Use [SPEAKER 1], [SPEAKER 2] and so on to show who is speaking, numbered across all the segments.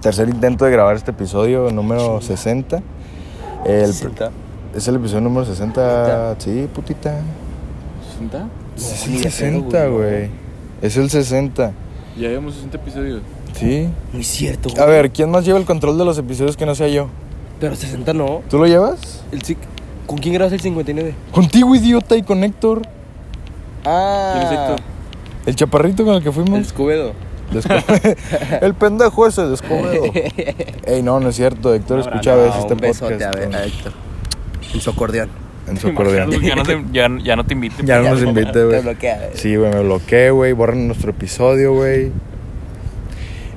[SPEAKER 1] tercer intento de grabar este episodio número 60. El, es el episodio número 60. Sí, putita.
[SPEAKER 2] ¿60?
[SPEAKER 1] Sí, el 60, güey. Es el 60.
[SPEAKER 2] Ya llevamos 60 episodios.
[SPEAKER 1] Sí.
[SPEAKER 3] No es cierto, güey.
[SPEAKER 1] A ver, ¿quién más lleva el control de los episodios que no sea yo?
[SPEAKER 3] Pero 60 no.
[SPEAKER 1] ¿Tú lo llevas?
[SPEAKER 3] El cic- ¿Con quién grabas el 59?
[SPEAKER 1] Contigo, idiota, y con Héctor.
[SPEAKER 3] Ah.
[SPEAKER 2] Héctor?
[SPEAKER 1] El chaparrito con el que fuimos.
[SPEAKER 3] El Escobedo.
[SPEAKER 1] Desco- el pendejo ese de Escobedo. Ey, no, no es cierto. Héctor escucha a veces
[SPEAKER 3] Ah,
[SPEAKER 1] este
[SPEAKER 3] un besote
[SPEAKER 1] podcast.
[SPEAKER 3] a, ver,
[SPEAKER 1] con-
[SPEAKER 3] a Héctor. En su acordeón.
[SPEAKER 1] En su acordeón.
[SPEAKER 2] Ya no te, ya, ya no te invite.
[SPEAKER 1] Ya no nos
[SPEAKER 2] te
[SPEAKER 1] invite,
[SPEAKER 3] Te
[SPEAKER 1] güey.
[SPEAKER 3] bloquea. güey.
[SPEAKER 1] Sí, güey, me bloqueé, güey. Borran nuestro episodio, güey.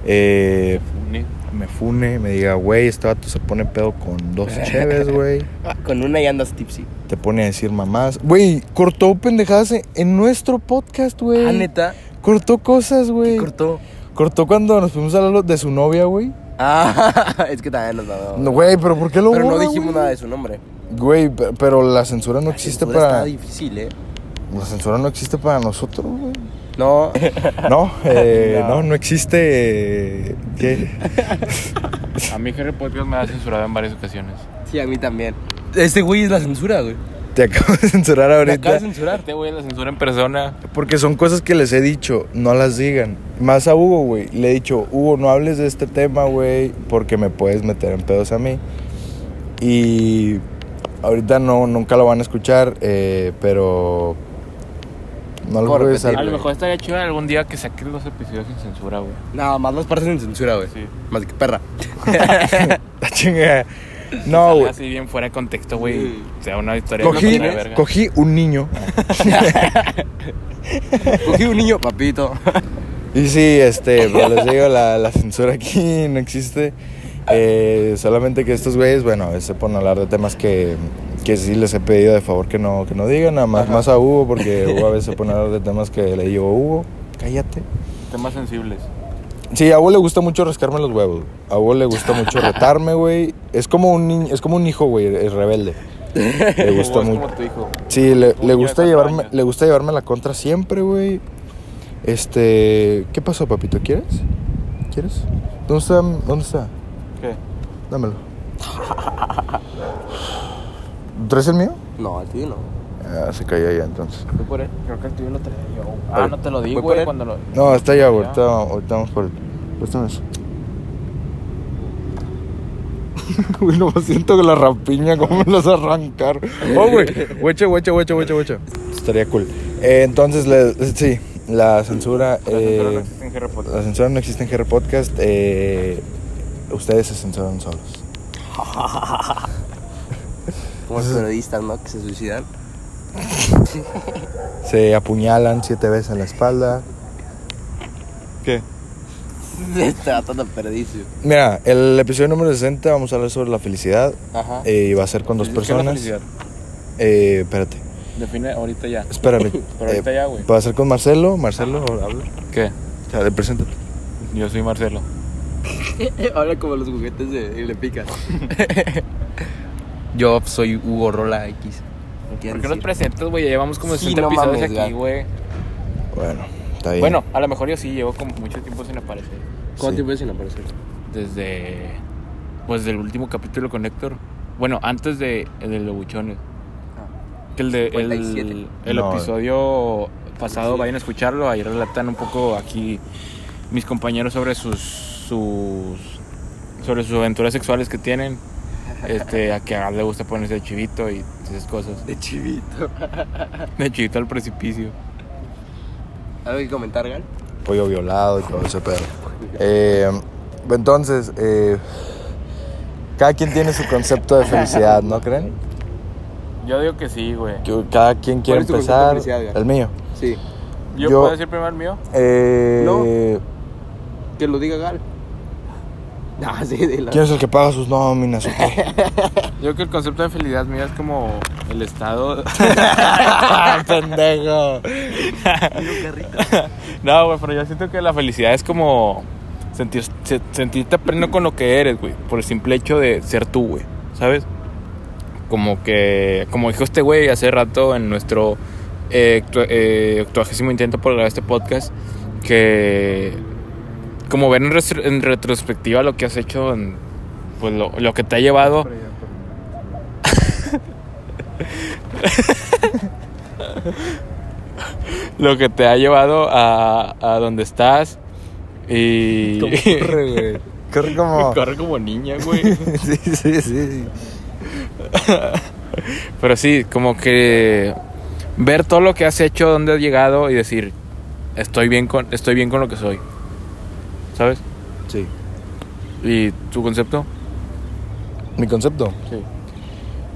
[SPEAKER 1] Eh,
[SPEAKER 2] Ni-
[SPEAKER 1] me fune, me diga, güey, este vato se pone pedo con dos cheves, güey.
[SPEAKER 3] Ah, Con una y andas tipsy.
[SPEAKER 1] Te pone a decir mamás. Güey, cortó pendejadas en- en nuestro podcast, güey.
[SPEAKER 3] Ah, neta.
[SPEAKER 1] Cortó cosas, güey.
[SPEAKER 3] Cortó.
[SPEAKER 1] Cortó cuando nos fuimos a hablar de su novia, güey.
[SPEAKER 3] Ah, es que también nos mamó.
[SPEAKER 1] No, güey, pero ¿por qué lo
[SPEAKER 3] Pero no
[SPEAKER 1] borra,
[SPEAKER 3] dijimos
[SPEAKER 1] güey?
[SPEAKER 3] nada de su nombre.
[SPEAKER 1] Güey, pe- pero la censura no existe
[SPEAKER 3] Censura
[SPEAKER 1] para.
[SPEAKER 3] Está difícil, ¿eh?
[SPEAKER 1] La censura no existe para nosotros, güey.
[SPEAKER 3] No.
[SPEAKER 1] No, eh, no.
[SPEAKER 3] No.
[SPEAKER 1] no, existe. eh, ¿Qué?
[SPEAKER 2] A mí Harry Podcast me ha censurado en varias ocasiones.
[SPEAKER 3] Sí, a mí también. Este güey es la censura, güey.
[SPEAKER 1] Te acabo de censurar
[SPEAKER 3] Me acaba de
[SPEAKER 1] ahorita.
[SPEAKER 3] censurar.
[SPEAKER 2] Te voy a la censura en persona.
[SPEAKER 1] Porque son cosas que les he dicho, no las digan. Más a Hugo, güey. Le he dicho, Hugo, no hables de este tema, güey, porque me puedes meter en pedos a mí. Y ahorita no, nunca lo van a escuchar, eh, pero... No lo
[SPEAKER 3] Por
[SPEAKER 1] puedes
[SPEAKER 3] repetir,
[SPEAKER 2] A lo
[SPEAKER 3] güey.
[SPEAKER 2] mejor estaría chido algún día que saques los episodios sin censura, güey.
[SPEAKER 3] Nada más las partes en censura, güey.
[SPEAKER 2] Sí.
[SPEAKER 3] Más que perra.
[SPEAKER 1] No, güey.
[SPEAKER 2] Así bien fuera de contexto, güey.
[SPEAKER 3] Sí.
[SPEAKER 2] O sea, una historia
[SPEAKER 1] Cogí, ¿eh?
[SPEAKER 2] de verga.
[SPEAKER 1] cogí un niño.
[SPEAKER 3] Cogí un niño, papito.
[SPEAKER 1] Y sí, este, pero les digo, la, la censura aquí no existe. Eh, solamente que estos güeyes, bueno, a veces se ponen a hablar de temas que, que sí les he pedido de favor que no, que no digan, nada más, más a Hugo, porque Hugo a veces se pone a hablar de temas que le digo, Hugo, cállate.
[SPEAKER 2] Temas sensibles.
[SPEAKER 1] Sí, a Hugo le gusta mucho rascarme los huevos. A Hugo le gusta mucho retarme, güey. Es como un niño, es como un hijo, güey, es rebelde. Le gusta
[SPEAKER 2] Como vos,
[SPEAKER 1] mucho.
[SPEAKER 2] Como tu hijo.
[SPEAKER 1] Sí, le,
[SPEAKER 2] Como
[SPEAKER 1] le
[SPEAKER 2] yo de
[SPEAKER 1] gusta
[SPEAKER 2] cuatro
[SPEAKER 1] llevarme,
[SPEAKER 2] años.
[SPEAKER 1] le gusta llevarme la contra siempre, güey. Este, ¿qué pasó, papito? ¿Quieres? ¿Quieres? ¿Dónde está? ¿Dónde está?
[SPEAKER 2] ¿Qué?
[SPEAKER 1] Dámelo. ¿Traes el mío?
[SPEAKER 3] No, a ti no.
[SPEAKER 1] Ah, se cayó ya entonces.
[SPEAKER 3] Fue por él.
[SPEAKER 2] Creo que el tuyo lo traía yo.
[SPEAKER 1] Ah,
[SPEAKER 2] Ah, no te lo di,
[SPEAKER 3] ¿Voy por
[SPEAKER 2] güey.
[SPEAKER 3] él?
[SPEAKER 2] Cuando lo...
[SPEAKER 1] No, está ya, güey. Ahorita, ahorita vamos por él. Préstame eso. Güey, no siento que la rapiña, ¿cómo me las arrancar? Oh, güey. Hueche, hueche, hueche, hueche, hueche. Estaría cool. Eh, entonces, le- sí, la censura.
[SPEAKER 2] La censura no
[SPEAKER 1] eh,
[SPEAKER 2] existe en Harry Potter.
[SPEAKER 1] La censura no existe en GR Podcast. eh, ustedes se censuran solos.
[SPEAKER 3] Como esos periodistas, ¿no? Que se suicidan.
[SPEAKER 1] Se apuñalan siete veces en la espalda. ¿Qué?
[SPEAKER 3] Está tan perdicio.
[SPEAKER 1] Mira, el episodio número 60 vamos a hablar sobre la felicidad.
[SPEAKER 3] Ajá.
[SPEAKER 1] eh, y va a ser con dos
[SPEAKER 2] ¿Qué es la
[SPEAKER 1] personas.
[SPEAKER 2] felicidad?
[SPEAKER 1] Eh, espérate,
[SPEAKER 2] Define ahorita ya.
[SPEAKER 1] espérame.
[SPEAKER 2] Pero ahorita
[SPEAKER 1] Eh,
[SPEAKER 2] ya, güey.
[SPEAKER 1] va a ser con Marcelo. Marcelo, habla.
[SPEAKER 2] ¿Qué?
[SPEAKER 1] O sea, preséntate.
[SPEAKER 2] Yo soy Marcelo.
[SPEAKER 3] Habla como los juguetes de y le pican. Yo soy Hugo Rola X.
[SPEAKER 2] ¿Por qué nos presentas, güey? Ya llevamos como
[SPEAKER 3] Sí,
[SPEAKER 2] 60
[SPEAKER 3] no
[SPEAKER 2] episodios
[SPEAKER 3] mames,
[SPEAKER 2] aquí,
[SPEAKER 3] ya.
[SPEAKER 2] güey.
[SPEAKER 1] Bueno, está bien.
[SPEAKER 2] Bueno, a lo mejor yo sí llevo como mucho tiempo sin aparecer.
[SPEAKER 1] Sí.
[SPEAKER 3] ¿Cuánto tiempo sin aparecer?
[SPEAKER 2] Desde. Pues del último capítulo con Héctor. Bueno, antes de, el de los buchones. Que el de. El,
[SPEAKER 3] 57.
[SPEAKER 2] el
[SPEAKER 1] No.
[SPEAKER 2] episodio pasado, vayan a escucharlo. Ahí relatan un poco aquí mis compañeros sobre sus. sus sobre sus aventuras sexuales que tienen. Este, a que a él le gusta ponerse de chivito y esas cosas.
[SPEAKER 3] De chivito.
[SPEAKER 2] De chivito al precipicio.
[SPEAKER 3] ¿Algo que comentar, Gal?
[SPEAKER 1] pollo violado y todo ese pedo. Eh, entonces, eh, cada quien tiene su concepto de felicidad, ¿no creen?
[SPEAKER 2] Yo digo que sí, güey.
[SPEAKER 1] Yo- Cada quien quiere
[SPEAKER 3] es tu concepto
[SPEAKER 1] empezar.
[SPEAKER 3] de felicidad, Edgar?
[SPEAKER 1] El mío.
[SPEAKER 3] Sí.
[SPEAKER 2] ¿Yo,
[SPEAKER 1] Yo-
[SPEAKER 2] puedo decir primero el mío?
[SPEAKER 1] Eh,
[SPEAKER 3] Que lo diga Gal. Ah, sí, de la.
[SPEAKER 1] ¿Quién es el que paga sus nóminas? o qué?
[SPEAKER 2] Yo creo que el concepto de felicidad mía es como el estado.
[SPEAKER 1] ¡Ah, pendejo!
[SPEAKER 2] no, güey, pero yo siento que la felicidad es como sentir, se- sentirte pleno con lo que eres, güey. Por el simple hecho de ser tú, güey. ¿Sabes? Como que. Como dijo este güey hace rato en nuestro eh, octu- eh, octuagésimo intento por grabar este podcast. Que. como ver en, retro- en retrospectiva lo que has hecho, en- pues lo, lo que te ha llevado. lo que te ha llevado a, a donde estás. Y.
[SPEAKER 1] Corre, güey. Corre como.
[SPEAKER 2] Corre como niña, güey.
[SPEAKER 1] sí, sí, sí, sí.
[SPEAKER 2] Pero sí, como que ver todo lo que has hecho, dónde has llegado y decir, estoy bien con, estoy bien con lo que soy. ¿Sabes?
[SPEAKER 1] Sí.
[SPEAKER 2] ¿Y tu concepto?
[SPEAKER 1] Mi concepto.
[SPEAKER 2] Sí.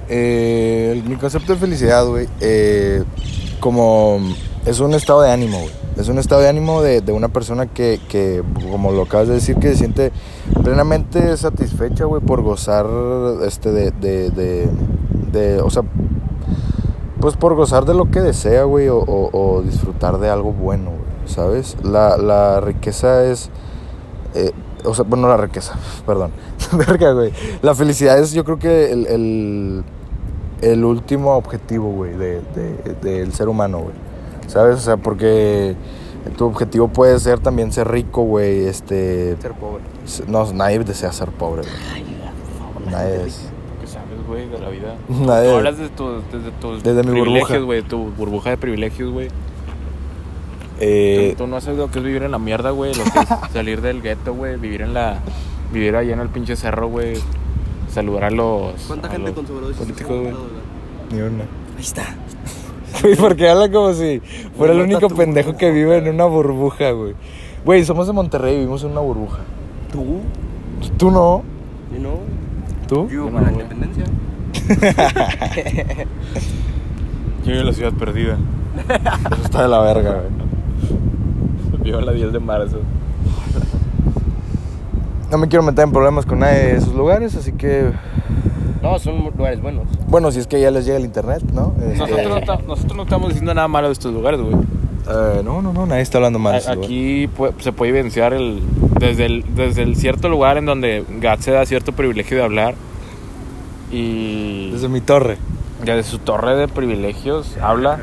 [SPEAKER 1] Eh, el- mi concepto de felicidad, güey, eh, como es un estado de ánimo, güey. Es un estado de ánimo de, de una persona que, que, como lo acabas de decir, que se siente plenamente satisfecha, güey, por gozar, este, de, de, de, de- o sea, pues por gozar de lo que desea, güey, o, o- o disfrutar de algo bueno, güey, ¿sabes? La, la riqueza es, eh, o sea, bueno, la riqueza, perdón. Verga, güey. La felicidad es, yo creo que el, el, el último objetivo, güey, de- de- del ser humano, güey. ¿Sabes? O sea, porque tu objetivo puede ser también ser rico, güey. Este.
[SPEAKER 3] Ser pobre.
[SPEAKER 1] No, nadie desea ser pobre, güey. Nadie es.
[SPEAKER 2] Que sabes, güey, de la vida.
[SPEAKER 1] Nadie.
[SPEAKER 2] Tú hablas de tu- desde tus
[SPEAKER 1] Desde mi burbuja.
[SPEAKER 2] privilegios, güey, tu burbuja de privilegios, güey.
[SPEAKER 1] Eh,
[SPEAKER 2] Tú, tú no sabes lo que es vivir en la mierda, güey, lo que es salir del gueto, güey, vivir en la vivir allá en el pinche cerro, güey. Saludar a los
[SPEAKER 3] ¿Cuánta
[SPEAKER 2] a
[SPEAKER 3] gente
[SPEAKER 2] Ah, los
[SPEAKER 3] con sobredosis?
[SPEAKER 2] políticos,
[SPEAKER 3] se ha
[SPEAKER 2] güey.
[SPEAKER 3] matado, güey?
[SPEAKER 1] ni una.
[SPEAKER 3] Ahí está.
[SPEAKER 1] Güey, porque habla como si fuera el
[SPEAKER 3] Nota
[SPEAKER 1] único
[SPEAKER 3] tu
[SPEAKER 1] pendejo que
[SPEAKER 3] burbuja.
[SPEAKER 1] vive en una burbuja, güey. Güey, somos de Monterrey, vivimos en una burbuja.
[SPEAKER 3] ¿Tú?
[SPEAKER 1] ¿Tú no?
[SPEAKER 3] ¿Y no?
[SPEAKER 1] ¿Tú?
[SPEAKER 2] Yo
[SPEAKER 3] Para la
[SPEAKER 2] no, güey.
[SPEAKER 3] independencia.
[SPEAKER 2] Yo vivo en la ciudad perdida.
[SPEAKER 1] Eso está de la verga, güey.
[SPEAKER 2] Vivo en la 10 de marzo.
[SPEAKER 1] No me quiero meter en problemas con nadie de esos lugares, así que.
[SPEAKER 4] No, son lugares buenos.
[SPEAKER 1] Bueno, si es que ya les llega el internet, ¿no? Este,
[SPEAKER 2] Nosotros no, ta- nosotros no estamos diciendo nada malo de estos lugares, güey.
[SPEAKER 1] eh, no, no, no, nadie está hablando mal. de
[SPEAKER 2] A-
[SPEAKER 1] ese lugar.
[SPEAKER 2] Aquí pue- se puede evidenciar el desde, el desde el cierto lugar en donde Gat se da cierto privilegio de hablar y
[SPEAKER 1] Desde mi torre.
[SPEAKER 2] desde su torre de privilegios habla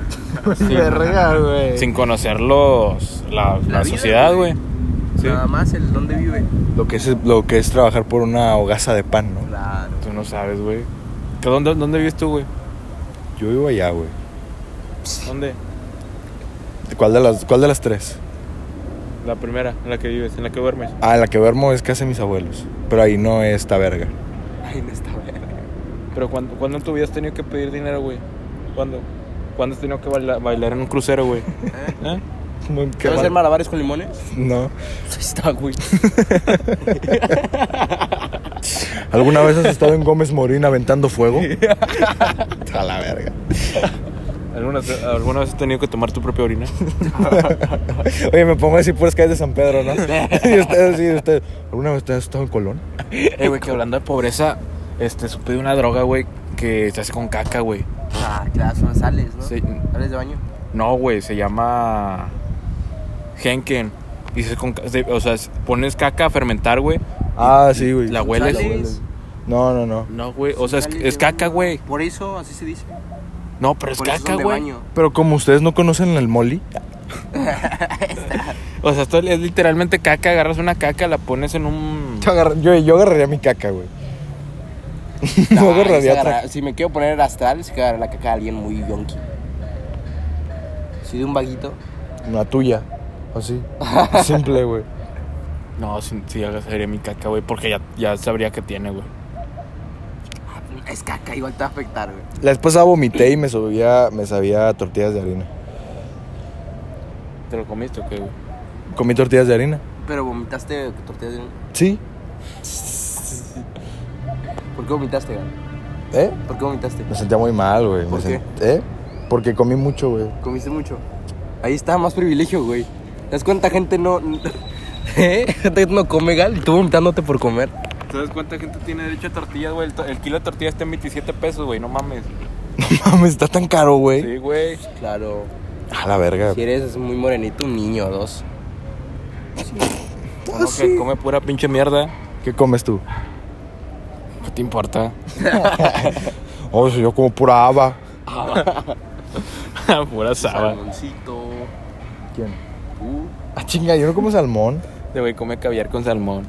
[SPEAKER 2] sin,
[SPEAKER 1] Verga, güey.
[SPEAKER 2] sin conocer los, la, la
[SPEAKER 3] vida,
[SPEAKER 2] sociedad, güey. Sí.
[SPEAKER 3] Nada más el dónde vive.
[SPEAKER 1] Lo que, es, lo que es trabajar por una hogaza de pan, ¿no?
[SPEAKER 3] Claro.
[SPEAKER 2] Tú no sabes, güey. ¿Que ¿Dónde, ¿Dónde vives tú, güey?
[SPEAKER 1] Yo vivo allá, güey.
[SPEAKER 2] ¿Dónde?
[SPEAKER 1] ¿Cuál de las, cuál de las tres?
[SPEAKER 2] La primera, en la que vives, en la que duermes.
[SPEAKER 1] Ah, la que duermo es casa de mis abuelos. Pero ahí no es esta verga.
[SPEAKER 3] Ahí no está verga.
[SPEAKER 2] Pero cuando, cuando en tu vida has tenido que pedir dinero, güey? ¿Cuándo? ¿Cuándo has tenido que baila- bailar en un crucero, güey? ¿Eh?
[SPEAKER 1] Nunca.
[SPEAKER 4] ¿Quieres hacer malabares con limones?
[SPEAKER 1] No.
[SPEAKER 4] Ahí está, güey.
[SPEAKER 1] ¿Alguna vez has estado en Gómez Morín aventando fuego? A la verga.
[SPEAKER 2] ¿Alguna, ¿Alguna vez has tenido que tomar tu propia orina?
[SPEAKER 1] Oye, me pongo así por las calles de San Pedro, ¿no? y ustedes, sí, ustedes. ¿Alguna vez has estado en Colón?
[SPEAKER 2] Eh, güey, que hablando de pobreza, este, supe de una droga, güey, que se hace con caca, güey.
[SPEAKER 4] Ah, claro, son sales, ¿no?
[SPEAKER 2] Sí.
[SPEAKER 4] Sales de baño.
[SPEAKER 2] No, güey, se llama Henken. Y se hace con ca- se- o sea, s- pones caca a fermentar, güey.
[SPEAKER 1] Ah, sí, güey.
[SPEAKER 2] ¿La hueles?
[SPEAKER 4] Sales.
[SPEAKER 1] No, no, no.
[SPEAKER 2] No, güey, o sea, es, es caca, güey.
[SPEAKER 4] Por eso así se dice.
[SPEAKER 2] No, pero es
[SPEAKER 4] Por eso
[SPEAKER 2] caca,
[SPEAKER 4] son de
[SPEAKER 2] güey.
[SPEAKER 4] baño.
[SPEAKER 1] Pero como ustedes no conocen el molly,
[SPEAKER 2] O sea, esto es literalmente caca, agarras una caca, la pones en un...
[SPEAKER 1] yo, agarra- yo, yo agarraría mi caca, güey.
[SPEAKER 4] Nah,
[SPEAKER 1] No
[SPEAKER 4] ahí se
[SPEAKER 1] agarraría
[SPEAKER 4] agarra-
[SPEAKER 1] otra.
[SPEAKER 4] Si me quiero poner astral, se quedará la caca de alguien muy yonki. Si de un vaguito.
[SPEAKER 1] Una tuya. Así. Simple, güey.
[SPEAKER 2] No, si, si agarraría mi caca, güey, porque ya, ya sabría que tiene, güey.
[SPEAKER 4] Es caca, igual te va a afectar, güey.
[SPEAKER 1] La vez pasada vomité y me subía, me sabía a tortillas de harina.
[SPEAKER 2] ¿Te lo comiste o qué, güey?
[SPEAKER 1] ¿Comí tortillas de harina?
[SPEAKER 4] Pero vomitaste tortillas de.
[SPEAKER 1] Sí.
[SPEAKER 4] ¿Por qué vomitaste, güey?
[SPEAKER 1] ¿Eh?
[SPEAKER 4] ¿Por qué vomitaste?
[SPEAKER 1] Me sentía muy mal, güey. Me
[SPEAKER 4] ¿Por qué?
[SPEAKER 1] sent- ¿Eh? Porque comí mucho, güey.
[SPEAKER 4] Comiste mucho. Ahí está más privilegio, güey. ¿Te das cuánta gente no. ¿Eh? Gente que no come gal y tú vomitándote por comer.
[SPEAKER 2] ¿Sabes cuánta gente tiene derecho a tortillas, güey? El, to- el kilo de tortilla está en 27 pesos, güey, no mames.
[SPEAKER 1] No mames, está tan caro, güey.
[SPEAKER 2] Sí, güey.
[SPEAKER 4] Claro.
[SPEAKER 1] A la verga.
[SPEAKER 4] Si eres muy morenito, un niño o dos.
[SPEAKER 2] Uno que come pura pinche mierda.
[SPEAKER 1] ¿Qué comes tú?
[SPEAKER 2] ¿Qué te importa?
[SPEAKER 1] Oh, sí, yo como pura haba.
[SPEAKER 2] pura saba.
[SPEAKER 4] Salmoncito.
[SPEAKER 1] ¿Quién?
[SPEAKER 4] Uh,
[SPEAKER 1] Ah, chinga, yo no como salmón.
[SPEAKER 2] Este güey come caviar con salmón.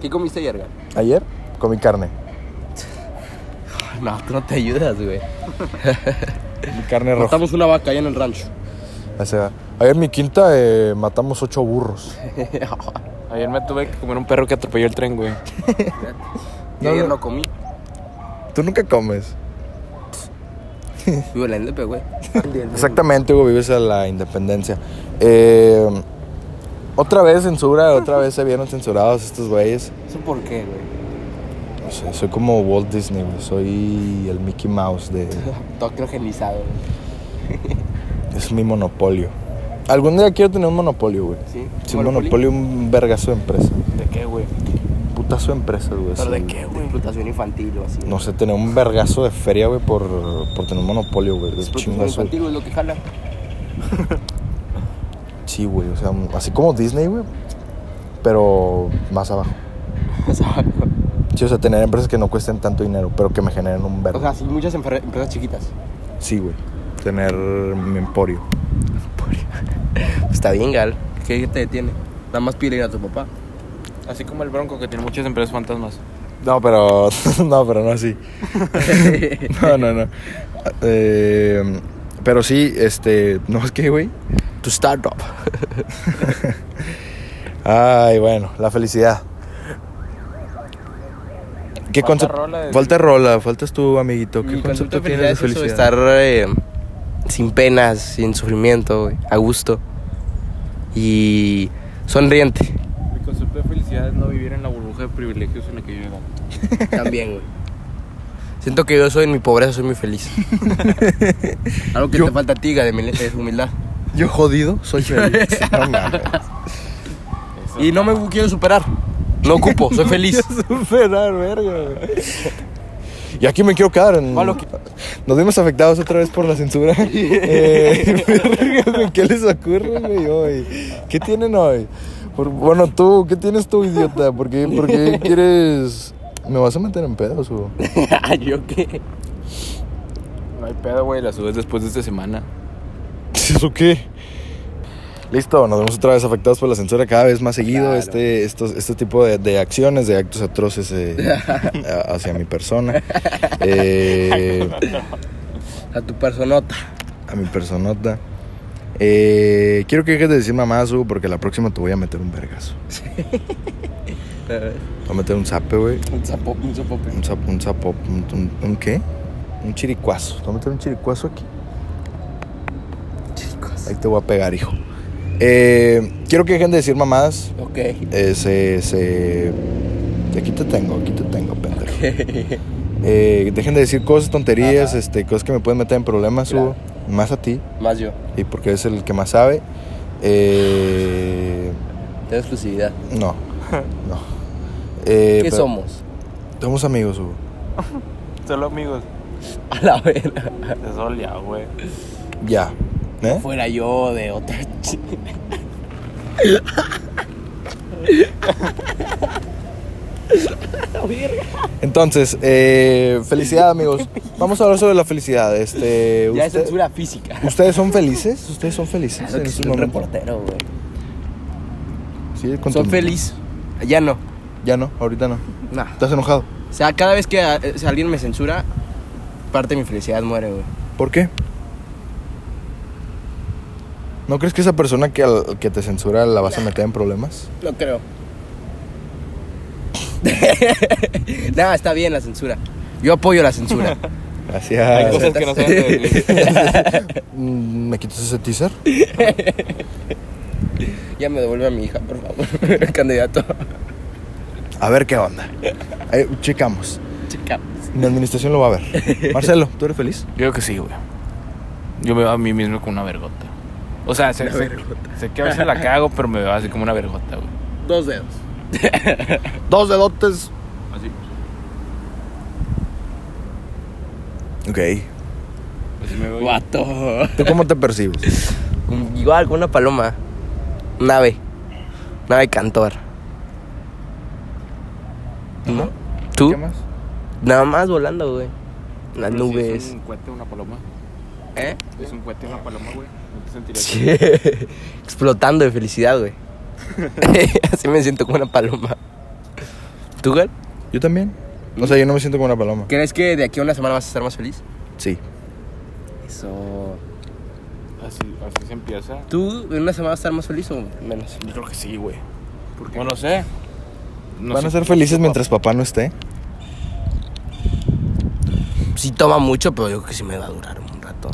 [SPEAKER 4] ¿Qué comiste ayer, Gal?
[SPEAKER 1] Ayer comí carne.
[SPEAKER 4] No, tú no te ayudas, güey.
[SPEAKER 1] Mi carne roja.
[SPEAKER 4] Matamos una vaca allá en el rancho.
[SPEAKER 1] O sea, ayer en mi quinta eh, matamos ocho burros.
[SPEAKER 2] Ayer me tuve que comer un perro que atropelló el tren, güey.
[SPEAKER 4] Yo ayer no comí.
[SPEAKER 1] Tú nunca comes.
[SPEAKER 4] Vivo en la LP, güey.
[SPEAKER 1] Exactamente, Hugo, vives a la independencia. Eh, otra vez censura, otra vez se vieron censurados estos güeyes.
[SPEAKER 4] ¿Eso por qué, güey?
[SPEAKER 1] No sé, soy como Walt Disney, güey, soy el Mickey Mouse de...
[SPEAKER 4] Todo criogenizado, güey.
[SPEAKER 1] Es mi monopolio. Algún día quiero tener un monopolio, güey.
[SPEAKER 4] ¿Sí? ¿Un
[SPEAKER 1] un monopolio,
[SPEAKER 4] monopolio?
[SPEAKER 1] un vergazo de empresa.
[SPEAKER 2] ¿De qué, güey?
[SPEAKER 1] Putazo de empresas, güey.
[SPEAKER 2] ¿Pero de
[SPEAKER 1] así.
[SPEAKER 2] qué, güey?
[SPEAKER 4] Explotación infantil o así.
[SPEAKER 1] No sé, tener un vergazo de feria, güey, por, por tener un monopolio, güey. Es
[SPEAKER 4] Explotación
[SPEAKER 1] pues, chingazo.
[SPEAKER 4] infantil, güey, es lo que jala.
[SPEAKER 1] Sí, güey, o sea, así como Disney, güey, pero más abajo.
[SPEAKER 4] O sea,
[SPEAKER 1] Sí, o sea, tener empresas que no cuesten tanto dinero, pero que me generen un verbo.
[SPEAKER 4] o sea, sí, muchas emper- empresas chiquitas.
[SPEAKER 1] sí, güey. Tener mi emporio.
[SPEAKER 4] Está bien, Gal. ¿Qué te detiene? Nada más pide ir a tu papá.
[SPEAKER 2] Así como el Bronco que tiene muchas empresas fantasmas.
[SPEAKER 1] No, pero. No, pero no así. No, no, no. Eh, pero sí, este. No, es que, güey.
[SPEAKER 4] tu startup.
[SPEAKER 1] Ay, bueno, la felicidad. ¿Qué
[SPEAKER 2] Falta
[SPEAKER 1] concepto?
[SPEAKER 2] rola de-
[SPEAKER 1] Falta rola, faltas tú, amiguito. ¿Qué
[SPEAKER 4] Mi
[SPEAKER 1] concepto
[SPEAKER 4] concepto de
[SPEAKER 1] tienes de
[SPEAKER 4] felicidad es eso,
[SPEAKER 1] felicidad?
[SPEAKER 4] estar eh, sin penas, sin sufrimiento, güey, a gusto. Y sonriente.
[SPEAKER 2] Mi concepto de felicidad es no vivir en la burbuja de privilegios en la que yo vivo.
[SPEAKER 4] También, güey. Siento que yo soy en mi pobreza, soy muy feliz. Algo que te falta a ti, Gal, es humildad.
[SPEAKER 1] Yo jodido, soy feliz. No mames.
[SPEAKER 4] Y no me quiero superar. No ocupo, soy feliz.
[SPEAKER 1] superar, verga. güey. Y aquí me quiero quedar. en-
[SPEAKER 4] Malo que-
[SPEAKER 1] Nos vimos afectados otra vez por la censura. Eh, verga, güey, ¿Qué les ocurre, güey, hoy? ¿Qué tienen hoy? Por- bueno, tú, ¿qué tienes tú, idiota? ¿Por qué, por qué quieres...? ¿Me vas a meter en pedos, o...?
[SPEAKER 4] ¿Yo qué?
[SPEAKER 2] No hay pedo, güey, la subes después de esta semana.
[SPEAKER 1] ¿Eso qué? Listo, nos vemos otra vez afectados por la censura cada vez más seguido. Este, estos, este tipo de, de acciones, de actos atroces eh, a- hacia mi persona. Eh,
[SPEAKER 4] A tu personota.
[SPEAKER 1] a mi personota. Eh, quiero que dejes de decir mamás, Hugo, porque la próxima te voy a meter un vergazo. Te voy a meter un zape, güey.
[SPEAKER 4] Un sapo, un sapo.
[SPEAKER 1] Un sapo, un sapo, un, un- un qué? Un chiricuazo. Te voy a meter un chiricuazo aquí. Ahí te voy a pegar, hijo. Eh, quiero que dejen de decir mamás.
[SPEAKER 4] Ok.
[SPEAKER 1] Eh, se, se- Aquí te tengo, aquí te tengo, pendejo. Eh, dejen de decir cosas, tonterías,
[SPEAKER 4] Ajá.
[SPEAKER 1] este, cosas que me pueden meter en problemas,
[SPEAKER 4] Claro.
[SPEAKER 1] Hugo. Más a ti.
[SPEAKER 4] Más yo.
[SPEAKER 1] y porque es el que más sabe. Eh,
[SPEAKER 4] Tengo exclusividad.
[SPEAKER 1] no, no. Eh,
[SPEAKER 4] ¿Qué
[SPEAKER 1] pero-
[SPEAKER 4] somos?
[SPEAKER 1] Somos amigos, Hugo.
[SPEAKER 2] Solo amigos.
[SPEAKER 4] A la verga.
[SPEAKER 2] Se solía, güey.
[SPEAKER 1] Ya. ¿Eh?
[SPEAKER 4] Fuera yo de otra ch-
[SPEAKER 1] Entonces, eh, felicidad, amigos. Vamos a hablar sobre la felicidad. Este,
[SPEAKER 4] Ya es
[SPEAKER 1] usted-
[SPEAKER 4] censura física.
[SPEAKER 1] ¿Ustedes son felices? ¿Ustedes son felices?
[SPEAKER 4] Claro
[SPEAKER 1] en
[SPEAKER 4] que
[SPEAKER 1] estos
[SPEAKER 4] soy un
[SPEAKER 1] momentos?
[SPEAKER 4] reportero, güey.
[SPEAKER 1] Sí, con
[SPEAKER 4] Soy
[SPEAKER 1] tu-
[SPEAKER 4] feliz. Ya no.
[SPEAKER 1] Ya no, ahorita no.
[SPEAKER 4] Nah.
[SPEAKER 1] ¿Estás enojado?
[SPEAKER 4] O sea, cada vez que eh, si alguien me censura, parte de mi felicidad muere, güey.
[SPEAKER 1] ¿Por qué? ¿No crees que esa persona que, al- que te censura la vas a meter en problemas?
[SPEAKER 4] No creo. Nada, está bien la censura. Yo apoyo la censura.
[SPEAKER 1] Gracias.
[SPEAKER 2] Hay cosas que no se deben de decir.
[SPEAKER 1] Mm, ¿Me quitas ese teaser?
[SPEAKER 4] ya me devuelve a mi hija, por favor. Candidato.
[SPEAKER 1] A ver qué onda. Ahí checamos.
[SPEAKER 4] Chica.
[SPEAKER 1] Mi administración lo va a ver. Marcelo, ¿tú eres feliz?
[SPEAKER 2] Yo creo que sí, güey. Yo me veo a mí mismo con una vergota. O sea, sé,
[SPEAKER 4] Una
[SPEAKER 2] sé-
[SPEAKER 4] vergota.
[SPEAKER 2] sé que a veces la cago, pero me veo así como una vergota, güey.
[SPEAKER 4] Dos dedos.
[SPEAKER 1] Dos dedotes.
[SPEAKER 2] Así.
[SPEAKER 1] Ok.
[SPEAKER 2] Así me veo. yo.
[SPEAKER 4] Guato.
[SPEAKER 1] ¿Tú cómo te percibes?
[SPEAKER 4] Igual, con una paloma. Nave. Nave cantor. ¿No? ¿Tú?
[SPEAKER 1] más?
[SPEAKER 4] Nada más volando, güey. Las
[SPEAKER 2] Pero sí
[SPEAKER 4] nubes.
[SPEAKER 2] Es un cohete, una paloma.
[SPEAKER 4] ¿Eh?
[SPEAKER 2] Es un cohete, una paloma, güey. ¿No te sentirías?
[SPEAKER 4] Sí. Explotando de felicidad, güey. Así me siento como una paloma. ¿Tú, Gal?
[SPEAKER 1] Yo también. O sea, yo no me siento como una paloma.
[SPEAKER 4] ¿Crees que de aquí a una semana vas a estar más feliz?
[SPEAKER 1] Sí.
[SPEAKER 4] Eso.
[SPEAKER 2] Así, así se empieza.
[SPEAKER 4] ¿Tú en una semana vas a estar más feliz o menos?
[SPEAKER 2] Yo creo que sí, güey. Bueno, no sé. No
[SPEAKER 1] Van
[SPEAKER 2] sé.
[SPEAKER 1] a ser felices mientras papá no esté.
[SPEAKER 4] Sí toma mucho, pero yo creo que sí me va a durar un rato.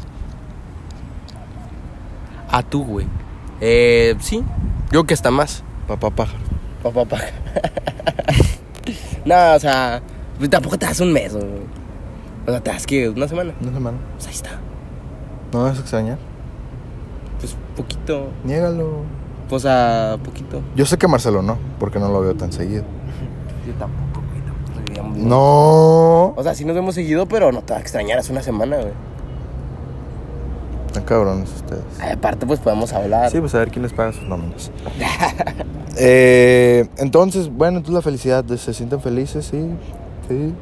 [SPEAKER 3] Ah,
[SPEAKER 4] ¿A tú, güey? Eh, sí. Yo creo que hasta más.
[SPEAKER 1] Papá pájaro.
[SPEAKER 4] Papá, papá. no, o sea, pues tampoco te das un mes, güey. O sea, te das que una semana.
[SPEAKER 1] Una semana.
[SPEAKER 4] Pues ahí está.
[SPEAKER 1] No vas a extrañar.
[SPEAKER 4] Pues poquito.
[SPEAKER 1] Niégalo.
[SPEAKER 4] O sea, poquito.
[SPEAKER 1] Yo sé que Marcelo no, porque no lo veo tan seguido.
[SPEAKER 4] Yo tampoco, güey. tampoco vivíamos-
[SPEAKER 1] No.
[SPEAKER 4] O sea, sí nos vemos seguido, pero no te va a extrañar. Hace una semana, güey.
[SPEAKER 1] Están cabrones ustedes.
[SPEAKER 4] Ay, aparte, pues podemos hablar.
[SPEAKER 1] Sí, pues a ver quién les paga sus nóminas. Eh, entonces, bueno, entonces la felicidad, de- ¿se sienten felices? Sí, sí,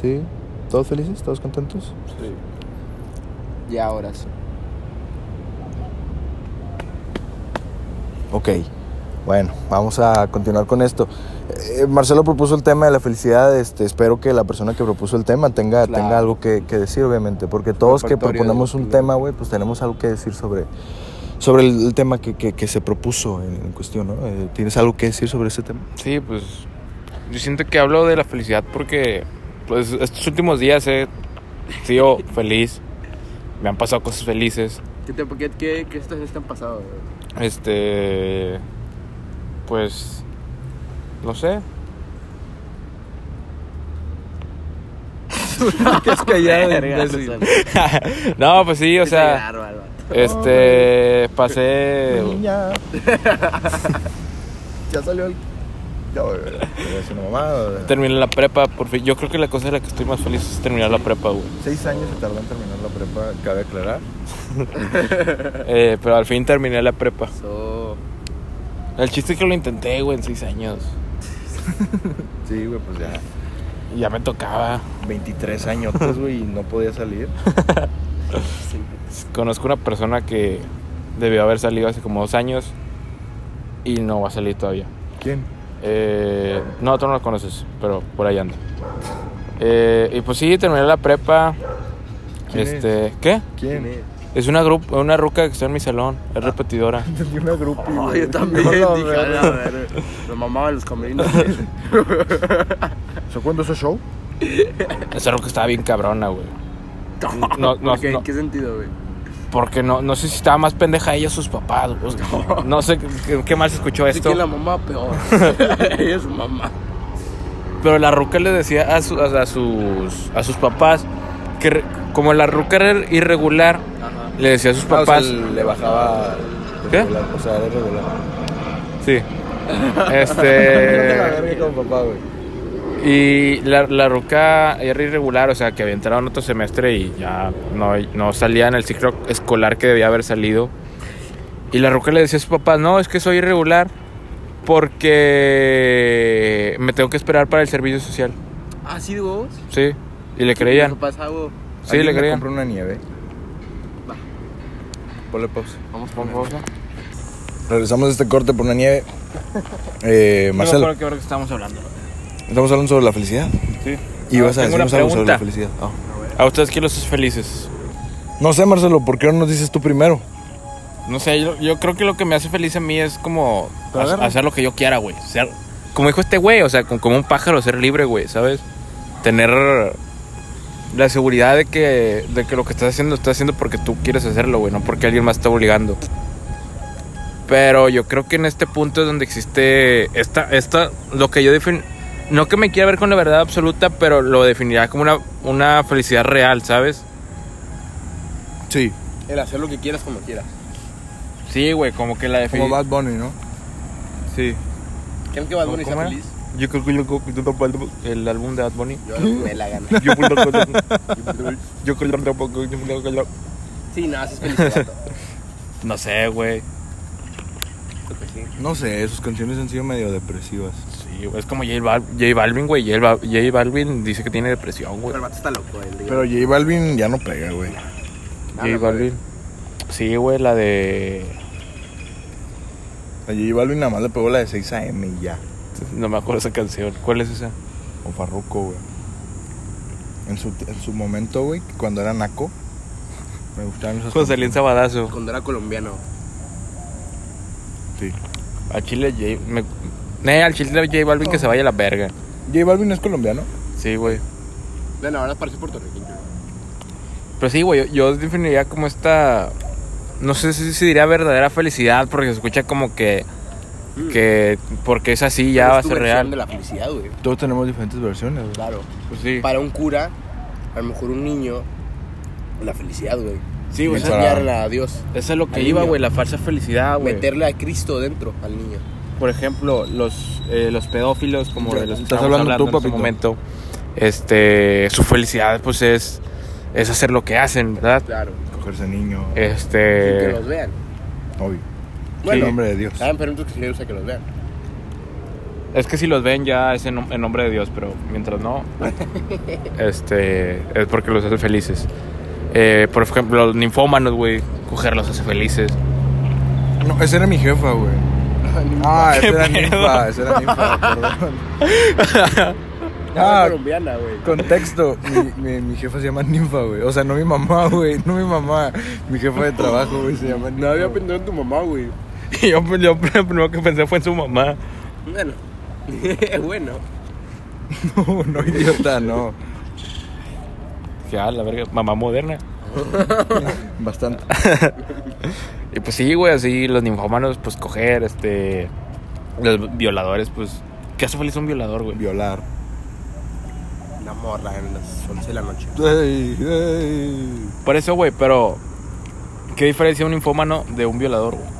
[SPEAKER 1] sí. ¿Todos felices? ¿Todos contentos?
[SPEAKER 2] Sí.
[SPEAKER 4] Ya ahora sí.
[SPEAKER 1] Ok, bueno, vamos a continuar con esto. Eh, Marcelo propuso el tema de la felicidad, este, espero que la persona que propuso el tema tenga,
[SPEAKER 4] Claro.
[SPEAKER 1] tenga algo que, que decir, obviamente, porque todos que
[SPEAKER 4] Refactorio
[SPEAKER 1] proponemos
[SPEAKER 4] de-
[SPEAKER 1] un tema, güey, pues tenemos algo que decir sobre, sobre el, el tema que, que- que se propuso en, en cuestión, ¿no? Eh, ¿Tienes algo que decir sobre ese tema?
[SPEAKER 2] Sí, pues yo siento que hablo de la felicidad porque pues estos últimos días he sido feliz, me han pasado cosas felices,
[SPEAKER 3] ¿Qué, te, qué, qué, qué estas están pasando? güey?
[SPEAKER 2] este, pues, no sé,
[SPEAKER 4] Te has callado,
[SPEAKER 3] imbécil.
[SPEAKER 2] no, pues sí,
[SPEAKER 3] Empieza
[SPEAKER 2] o
[SPEAKER 3] a
[SPEAKER 2] sea,
[SPEAKER 3] llorar, va, el vato.
[SPEAKER 2] este, pasé,
[SPEAKER 1] Niña. Eh, ya salió el... Ya, güey, güey, voy a decir una mamada, güey.
[SPEAKER 2] terminé la prepa, por fin, yo creo que la cosa de la que estoy más feliz es terminar la prepa, güey.
[SPEAKER 1] Seis años se tardó en terminar la prepa, cabe aclarar.
[SPEAKER 2] Eh, pero al fin terminé la prepa.
[SPEAKER 3] So,
[SPEAKER 2] El chiste es que lo intenté, güey, en seis años.
[SPEAKER 1] Sí, güey, pues ya.
[SPEAKER 2] Y ya me tocaba.
[SPEAKER 1] 23 añotes, pues, güey, y no podía salir.
[SPEAKER 2] Conozco una persona que debió haber salido hace como dos años y no va a salir todavía.
[SPEAKER 1] ¿Quién?
[SPEAKER 2] Eh, no, tú no lo conoces, pero por ahí anda. Eh, y pues sí, terminé la prepa.
[SPEAKER 1] ¿Quién
[SPEAKER 2] Este, ¿Qué?
[SPEAKER 1] ¿Quién? es?
[SPEAKER 2] Es una, grup- una ruca que está en mi salón, es repetidora.
[SPEAKER 1] Entendí una grupi, güey.
[SPEAKER 3] yo también dije,
[SPEAKER 1] No,
[SPEAKER 3] a
[SPEAKER 1] no, güey.
[SPEAKER 3] la verga. Me mamaba los camerinos.
[SPEAKER 1] ¿Se cuándo ese show?
[SPEAKER 2] Esa ruca estaba bien cabrona, güey. No, no,
[SPEAKER 3] ¿Por qué?
[SPEAKER 2] no.
[SPEAKER 3] ¿En qué sentido, güey?
[SPEAKER 2] Porque no, no sé si estaba más pendeja ella o sus papás. güey. No sé qué, qué mal se escuchó
[SPEAKER 3] Sí,
[SPEAKER 2] esto.
[SPEAKER 3] que la mamá peor. Ella es su mamá.
[SPEAKER 2] Pero la ruca le decía a, su- a- a sus, a sus papás que re- como la ruca era irregular,
[SPEAKER 3] Ajá.
[SPEAKER 2] le decía a
[SPEAKER 3] Ah,
[SPEAKER 2] sus papás...
[SPEAKER 1] le bajaba.
[SPEAKER 2] ¿Qué?
[SPEAKER 1] regular, O sea, era regular.
[SPEAKER 2] Sí.
[SPEAKER 1] Eh, Vete a la
[SPEAKER 2] Este...
[SPEAKER 1] verga con papá, güey.
[SPEAKER 2] Y la, la ruca era irregular, o sea, que había entrado en otro semestre y ya no, no salía en el ciclo escolar que debía haber salido. Y la ruca le decía a su papá, no, es que soy irregular porque me tengo que esperar para el servicio social.
[SPEAKER 3] ¿Ah, sí, vos?
[SPEAKER 2] Sí. Y le
[SPEAKER 3] ¿Qué
[SPEAKER 2] creían.
[SPEAKER 3] pasa, vos?
[SPEAKER 2] Sí, le
[SPEAKER 1] Alguien me
[SPEAKER 2] creían.
[SPEAKER 1] compró una nieve.
[SPEAKER 3] Va.
[SPEAKER 1] Ponle pausa.
[SPEAKER 3] Vamos
[SPEAKER 2] Por favor.
[SPEAKER 1] Regresamos a este corte por una nieve. Eh, Marcelo,
[SPEAKER 2] que ahora que estamos hablando.
[SPEAKER 1] estamos hablando sobre la felicidad.
[SPEAKER 2] Sí.
[SPEAKER 1] Y
[SPEAKER 2] Ah,
[SPEAKER 1] vas a
[SPEAKER 2] tengo una
[SPEAKER 1] decirnos algo sobre
[SPEAKER 2] pregunta.
[SPEAKER 1] la felicidad. Ah.
[SPEAKER 2] ¿A ustedes qué los hace felices?
[SPEAKER 1] No sé, Marcelo, ¿por qué no nos dices tú primero?
[SPEAKER 2] No sé, yo, yo creo que lo que me hace feliz a mí es como
[SPEAKER 1] Pero
[SPEAKER 2] ha-
[SPEAKER 1] agarra.
[SPEAKER 2] hacer lo que yo quiera, güey. Ser- como dijo este güey, o sea, con- como un pájaro, ser libre, güey, ¿sabes? Tener la seguridad de que, de que lo que estás haciendo, lo estás haciendo porque tú quieres hacerlo, güey, no porque alguien más está obligando. Pero yo creo que en este punto es donde existe esta, esta lo que yo defino, no que me quiera ver con la verdad absoluta, pero lo definiría como una, una felicidad real, ¿sabes?
[SPEAKER 1] Sí,
[SPEAKER 4] El hacer lo que quieras como quieras.
[SPEAKER 2] Sí, güey, como que la
[SPEAKER 1] como
[SPEAKER 2] definiría.
[SPEAKER 1] Bad Bunny, ¿no?
[SPEAKER 2] Sí.
[SPEAKER 4] ¿Creen que Bad Bunny está
[SPEAKER 2] ¿Cómo era?
[SPEAKER 4] feliz?
[SPEAKER 2] Yo creo que yo creo que el álbum de Bad Bunny.
[SPEAKER 4] Yo no me la gana.
[SPEAKER 2] Yo creo que yo creo que
[SPEAKER 4] Sí, nada, sí es feliz el vato.
[SPEAKER 2] No sé, güey.
[SPEAKER 4] Creo que Pues sí.
[SPEAKER 1] No sé, sus canciones han sido medio depresivas.
[SPEAKER 2] Sí, güey, es como J, Bal- J Balvin, güey. J, Bal- J Balvin dice que tiene depresión, güey.
[SPEAKER 3] Pero el vato está loco, el día.
[SPEAKER 1] Pero J Balvin ya no pega, güey.
[SPEAKER 2] J Balvin. Sí, güey, la de.
[SPEAKER 1] A J Balvin nada más le pegó la de 6 AM y ya.
[SPEAKER 2] No me acuerdo esa canción. ¿Cuál es esa?
[SPEAKER 1] O Farruko, güey. En su, en su momento, güey, cuando era naco, me gustaban esas
[SPEAKER 2] Cuando salía en Sabadazo.
[SPEAKER 4] Cuando era colombiano.
[SPEAKER 1] Sí.
[SPEAKER 2] A Chile J. Me... Nee, al Chile J Balvin que se vaya a la verga.
[SPEAKER 1] J Balvin es colombiano.
[SPEAKER 2] Sí, güey.
[SPEAKER 3] Bueno, ahora parece puertorriqueño.
[SPEAKER 2] Pero sí, güey, yo yo definiría como esta. No sé si, si diría verdadera felicidad, porque se escucha como que. que porque es así, ya
[SPEAKER 4] ¿Cuál
[SPEAKER 2] va a
[SPEAKER 4] es tu
[SPEAKER 2] ser
[SPEAKER 4] versión
[SPEAKER 2] real.
[SPEAKER 4] de la felicidad, güey.
[SPEAKER 1] Todos tenemos diferentes versiones, güey.
[SPEAKER 4] Claro.
[SPEAKER 2] Pues sí.
[SPEAKER 4] Para un cura, a lo mejor un niño, la felicidad, güey.
[SPEAKER 2] Sí,
[SPEAKER 1] güey,
[SPEAKER 4] Es
[SPEAKER 1] esa-
[SPEAKER 4] enseñarla a Dios.
[SPEAKER 2] Eso es lo que
[SPEAKER 4] Al
[SPEAKER 2] iba,
[SPEAKER 4] niño.
[SPEAKER 2] güey, la falsa felicidad, Ah, güey.
[SPEAKER 4] Meterle a Cristo dentro al niño.
[SPEAKER 2] por ejemplo, los, eh, los pedófilos, como de los que
[SPEAKER 1] Estás
[SPEAKER 2] estamos
[SPEAKER 1] hablando tú,
[SPEAKER 2] en
[SPEAKER 1] papito.
[SPEAKER 2] este momento, este, su felicidad, pues, es, es hacer lo que hacen, ¿verdad?
[SPEAKER 4] Claro.
[SPEAKER 1] Cogerse niño.
[SPEAKER 4] Sin que
[SPEAKER 2] Este,
[SPEAKER 4] los vean.
[SPEAKER 1] Obvio.
[SPEAKER 4] Bueno.
[SPEAKER 1] En nombre de Dios.
[SPEAKER 4] Saben pero que se les gusta que los vean.
[SPEAKER 2] es que si los ven ya es en, nom- en nombre de Dios, pero mientras no, este, es porque los hace felices. Eh, por ejemplo, los ninfómanos, güey, cogerlos hace felices.
[SPEAKER 1] No, esa era mi jefa, güey. Ah, esa era ninfa, esa era ninfa, perdón.
[SPEAKER 4] Ah,
[SPEAKER 1] Ah,
[SPEAKER 4] colombiana, güey.
[SPEAKER 1] contexto, mi, mi, mi jefa se llama ninfa, güey. O sea, no mi mamá, güey, no mi mamá. Mi jefa de trabajo, güey, se llama ninfa.
[SPEAKER 4] No había
[SPEAKER 1] güey.
[SPEAKER 4] pensado en tu mamá, güey.
[SPEAKER 2] Y yo, yo lo primero que pensé fue en su mamá.
[SPEAKER 4] Bueno. bueno.
[SPEAKER 1] No, no, idiota, no.
[SPEAKER 2] Que, ah, la verga, mamá moderna.
[SPEAKER 1] Bastante.
[SPEAKER 2] Y pues sí, güey, así los ninfómanos, pues coger, este. Los violadores, pues. ¿Qué hace feliz un violador, güey?
[SPEAKER 1] Violar.
[SPEAKER 4] Una morra en las 11 de la noche.
[SPEAKER 1] Ey, ey.
[SPEAKER 2] Por eso, güey, pero. ¿Qué diferencia un ninfómano de un violador, güey?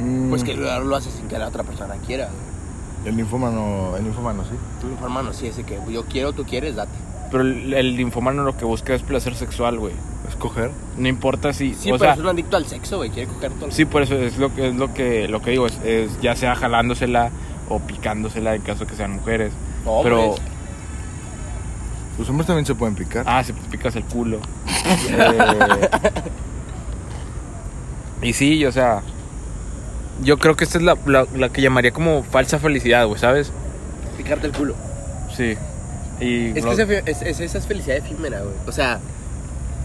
[SPEAKER 1] Mm,
[SPEAKER 4] Pues que lo, lo hace sin que la otra persona quiera. güey.
[SPEAKER 1] El ninfómano, el ninfómano, sí.
[SPEAKER 4] Tú, hermano, sí, ese que yo quiero, tú quieres, date.
[SPEAKER 2] Pero el, el ninfómano lo que busca es placer sexual, güey.
[SPEAKER 1] Es coger.
[SPEAKER 2] No importa si.
[SPEAKER 4] Sí,
[SPEAKER 2] o
[SPEAKER 4] pero
[SPEAKER 2] sea,
[SPEAKER 4] es un adicto al sexo, güey. Quiere coger todo. el-
[SPEAKER 2] sí, por eso es lo, que- es lo, que, lo que digo, es, es ya sea jalándosela o picándosela en caso que sean mujeres.
[SPEAKER 4] No,
[SPEAKER 2] pero.
[SPEAKER 4] pues.
[SPEAKER 1] Los hombres también se pueden picar.
[SPEAKER 2] Ah, si te picas el culo.
[SPEAKER 1] Eh,
[SPEAKER 2] Y sí, o sea, yo creo que esta es la, la- la que llamaría como falsa felicidad, güey, ¿sabes?
[SPEAKER 4] Picarte el culo.
[SPEAKER 2] Sí. Y
[SPEAKER 4] Es
[SPEAKER 2] no-
[SPEAKER 4] que esa, fe- es, es- esa es felicidad efímera, güey. O sea,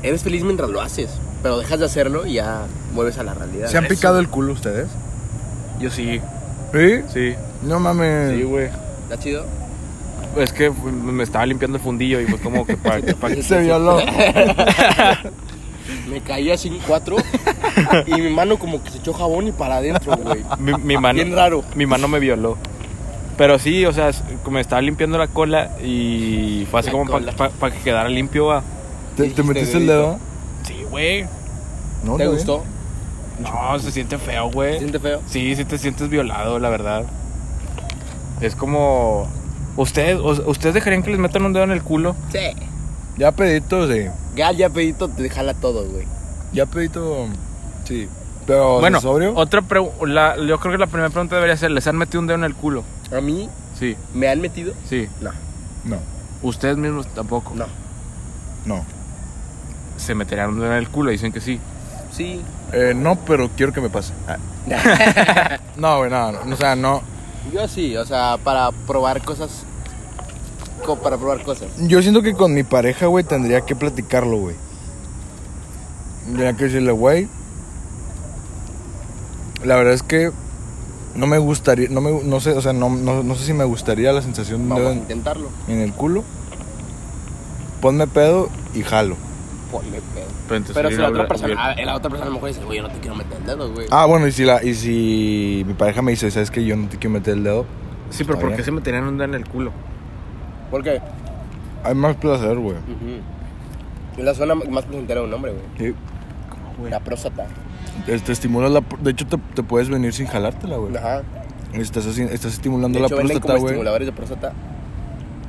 [SPEAKER 4] eres feliz mientras lo haces, pero dejas de hacerlo y ya vuelves a la realidad.
[SPEAKER 1] ¿Se han
[SPEAKER 4] Eso.
[SPEAKER 1] picado el culo ustedes?
[SPEAKER 2] yo sí,
[SPEAKER 1] ¿Sí?
[SPEAKER 2] sí,
[SPEAKER 1] No mames.
[SPEAKER 2] sí, güey.
[SPEAKER 4] ¿Está chido?
[SPEAKER 2] Es que fu- me estaba limpiando el fundillo y fue como que para
[SPEAKER 1] se violó.
[SPEAKER 4] Me caí así en cuatro y mi mano como que se echó jabón y para adentro, güey.
[SPEAKER 2] mi, mi mano
[SPEAKER 4] Bien raro.
[SPEAKER 2] mi mano me violó. Pero sí, o sea, es- como me estaba limpiando la cola y fue así
[SPEAKER 4] La
[SPEAKER 2] como para
[SPEAKER 4] cola.
[SPEAKER 2] que quedara limpio, va.
[SPEAKER 1] ¿Te, te
[SPEAKER 4] Dijiste,
[SPEAKER 1] metiste el
[SPEAKER 4] dedito.
[SPEAKER 1] dedo?
[SPEAKER 2] Sí, güey.
[SPEAKER 1] No,
[SPEAKER 4] ¿Te
[SPEAKER 1] no, eh.
[SPEAKER 4] gustó?
[SPEAKER 2] No, se siente feo,
[SPEAKER 4] ¿Te
[SPEAKER 2] güey.
[SPEAKER 4] siente feo?
[SPEAKER 2] Sí, sí te sientes violado, la verdad. Es como... ¿Ustedes, o- ¿Ustedes dejarían que les metan un dedo en el culo?
[SPEAKER 4] Sí.
[SPEAKER 1] Ya pedito, sí.
[SPEAKER 4] Gal, ya pedito, te jala todo, güey.
[SPEAKER 1] Ya pedito, sí. Pero, ¿o sea,
[SPEAKER 2] bueno,
[SPEAKER 1] sobrio?
[SPEAKER 2] otra pregunta... Yo creo que la primera pregunta debería ser, ¿les han metido un dedo en el culo?
[SPEAKER 4] ¿A mí
[SPEAKER 2] Sí,
[SPEAKER 4] me han metido?
[SPEAKER 2] sí.
[SPEAKER 4] No,
[SPEAKER 1] No,
[SPEAKER 2] ¿Ustedes mismos tampoco?
[SPEAKER 4] no.
[SPEAKER 1] no.
[SPEAKER 2] ¿Se meterían un dedo en el culo? Dicen que sí.
[SPEAKER 4] Sí.
[SPEAKER 1] Eh, no, pero quiero que me pase. Ah. No, güey, no, no, O sea, no.
[SPEAKER 4] Yo sí, o sea, para probar cosas. co- Para probar cosas.
[SPEAKER 1] Yo siento que con mi pareja, güey, tendría que platicarlo, güey. Tendría que decirle, güey. La verdad es que no me gustaría, no me, no sé, o sea, no, no, no sé si me gustaría la sensación de un
[SPEAKER 4] Vamos
[SPEAKER 1] dedo
[SPEAKER 4] a
[SPEAKER 1] en-
[SPEAKER 4] intentarlo.
[SPEAKER 1] en el culo. Ponme pedo y jalo.
[SPEAKER 4] Ponle pedo.
[SPEAKER 2] Pero, entonces
[SPEAKER 4] Pero si la
[SPEAKER 2] habla-
[SPEAKER 4] otra persona,
[SPEAKER 2] hubiera-
[SPEAKER 4] a- la otra persona a lo mejor dice, güey, yo no te quiero meter el dedo, güey.
[SPEAKER 1] Ah, bueno, y si la, y si mi pareja me dice, ¿sabes que yo no te quiero meter el dedo?
[SPEAKER 2] Sí, pero
[SPEAKER 1] Está
[SPEAKER 2] ¿por
[SPEAKER 1] bien.
[SPEAKER 2] qué se meterían un dedo en el culo?
[SPEAKER 4] ¿Por qué?
[SPEAKER 1] Hay más placer, güey.
[SPEAKER 4] Es la zona más placentera de un hombre, güey.
[SPEAKER 1] Sí.
[SPEAKER 4] La próstata.
[SPEAKER 1] Te, te estimulas la. De hecho, te, te puedes venir sin jalártela, güey.
[SPEAKER 4] Ajá.
[SPEAKER 1] Estás, haci- estás
[SPEAKER 4] De
[SPEAKER 1] estimulando
[SPEAKER 4] hecho,
[SPEAKER 1] la
[SPEAKER 4] venden como
[SPEAKER 1] próstata, güey.
[SPEAKER 4] estimuladores de próstata.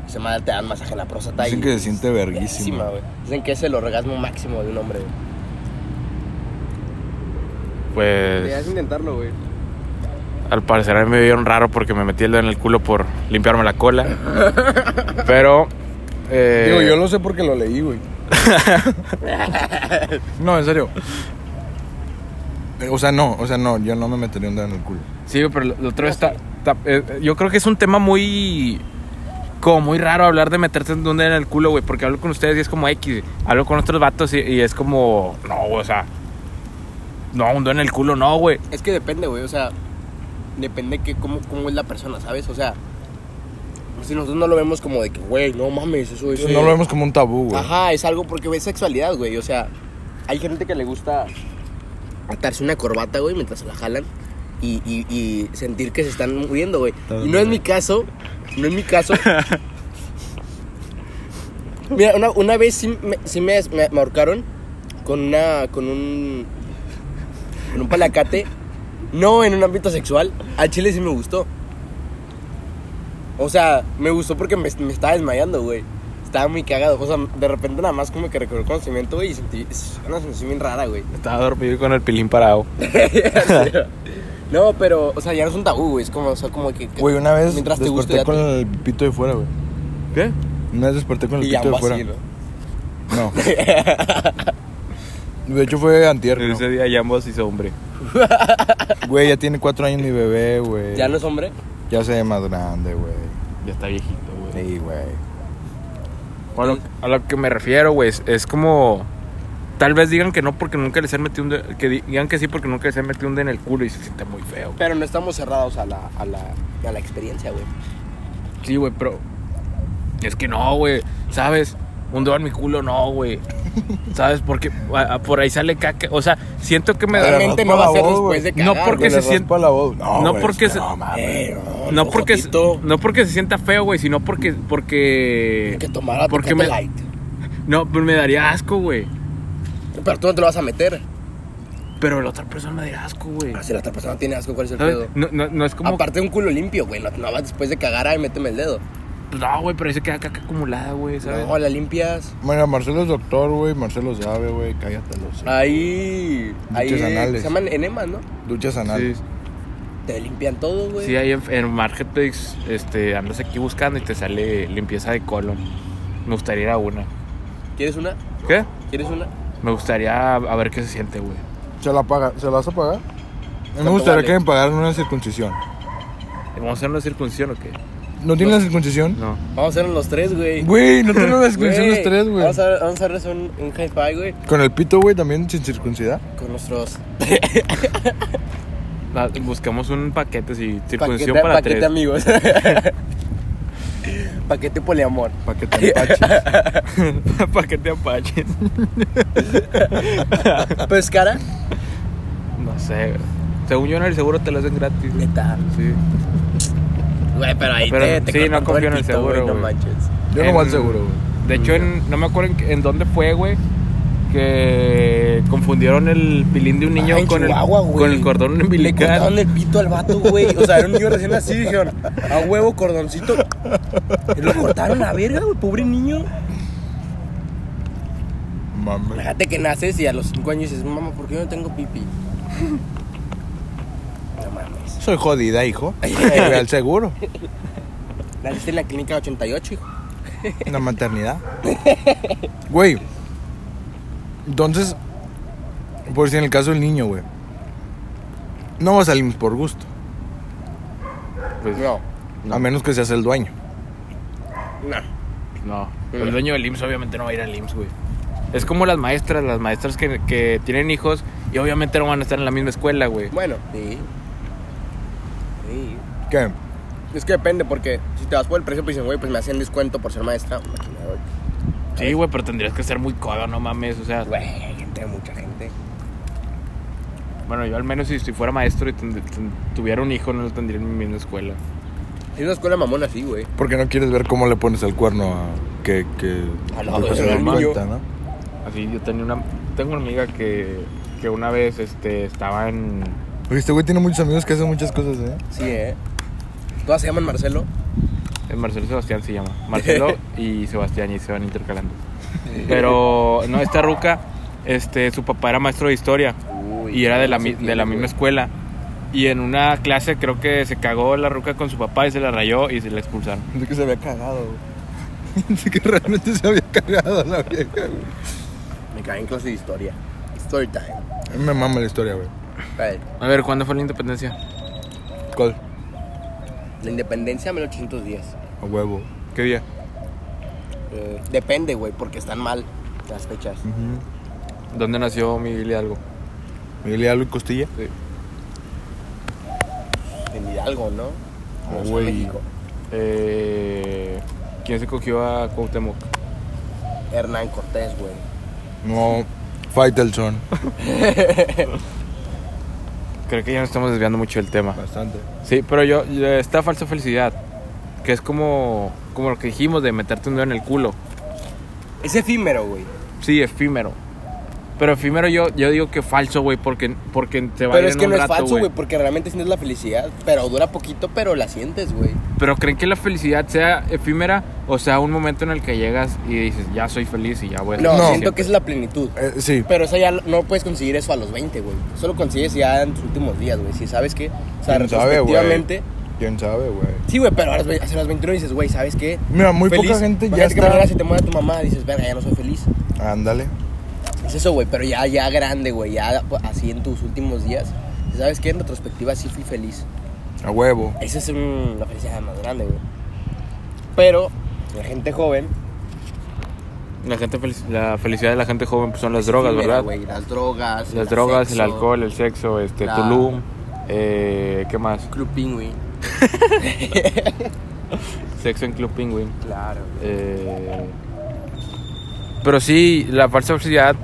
[SPEAKER 4] Se madre te dan masaje en la próstata
[SPEAKER 1] Dicen
[SPEAKER 4] y...
[SPEAKER 1] que se siente
[SPEAKER 4] Verguísima,
[SPEAKER 1] verguísima.
[SPEAKER 4] güey. Dicen que es el orgasmo máximo de un hombre, güey.
[SPEAKER 2] Pues...
[SPEAKER 4] intentarlo, güey.
[SPEAKER 2] Al parecer a mí me vieron raro porque me metí el dedo en el culo por limpiarme la cola. Pero... eh,
[SPEAKER 1] Digo, yo lo sé porque lo leí, güey. no, en serio. O sea, no, o sea, no, yo no me metería un dedo en el culo.
[SPEAKER 2] Sí, güey, pero lo, lo otro está. está- eh, eh, yo creo que es un tema muy. Como muy raro hablar de meterte en donde en el culo, güey. Porque hablo con ustedes y es como X. Hablo con otros vatos y, y es como. No, güey, o sea. No, un dedo en el culo, no, güey.
[SPEAKER 4] Es que depende, güey, o sea, depende que cómo, cómo es la persona, ¿sabes? O sea, si nosotros no lo vemos como de que, güey, no mames, eso es...
[SPEAKER 1] No lo vemos como un tabú, güey.
[SPEAKER 4] Ajá, es algo porque es sexualidad, güey, o sea, hay gente que le gusta atarse una corbata, güey, mientras se la jalan y, y- y sentir que se están muriendo, güey.
[SPEAKER 1] Todo
[SPEAKER 4] Y no es
[SPEAKER 1] bien.
[SPEAKER 4] mi caso, no es mi caso. Mira, una, una vez sí me, sí me, me- me ahorcaron con una, con un, con un palacate. No en un ámbito sexual. Al chile sí me gustó. O sea, me gustó porque me, me estaba desmayando, güey. Estaba muy cagado. O sea, de repente nada más como que recobré conocimiento, güey, y sentí es una sensación bien rara, güey.
[SPEAKER 2] Estaba dormido y con el pilín parado.
[SPEAKER 4] No, pero, o sea, ya no es un tabú, güey. Es como, o sea, como que. que-
[SPEAKER 1] Güey, una vez
[SPEAKER 4] Mientras te guste,
[SPEAKER 1] desperté
[SPEAKER 4] ya
[SPEAKER 1] con
[SPEAKER 4] te-
[SPEAKER 1] el pito de fuera, güey.
[SPEAKER 2] ¿Qué?
[SPEAKER 1] Una vez desperté con el
[SPEAKER 4] Y ya
[SPEAKER 1] pito de fuera.
[SPEAKER 4] así, ¿no?
[SPEAKER 1] No. De hecho fue antier,
[SPEAKER 2] En
[SPEAKER 1] ¿no?
[SPEAKER 2] ese día Jambos hizo hombre.
[SPEAKER 1] Güey, ya tiene cuatro años mi bebé, güey.
[SPEAKER 4] Ya no es hombre.
[SPEAKER 1] Ya se ve más grande, güey.
[SPEAKER 2] Ya está viejito, güey.
[SPEAKER 1] Sí, güey.
[SPEAKER 2] A lo, a lo que me refiero, güey, es, es como. Tal vez digan que no porque nunca les han metido un dedo. Que di- digan que sí porque nunca les han metido un dedo en el culo y se siente muy feo.
[SPEAKER 4] Pero no estamos cerrados a la, a la, a la experiencia, güey.
[SPEAKER 2] Sí, güey, pero. Es que no, güey. ¿Sabes? Un dedo en mi culo, no, güey. ¿Sabes? Porque a- a- por ahí sale caca. O sea, siento que me da.
[SPEAKER 1] Pero
[SPEAKER 4] Realmente
[SPEAKER 1] no
[SPEAKER 4] no va a
[SPEAKER 1] por
[SPEAKER 4] ser
[SPEAKER 1] la voz,
[SPEAKER 4] después de
[SPEAKER 2] güey.
[SPEAKER 4] cagar.
[SPEAKER 2] No porque
[SPEAKER 1] Porque
[SPEAKER 4] güey.
[SPEAKER 2] se
[SPEAKER 1] se
[SPEAKER 2] siente-
[SPEAKER 1] siente la voz. No,
[SPEAKER 2] no
[SPEAKER 1] güey,
[SPEAKER 2] porque
[SPEAKER 1] es que
[SPEAKER 2] se-
[SPEAKER 1] No, mames.
[SPEAKER 4] Eh,
[SPEAKER 2] No porque, se-
[SPEAKER 4] jotito.
[SPEAKER 2] no porque se sienta feo, güey, sino porque. Porque.
[SPEAKER 4] Que tomara
[SPEAKER 2] porque
[SPEAKER 4] porque
[SPEAKER 2] me,
[SPEAKER 4] light.
[SPEAKER 2] No, pues me daría asco, güey.
[SPEAKER 4] Pero tú no te lo vas a meter.
[SPEAKER 2] Pero la otra persona me daría asco, güey.
[SPEAKER 4] Ah, si la otra persona tiene asco, ¿cuál es el
[SPEAKER 2] ¿Sabes?
[SPEAKER 4] pedo? Ah,
[SPEAKER 2] No, no, no es como.
[SPEAKER 4] Aparte de un culo limpio, güey. No, no vas después de cagar, ahí méteme el dedo.
[SPEAKER 2] pues, No, güey, pero ahí se queda caca acumulada, güey, ¿sabes?
[SPEAKER 4] No, la limpias.
[SPEAKER 1] Mira, Marcelo es doctor, güey. Marcelo sabe, güey. Cállate los.
[SPEAKER 4] Ah. Ahí. Ahí.
[SPEAKER 1] Dichos
[SPEAKER 4] eh,
[SPEAKER 1] anales.
[SPEAKER 4] Se llaman enemas, ¿no?
[SPEAKER 1] Duchas anales.
[SPEAKER 2] Sí,
[SPEAKER 4] Te limpian todo, güey.
[SPEAKER 2] sí, ahí en, en Marketplace este, andas aquí buscando y te sale limpieza de colon. Me gustaría ir a una.
[SPEAKER 4] ¿Quieres una?
[SPEAKER 2] ¿Qué?
[SPEAKER 4] ¿Quieres una?
[SPEAKER 2] Me gustaría a a ver qué se siente, güey.
[SPEAKER 1] ¿Se la paga? ¿Se la vas a pagar? A mí Me
[SPEAKER 4] ¿Cuánto
[SPEAKER 1] gustaría
[SPEAKER 4] vale?
[SPEAKER 1] que me pagaran una circuncisión.
[SPEAKER 2] ¿Vamos a hacer una circuncisión o qué?
[SPEAKER 1] ¿No tiene la circuncisión?
[SPEAKER 2] No.
[SPEAKER 4] Vamos a hacer los tres, güey.
[SPEAKER 1] Güey, no tiene la circuncisión los
[SPEAKER 4] Güey,
[SPEAKER 1] tres, güey.
[SPEAKER 4] Vamos a, vamos a hacerles un, un high five, güey.
[SPEAKER 1] Con el pito, güey, también sin circuncidar.
[SPEAKER 4] Con nuestros.
[SPEAKER 2] La- buscamos un paquete, sí. Circuncisión
[SPEAKER 4] Paquete,
[SPEAKER 2] para
[SPEAKER 4] paquete
[SPEAKER 2] tres.
[SPEAKER 4] amigos. paquete poliamor.
[SPEAKER 1] Para que te empaches.
[SPEAKER 2] paquete apache.
[SPEAKER 4] Pues cara.
[SPEAKER 2] No sé, güey. Según yo en el seguro te lo hacen gratis.
[SPEAKER 4] Neta.
[SPEAKER 2] Sí.
[SPEAKER 4] Güey, pero ahí
[SPEAKER 2] Pero
[SPEAKER 4] te, te
[SPEAKER 2] sí,
[SPEAKER 4] cortan
[SPEAKER 2] no
[SPEAKER 4] todo
[SPEAKER 2] confío en el
[SPEAKER 4] pito, güey,
[SPEAKER 2] seguro,
[SPEAKER 4] No
[SPEAKER 2] güey.
[SPEAKER 4] manches.
[SPEAKER 1] Yo no
[SPEAKER 2] En-
[SPEAKER 1] voy al seguro, güey.
[SPEAKER 2] De hecho, en- no me acuerdo en, qué- en dónde fue, güey. Que confundieron el pilín de un niño
[SPEAKER 4] Ah, en
[SPEAKER 2] con, el,
[SPEAKER 4] Chihuahua, güey.
[SPEAKER 2] con el cordón
[SPEAKER 4] Le cortaron
[SPEAKER 2] umbilical.
[SPEAKER 4] el pito al vato, güey. O sea, era un niño recién nacido y dijeron, a huevo, cordoncito. Y lo cortaron a la verga, güey, pobre niño.
[SPEAKER 1] Mames.
[SPEAKER 4] Fíjate que naces y a los 5 años dices, mamá, ¿por qué yo no tengo pipi? No mames.
[SPEAKER 1] Soy jodida, hijo. Ay, Voy al seguro.
[SPEAKER 4] Naciste en la clínica 88, hijo.
[SPEAKER 1] La maternidad. Güey. Entonces, por si en el caso del niño, güey. No vas al IMSS por gusto.
[SPEAKER 2] Pues,
[SPEAKER 4] No,
[SPEAKER 1] A menos que seas el dueño.
[SPEAKER 4] no.
[SPEAKER 2] No. El dueño del IMSS obviamente no va a ir al IMSS, güey. Es como las maestras, las maestras que, que tienen hijos y obviamente no van a estar en la misma escuela, güey.
[SPEAKER 4] Bueno, sí. Sí.
[SPEAKER 1] ¿Qué?
[SPEAKER 4] Es que depende, porque si te vas por el precio, pues dicen, güey, pues me hacen descuento por ser maestra.
[SPEAKER 2] Sí, güey, pero tendrías que ser muy codo, no mames. O sea,
[SPEAKER 4] Güey, hay gente, mucha gente.
[SPEAKER 2] bueno, yo al menos si, si fuera maestro y tend- ten- tuviera un hijo, no lo tendría en mi misma escuela.
[SPEAKER 4] Es una escuela mamona así, güey.
[SPEAKER 1] Porque no quieres ver cómo le pones el cuerno a que, que
[SPEAKER 4] A la
[SPEAKER 1] que
[SPEAKER 4] vez,
[SPEAKER 1] se den
[SPEAKER 4] al niño.
[SPEAKER 1] cuenta, ¿no?
[SPEAKER 2] Así, yo tenía una, tengo una amiga que, que una vez este, estaba en...
[SPEAKER 1] Oye, este güey tiene muchos amigos que hacen muchas cosas, ¿eh?
[SPEAKER 4] Sí, eh. Todas se llaman Marcelo.
[SPEAKER 2] El Marcelo Sebastián se llama. Marcelo y Sebastián y se van intercalando. Pero no, esta ruca, este, su papá era maestro de historia y era de la, mi- de la misma escuela. Y en una clase creo que se cagó la ruca con su papá y se la rayó y se la expulsaron.
[SPEAKER 1] Pensé que se había cagado, güey. Pensé que realmente se había cagado la vieja, güey.
[SPEAKER 4] Me caí en clase de historia. Story time.
[SPEAKER 1] A mí me mama la historia, güey.
[SPEAKER 4] Ay,
[SPEAKER 2] A ver, ¿cuándo fue la independencia?
[SPEAKER 1] ¿Cuál?
[SPEAKER 4] La independencia, 1810.
[SPEAKER 1] A huevo. ¿Qué día?
[SPEAKER 4] Eh, depende, güey, porque están mal las fechas.
[SPEAKER 2] ¿Dónde nació Miguel Hidalgo?
[SPEAKER 1] Miguel Hidalgo y Costilla.
[SPEAKER 4] En Hidalgo, ¿no?
[SPEAKER 1] Ah,
[SPEAKER 4] O sea,
[SPEAKER 1] güey.
[SPEAKER 4] México.
[SPEAKER 2] Eh, ¿Quién se cogió a Cuauhtémoc?
[SPEAKER 4] Hernán Cortés, güey.
[SPEAKER 1] No. Faitelson.
[SPEAKER 2] Creo que ya nos estamos desviando mucho del tema.
[SPEAKER 1] Bastante.
[SPEAKER 2] Sí, pero yo, yo- esta falsa felicidad, que es como, como lo que dijimos de meterte un dedo en el culo.
[SPEAKER 4] Es efímero, güey.
[SPEAKER 2] Sí, efímero. Pero efímero yo, yo digo que falso, güey, porque, porque te va a
[SPEAKER 4] Pero
[SPEAKER 2] ir
[SPEAKER 4] es
[SPEAKER 2] en
[SPEAKER 4] que
[SPEAKER 2] un
[SPEAKER 4] no es
[SPEAKER 2] rato,
[SPEAKER 4] falso,
[SPEAKER 2] güey.
[SPEAKER 4] güey, porque realmente sientes la felicidad. Pero dura poquito, pero la sientes, güey.
[SPEAKER 2] Pero creen que la felicidad sea efímera o sea un momento en el que llegas y dices, ya soy feliz y ya voy a ser
[SPEAKER 4] No,
[SPEAKER 1] Pues No.
[SPEAKER 2] feliz
[SPEAKER 4] siento
[SPEAKER 2] siempre".
[SPEAKER 4] que es la plenitud.
[SPEAKER 1] Eh, sí.
[SPEAKER 4] Pero esa ya no puedes conseguir eso a los 20, güey. Solo consigues ya en tus últimos días, güey. Si sabes que, o sea,
[SPEAKER 1] ¿Quién sabe, güey?
[SPEAKER 4] retrospectivamente.
[SPEAKER 1] ¿Quién sabe, güey?
[SPEAKER 4] sí, güey, pero ahora hace las 21 dices, güey, ¿sabes qué?
[SPEAKER 1] Mira, muy
[SPEAKER 4] Feliz.
[SPEAKER 1] poca gente ya
[SPEAKER 4] Imagínate que
[SPEAKER 1] está.
[SPEAKER 4] mañana se te muera tu mamá, dices, verga, ya no soy feliz.
[SPEAKER 1] Ándale.
[SPEAKER 4] Es eso, güey, pero ya, ya grande, güey, ya pues, así en tus últimos días. ¿Sabes qué? En retrospectiva sí fui feliz.
[SPEAKER 1] A huevo.
[SPEAKER 4] Esa es un- una felicidad más grande, güey. Pero la gente joven...
[SPEAKER 2] La, gente felici- la felicidad de la gente joven pues, son las drogas,
[SPEAKER 4] efímera,
[SPEAKER 2] ¿verdad?
[SPEAKER 4] güey, las drogas.
[SPEAKER 2] Las
[SPEAKER 4] el
[SPEAKER 2] drogas, el
[SPEAKER 4] sexo,
[SPEAKER 2] alcohol, el sexo, este,
[SPEAKER 4] La-
[SPEAKER 2] Tulum, eh, ¿qué más?
[SPEAKER 4] Club Penguin.
[SPEAKER 2] Sexo en Club Penguin.
[SPEAKER 4] Claro,
[SPEAKER 2] Eh, pero sí, la falsa felicidad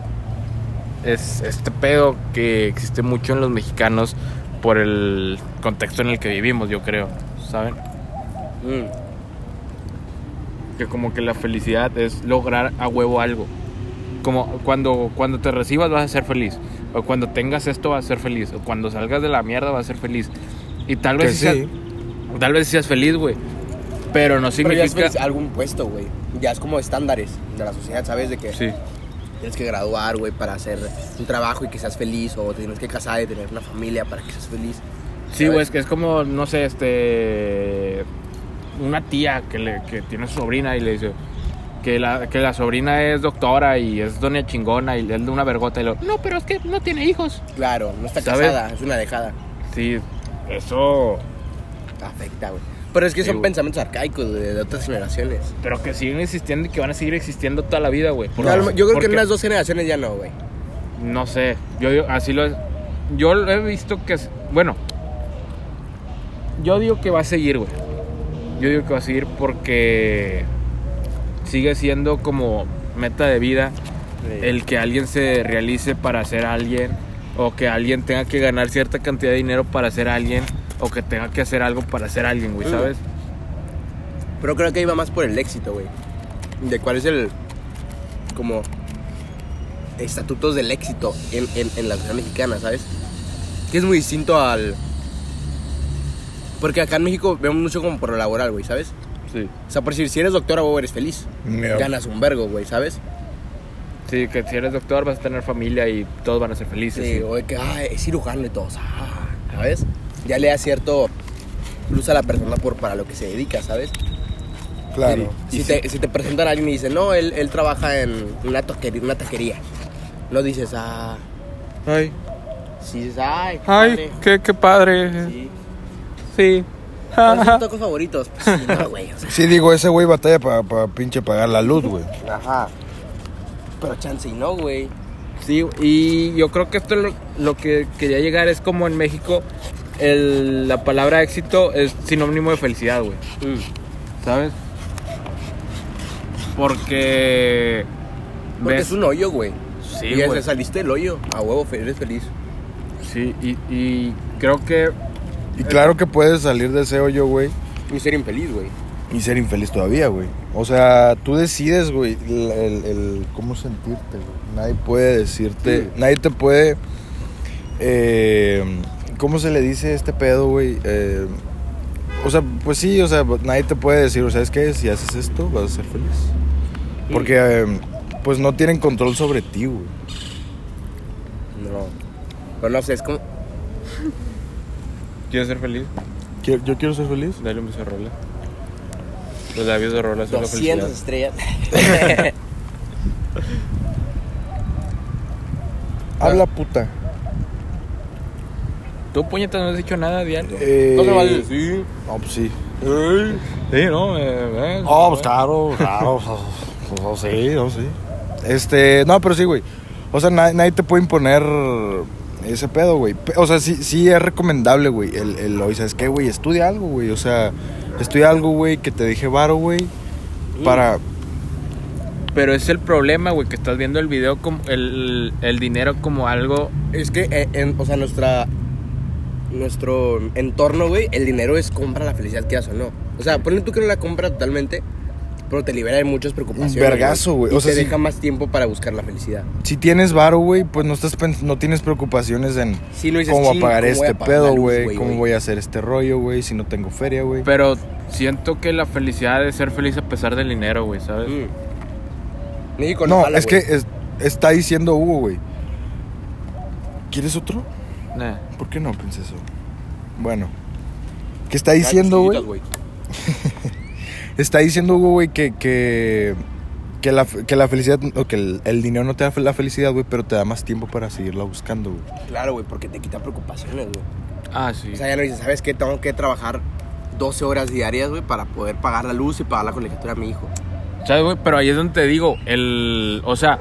[SPEAKER 2] es este pedo que existe mucho en los mexicanos por el contexto en el que vivimos, yo creo, ¿saben? Mm. Que como que la felicidad es lograr a huevo algo. Como cuando, cuando te recibas vas a ser feliz. O cuando tengas esto vas a ser feliz. O cuando salgas de la mierda vas a ser feliz. Y tal vez,
[SPEAKER 1] Que
[SPEAKER 2] sí seas-
[SPEAKER 1] sí.
[SPEAKER 2] tal vez sí seas feliz, güey. Pero
[SPEAKER 4] Pero
[SPEAKER 2] no
[SPEAKER 4] ya
[SPEAKER 2] significa...
[SPEAKER 4] es feliz- algún puesto, güey. Ya es como estándares de la sociedad, ¿sabes? De que
[SPEAKER 2] Sí.
[SPEAKER 4] tienes que graduar, güey, para hacer un trabajo y que seas feliz. O te tienes que casar y tener una familia para que seas feliz.
[SPEAKER 2] Sí,
[SPEAKER 4] ¿Sabes?
[SPEAKER 2] güey, es que es como, no sé, este. Una tía que, le, que tiene su sobrina y le dice que la, que la sobrina es doctora y es doña chingona y es de una vergota. Y lo, no, pero es que no tiene hijos.
[SPEAKER 4] Claro, no está
[SPEAKER 2] ¿Sabes?
[SPEAKER 4] casada, es una dejada.
[SPEAKER 2] Sí, eso.
[SPEAKER 4] Afecta, güey. Pero es que
[SPEAKER 2] Sí,
[SPEAKER 4] son
[SPEAKER 2] güey.
[SPEAKER 4] pensamientos arcaicos güey, de otras generaciones.
[SPEAKER 2] Pero que siguen existiendo y que van a seguir existiendo toda la vida, güey.
[SPEAKER 4] No, a lo- yo creo que
[SPEAKER 2] Porque-
[SPEAKER 4] en las dos generaciones ya no, güey.
[SPEAKER 2] No sé, yo, yo- así lo yo lo he visto que es- bueno. Yo digo que va a seguir, güey. Yo digo que va a seguir porque sigue siendo como meta de vida el que alguien se realice para ser alguien o que alguien tenga que ganar cierta cantidad de dinero para ser alguien o que tenga que hacer algo para ser alguien, güey,
[SPEAKER 4] Mm.
[SPEAKER 2] ¿sabes?
[SPEAKER 4] Pero creo que iba más por el éxito, güey. De cuál es el. Como. Estatutos del éxito en, en, en la sociedad mexicana, ¿sabes? Que es muy distinto al. Porque acá en México vemos mucho como por lo laboral, güey, ¿sabes?
[SPEAKER 2] Sí.
[SPEAKER 4] O sea, por decir, si eres doctora, güey, eres feliz.
[SPEAKER 1] No.
[SPEAKER 4] Ganas un vergo, güey, ¿sabes?
[SPEAKER 2] Sí, que si eres doctor vas a tener familia y todos van a ser felices.
[SPEAKER 4] Sí,
[SPEAKER 2] sí.
[SPEAKER 4] o de que, ah, es cirujano y todo, ah, ¿sabes? Ya le da cierto plus a la persona por, para lo que se dedica, ¿sabes?
[SPEAKER 1] Claro.
[SPEAKER 4] Si, te, si te presentan a alguien y dicen, no, él, él trabaja en una taquería, una taquería. No dices, ah,
[SPEAKER 2] Ay,
[SPEAKER 4] sí dices, ay, qué padre".
[SPEAKER 2] qué, qué padre.
[SPEAKER 4] Sí.
[SPEAKER 2] Sí.
[SPEAKER 4] ¿Cuáles son tus tacos favoritos? Pues, sí, no, güey, o sea,
[SPEAKER 1] Sí, digo, ese güey batalla para pinche pagar la luz, güey.
[SPEAKER 4] ajá. Pero chance y no, güey.
[SPEAKER 2] Sí, y yo creo que esto es lo, lo que quería llegar es como en México el- la palabra éxito es sinónimo de felicidad, güey.
[SPEAKER 4] Mm.
[SPEAKER 2] ¿Sabes? Porque...
[SPEAKER 4] Porque
[SPEAKER 2] ves-
[SPEAKER 4] es un hoyo, güey.
[SPEAKER 2] Sí,
[SPEAKER 4] y ya
[SPEAKER 2] güey.
[SPEAKER 4] se saliste del hoyo. A huevo, fe- eres feliz.
[SPEAKER 2] Sí, y, y creo que...
[SPEAKER 1] Y claro que puedes salir de ese hoyo, güey,
[SPEAKER 4] Y ser infeliz, güey.
[SPEAKER 1] y ser infeliz todavía, güey. O sea, tú decides, güey, el, el- el cómo sentirte, güey. Nadie puede decirte,
[SPEAKER 4] Sí.
[SPEAKER 1] nadie te puede... eh, ¿Cómo se le dice este pedo, güey? Eh, o sea, pues sí, o sea, nadie te puede decir, o sea, es que si haces esto vas a ser feliz. Porque, eh, pues no tienen control sobre ti, güey.
[SPEAKER 4] No. Pero no sé, es como.
[SPEAKER 2] ¿Quieres ser feliz?
[SPEAKER 1] Quiero- Yo quiero ser feliz.
[SPEAKER 2] Dale un beso a Rola. Los labios de Rola son la
[SPEAKER 4] 200
[SPEAKER 2] felicidad.
[SPEAKER 4] estrellas.
[SPEAKER 1] Habla puta.
[SPEAKER 2] Tú, puñetas, no has dicho nada diario.
[SPEAKER 1] Eh,
[SPEAKER 3] No me vale decir.
[SPEAKER 1] No, pues sí.
[SPEAKER 2] Sí, ¿no? Eh, eh,
[SPEAKER 1] No, pues claro, claro. pues, no, sí, no, sí. Este, no, pero sí, güey. O sea, na- nadie te puede imponer ese pedo, güey. Pe- O sea, sí, sí es recomendable, güey. El, el hoy, ¿sabes qué, güey? Estudia algo, güey. O sea, estudia algo, güey, que te deje varo, güey. Para.
[SPEAKER 2] Pero es el problema, güey, que estás viendo el video, como el, el dinero como algo...
[SPEAKER 4] Es que, eh, en- o sea, nuestra. Nuestro entorno, güey, el dinero es compra la felicidad que haces o no. O sea, ponle tú que no la compra totalmente, pero te libera de muchas preocupaciones.
[SPEAKER 1] Un vergazo, güey.
[SPEAKER 4] Y
[SPEAKER 1] O sea,
[SPEAKER 4] te
[SPEAKER 1] sí.
[SPEAKER 4] deja más tiempo para buscar la felicidad.
[SPEAKER 1] Si tienes varo, güey, pues no, estás pens- no tienes preocupaciones en
[SPEAKER 4] Si no dices,
[SPEAKER 1] cómo
[SPEAKER 4] "Chin,
[SPEAKER 1] apagar
[SPEAKER 4] ¿cómo voy
[SPEAKER 1] este
[SPEAKER 4] a pagar la
[SPEAKER 1] pedo,
[SPEAKER 4] luz,
[SPEAKER 1] güey. Cómo voy a hacer este rollo, güey. Si no tengo feria, güey.
[SPEAKER 2] Pero siento que la felicidad de ser feliz a pesar del dinero, güey, ¿sabes?
[SPEAKER 4] Mm. México no,
[SPEAKER 1] No,
[SPEAKER 4] jala,
[SPEAKER 1] es que
[SPEAKER 4] güey.
[SPEAKER 1] es- está diciendo Hugo, güey. ¿Quieres otro?
[SPEAKER 2] Nah.
[SPEAKER 1] ¿Por qué no, princesa? Bueno. ¿Qué está diciendo,
[SPEAKER 3] Ay, chiquitas,
[SPEAKER 1] güey? Está diciendo Hugo, güey, que, que, que, la, fe- que la felicidad, o que el, el dinero no te da la felicidad, güey, pero te da más tiempo para seguirla buscando, güey.
[SPEAKER 4] Claro, güey, porque te quita preocupaciones, güey.
[SPEAKER 2] Ah, sí.
[SPEAKER 4] O sea, ya no dices, ¿sabes qué? Tengo que trabajar 12 horas diarias, güey, para poder pagar la luz y pagar la colegiatura a mi hijo.
[SPEAKER 2] ¿Sabes, güey? Pero ahí es donde te digo, el... O sea,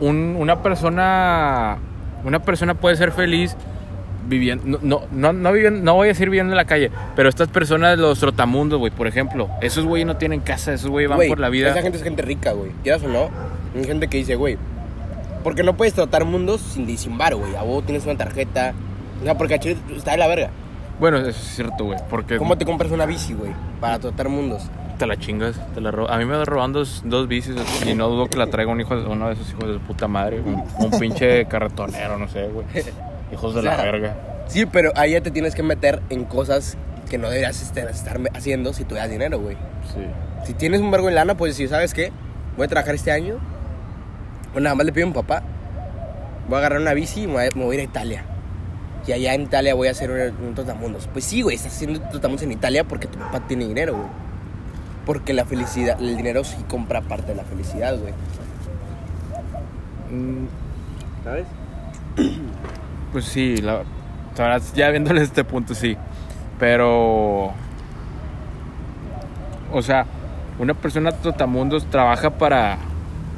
[SPEAKER 2] un- una persona... Una persona puede ser feliz viviendo... No, no, no, viviendo, no voy a decir viviendo en la calle, pero estas personas, los trotamundos, güey, por ejemplo. Esos, güey, no tienen casa, esos, güey, van
[SPEAKER 4] Güey,
[SPEAKER 2] por la vida.
[SPEAKER 4] Esa gente es gente rica, güey. Quieras o no, hay gente que dice, güey, porque no puedes tratar mundos sin, sin varo, güey. A vos tienes una tarjeta. O sea, porque a Chile está de la verga.
[SPEAKER 2] Bueno, eso es cierto, güey, porque...
[SPEAKER 4] ¿Cómo te compras una bici, güey? Para tratar mundos.
[SPEAKER 2] Te la chingas, te la robo. A mí me roban dos, dos bicis y no dudo que la traiga un hijo de- uno de esos hijos de su puta madre, un, un pinche carretonero, no sé, güey. Hijos de
[SPEAKER 4] O sea,
[SPEAKER 2] la verga.
[SPEAKER 4] Sí, pero ahí ya te tienes que meter en cosas que no deberías estar, estar haciendo si tú das dinero, güey.
[SPEAKER 2] Sí.
[SPEAKER 4] Si tienes un vergo en lana, pues decir, ¿sabes qué? Voy a trabajar este año. Pues nada más le pido a mi papá. Voy a agarrar una bici y me voy a- me voy a ir a Italia. Y allá en Italia voy a hacer un, un trotamundos. Pues sí, güey, estás haciendo trotamundos en Italia porque tu papá tiene dinero, güey. Porque la felicidad, el dinero sí compra parte de la felicidad, güey. ¿Sabes?
[SPEAKER 2] Pues sí, la, la verdad, ya viéndole este punto, sí. Pero. O sea, una persona trotamundos trabaja para.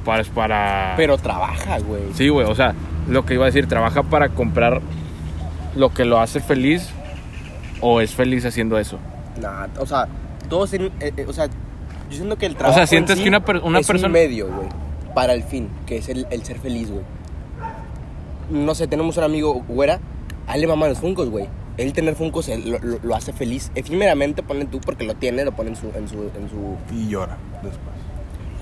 [SPEAKER 2] Para. para
[SPEAKER 4] Pero trabaja, güey.
[SPEAKER 2] Sí, güey, o sea, lo que iba a decir, trabaja para comprar lo que lo hace feliz o es feliz haciendo eso.
[SPEAKER 4] Nah, o sea, todos en, eh, eh, o sea, yo siento que el trabajo en
[SPEAKER 2] sientes
[SPEAKER 4] sí
[SPEAKER 2] que una per- una
[SPEAKER 4] es
[SPEAKER 2] persona-
[SPEAKER 4] un medio, güey, para el fin, que es el, el ser feliz, güey. No sé, tenemos un amigo güera, a él le maman los funcos, güey. Él tener funcos él lo, lo- lo hace feliz. Efímeramente ponen tú porque lo tiene, lo pone en su, en su, en su
[SPEAKER 1] Y llora después.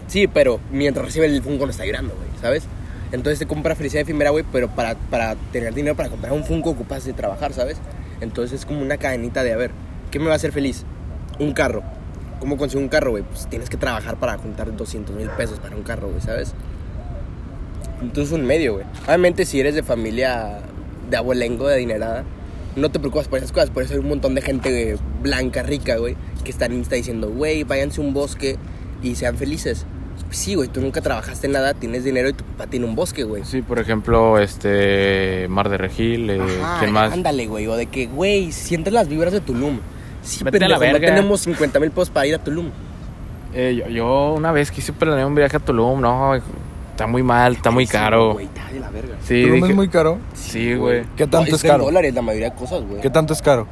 [SPEAKER 4] Sí, pero mientras recibe el Funko lo está llorando, güey, ¿sabes? Entonces te compra felicidad efímera, güey, pero para, para tener dinero para comprar un Funko ocupas de trabajar, ¿sabes? Entonces es como una cadenita de, a ver, ¿qué me va a hacer feliz? Un carro. ¿Cómo consigo un carro, güey? Pues tienes que trabajar para juntar 200 mil pesos para un carro, güey, ¿sabes? Entonces un medio, güey. Obviamente si eres de familia de abolengo, de adinerada, no te preocupas por esas cosas. Por eso hay un montón de gente güey, blanca, rica, güey, que están está diciendo, güey, váyanse a un bosque y sean felices. Pues sí, güey, tú nunca trabajaste en nada, tienes dinero y tu papá tiene un bosque, güey.
[SPEAKER 2] Sí, por ejemplo, este Mar de Regil, eh,
[SPEAKER 4] Ajá,
[SPEAKER 2] ¿quién más?
[SPEAKER 4] Ándale, güey, o de que, güey, sientes las vibras de Tulum. Sí,
[SPEAKER 2] Vete a
[SPEAKER 4] pero
[SPEAKER 2] la
[SPEAKER 4] no
[SPEAKER 2] verga.
[SPEAKER 4] tenemos 50 mil pesos para ir a Tulum.
[SPEAKER 2] Eh, yo, yo una vez quise planear un viaje a Tulum, no, está muy mal, está muy
[SPEAKER 4] Sí,
[SPEAKER 2] caro.
[SPEAKER 4] Güey, está de la verga.
[SPEAKER 2] Sí,
[SPEAKER 1] Tulum
[SPEAKER 2] dije-
[SPEAKER 1] es muy caro.
[SPEAKER 2] sí, güey.
[SPEAKER 1] ¿Qué tanto
[SPEAKER 4] No,
[SPEAKER 1] es caro?
[SPEAKER 4] en dólares la mayoría de cosas, güey.
[SPEAKER 1] ¿Qué tanto es caro?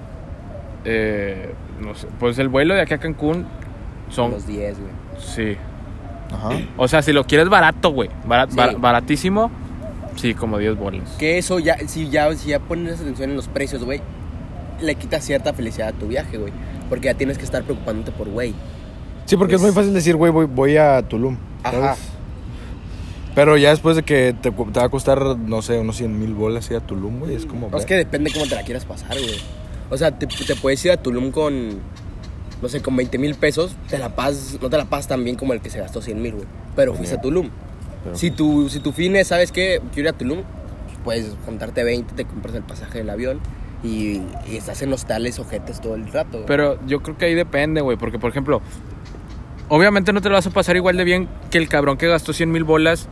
[SPEAKER 2] Eh, no sé, pues el vuelo de aquí a Cancún son,
[SPEAKER 4] Los 10, güey.
[SPEAKER 2] sí.
[SPEAKER 1] Ajá.
[SPEAKER 2] O sea, si lo quieres barato, güey, bara-
[SPEAKER 4] Sí.
[SPEAKER 2] bar- baratísimo, sí, como 10 bolas.
[SPEAKER 4] Que eso ya, si ya, si ya pones atención en los precios, güey, le quita cierta felicidad a tu viaje, güey. Porque ya tienes que estar preocupándote por, güey.
[SPEAKER 1] Sí, porque es
[SPEAKER 4] Pues-
[SPEAKER 1] muy fácil decir, güey, voy, voy a Tulum. ¿sabes?
[SPEAKER 4] Ajá.
[SPEAKER 1] Pero ya después de que te, cu- te va a costar, no sé, unos 100 mil bolas ir a Tulum, güey, es como...
[SPEAKER 4] Es que depende cómo te la quieras pasar, güey. O sea, te, te puedes ir a Tulum con, no sé, con 20 mil pesos, te la pasas, no te la pasas tan bien como el que se gastó 100 mil, güey. Pero fuiste a Tulum.
[SPEAKER 1] Pero-
[SPEAKER 4] Si tu, si tu fin es, ¿sabes qué? Quiero ir a Tulum, puedes juntarte 20, te compras el pasaje del avión y, y estás en hostales ojetes todo el rato. güey.
[SPEAKER 2] Pero yo creo que ahí depende, güey. Porque, por ejemplo, obviamente no te lo vas a pasar igual de bien que el cabrón que gastó 100 mil bolas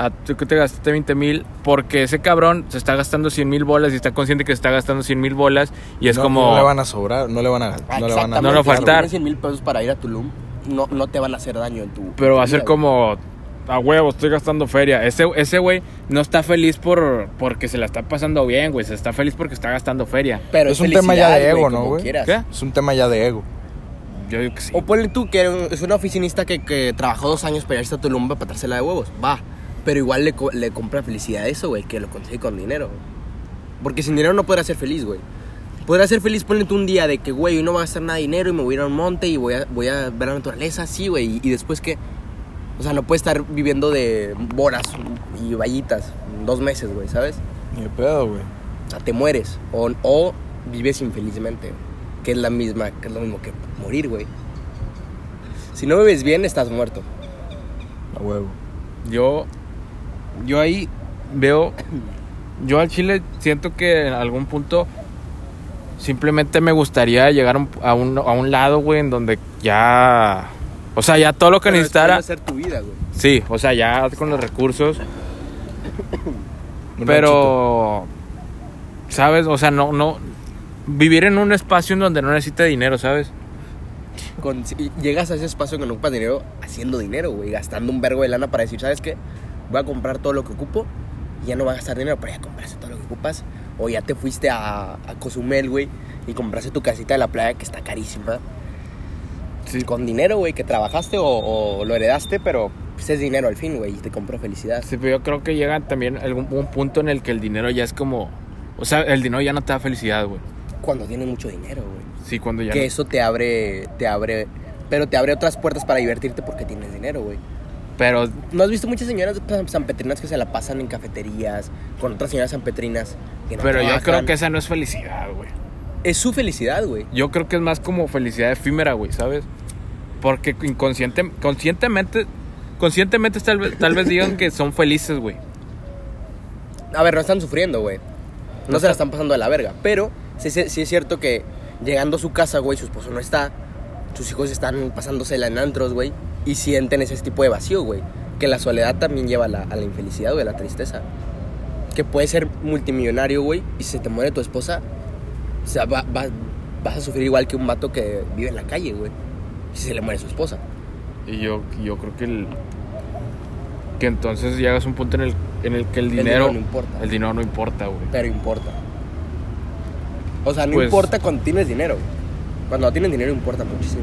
[SPEAKER 2] a tú que te gastaste 20 mil, porque ese cabrón se está gastando 100 mil bolas y está consciente que se está gastando 100 mil bolas y es
[SPEAKER 1] no,
[SPEAKER 2] como...
[SPEAKER 1] No le van a sobrar, no le van a.
[SPEAKER 4] Ah,
[SPEAKER 1] no le van a
[SPEAKER 4] exactamente.
[SPEAKER 2] No, no,
[SPEAKER 4] Si
[SPEAKER 2] faltar.
[SPEAKER 4] tienes 100 mil pesos para ir a Tulum, no, no te van a hacer daño en tu.
[SPEAKER 2] Pero va a ser
[SPEAKER 4] vida,
[SPEAKER 2] como, a huevo, estoy gastando feria. Ese ese güey no está feliz por porque se la está pasando bien, güey. Se está feliz porque está gastando feria.
[SPEAKER 4] güey. Pero
[SPEAKER 1] Es un tema ya de
[SPEAKER 4] felicidad,
[SPEAKER 1] ego,
[SPEAKER 4] güey,
[SPEAKER 1] ¿no,
[SPEAKER 4] como
[SPEAKER 1] güey?
[SPEAKER 4] quieras.
[SPEAKER 2] ¿Qué?
[SPEAKER 1] Es un tema ya de ego.
[SPEAKER 2] Yo digo que sí.
[SPEAKER 4] O ponle tú que era un- es una oficinista que, que trabajó dos años para irse a Tulum para patársela de huevos. Va. Pero igual le, co- le compra felicidad a eso, güey, que lo consigue con dinero. güey. Porque sin dinero no podrá ser feliz, güey. Podrá ser feliz, ponle tú un día de que, güey, hoy no va a gastar nada de dinero y me voy a ir a un monte y voy a, voy a ver la naturaleza, sí, güey. Y, y después que. O sea, no puede estar viviendo de boras y vallitas dos meses, güey, ¿sabes?
[SPEAKER 1] Ni de pedo, güey.
[SPEAKER 4] O sea, te mueres. O, o vives infelizmente. Que es la misma, que es lo mismo que morir, güey. Si no vives bien, estás muerto.
[SPEAKER 1] A huevo.
[SPEAKER 2] Yo, yo ahí veo, yo al Chile siento que en algún punto simplemente me gustaría llegar a un, a un- a un lado, güey, en donde ya, o sea, ya todo lo que
[SPEAKER 4] Pero esto
[SPEAKER 2] necesitara,
[SPEAKER 4] va a ser tu vida, güey.
[SPEAKER 2] sí, o sea, ya con los recursos,
[SPEAKER 1] Un
[SPEAKER 2] pero, ¿sabes? O sea, no, no, vivir en un espacio en donde no necesite dinero, ¿sabes?
[SPEAKER 4] Con- si- llegas a ese espacio que no ocupas dinero haciendo dinero, güey. Gastando un vergo de lana para decir, ¿sabes qué? Voy a comprar todo lo que ocupo. Y ya no va a gastar dinero, pero ya compraste todo lo que ocupas. O ya te fuiste a, a Cozumel, güey. Y compraste tu casita de la playa que está carísima.
[SPEAKER 2] Sí.
[SPEAKER 4] Con dinero, güey, que trabajaste o, o lo heredaste, pero pues, es dinero al fin, güey. Y te compró felicidad.
[SPEAKER 2] Sí, pero yo creo que llega también algún un punto en el que el dinero ya es como, o sea, el dinero ya no te da felicidad, güey.
[SPEAKER 4] Cuando tienes mucho dinero, güey.
[SPEAKER 2] Sí, cuando ya
[SPEAKER 4] Que
[SPEAKER 2] no-
[SPEAKER 4] eso te abre, te abre, pero te abre otras puertas para divertirte porque tienes dinero, güey.
[SPEAKER 2] Pero
[SPEAKER 4] ¿No has visto muchas señoras san- sanpetrinas que se la pasan en cafeterías con otras señoras sanpetrinas? Que no
[SPEAKER 2] Pero yo
[SPEAKER 4] trabajan?
[SPEAKER 2] creo que esa no es felicidad, güey.
[SPEAKER 4] Es su felicidad, güey.
[SPEAKER 2] Yo creo que es más como felicidad efímera, güey, ¿sabes? Porque inconsciente, conscientemente, conscientemente tal vez, tal vez digan que son felices, güey.
[SPEAKER 4] A ver, no están sufriendo, güey. No, se la están pasando de la verga. Pero sí, sí- sí es cierto que llegando a su casa, güey, su esposo no está. Sus hijos están pasándosela en antros, güey. Y sienten ese tipo de vacío, güey. Que la soledad también lleva a la, a la infelicidad, güey, a la tristeza. Que puedes ser multimillonario, güey, y si se te muere tu esposa, o sea, va- va- vas a sufrir igual que un vato que vive en la calle, güey. Si se le muere su esposa.
[SPEAKER 2] Y yo, yo creo que el, que entonces llegas a un punto en el, en el que el
[SPEAKER 4] El
[SPEAKER 2] dinero,
[SPEAKER 4] dinero no importa.
[SPEAKER 2] el dinero no importa, güey.
[SPEAKER 4] Pero importa. O sea, no
[SPEAKER 2] Pues-
[SPEAKER 4] importa cuando tienes dinero. Cuando no tienes dinero importa muchísimo.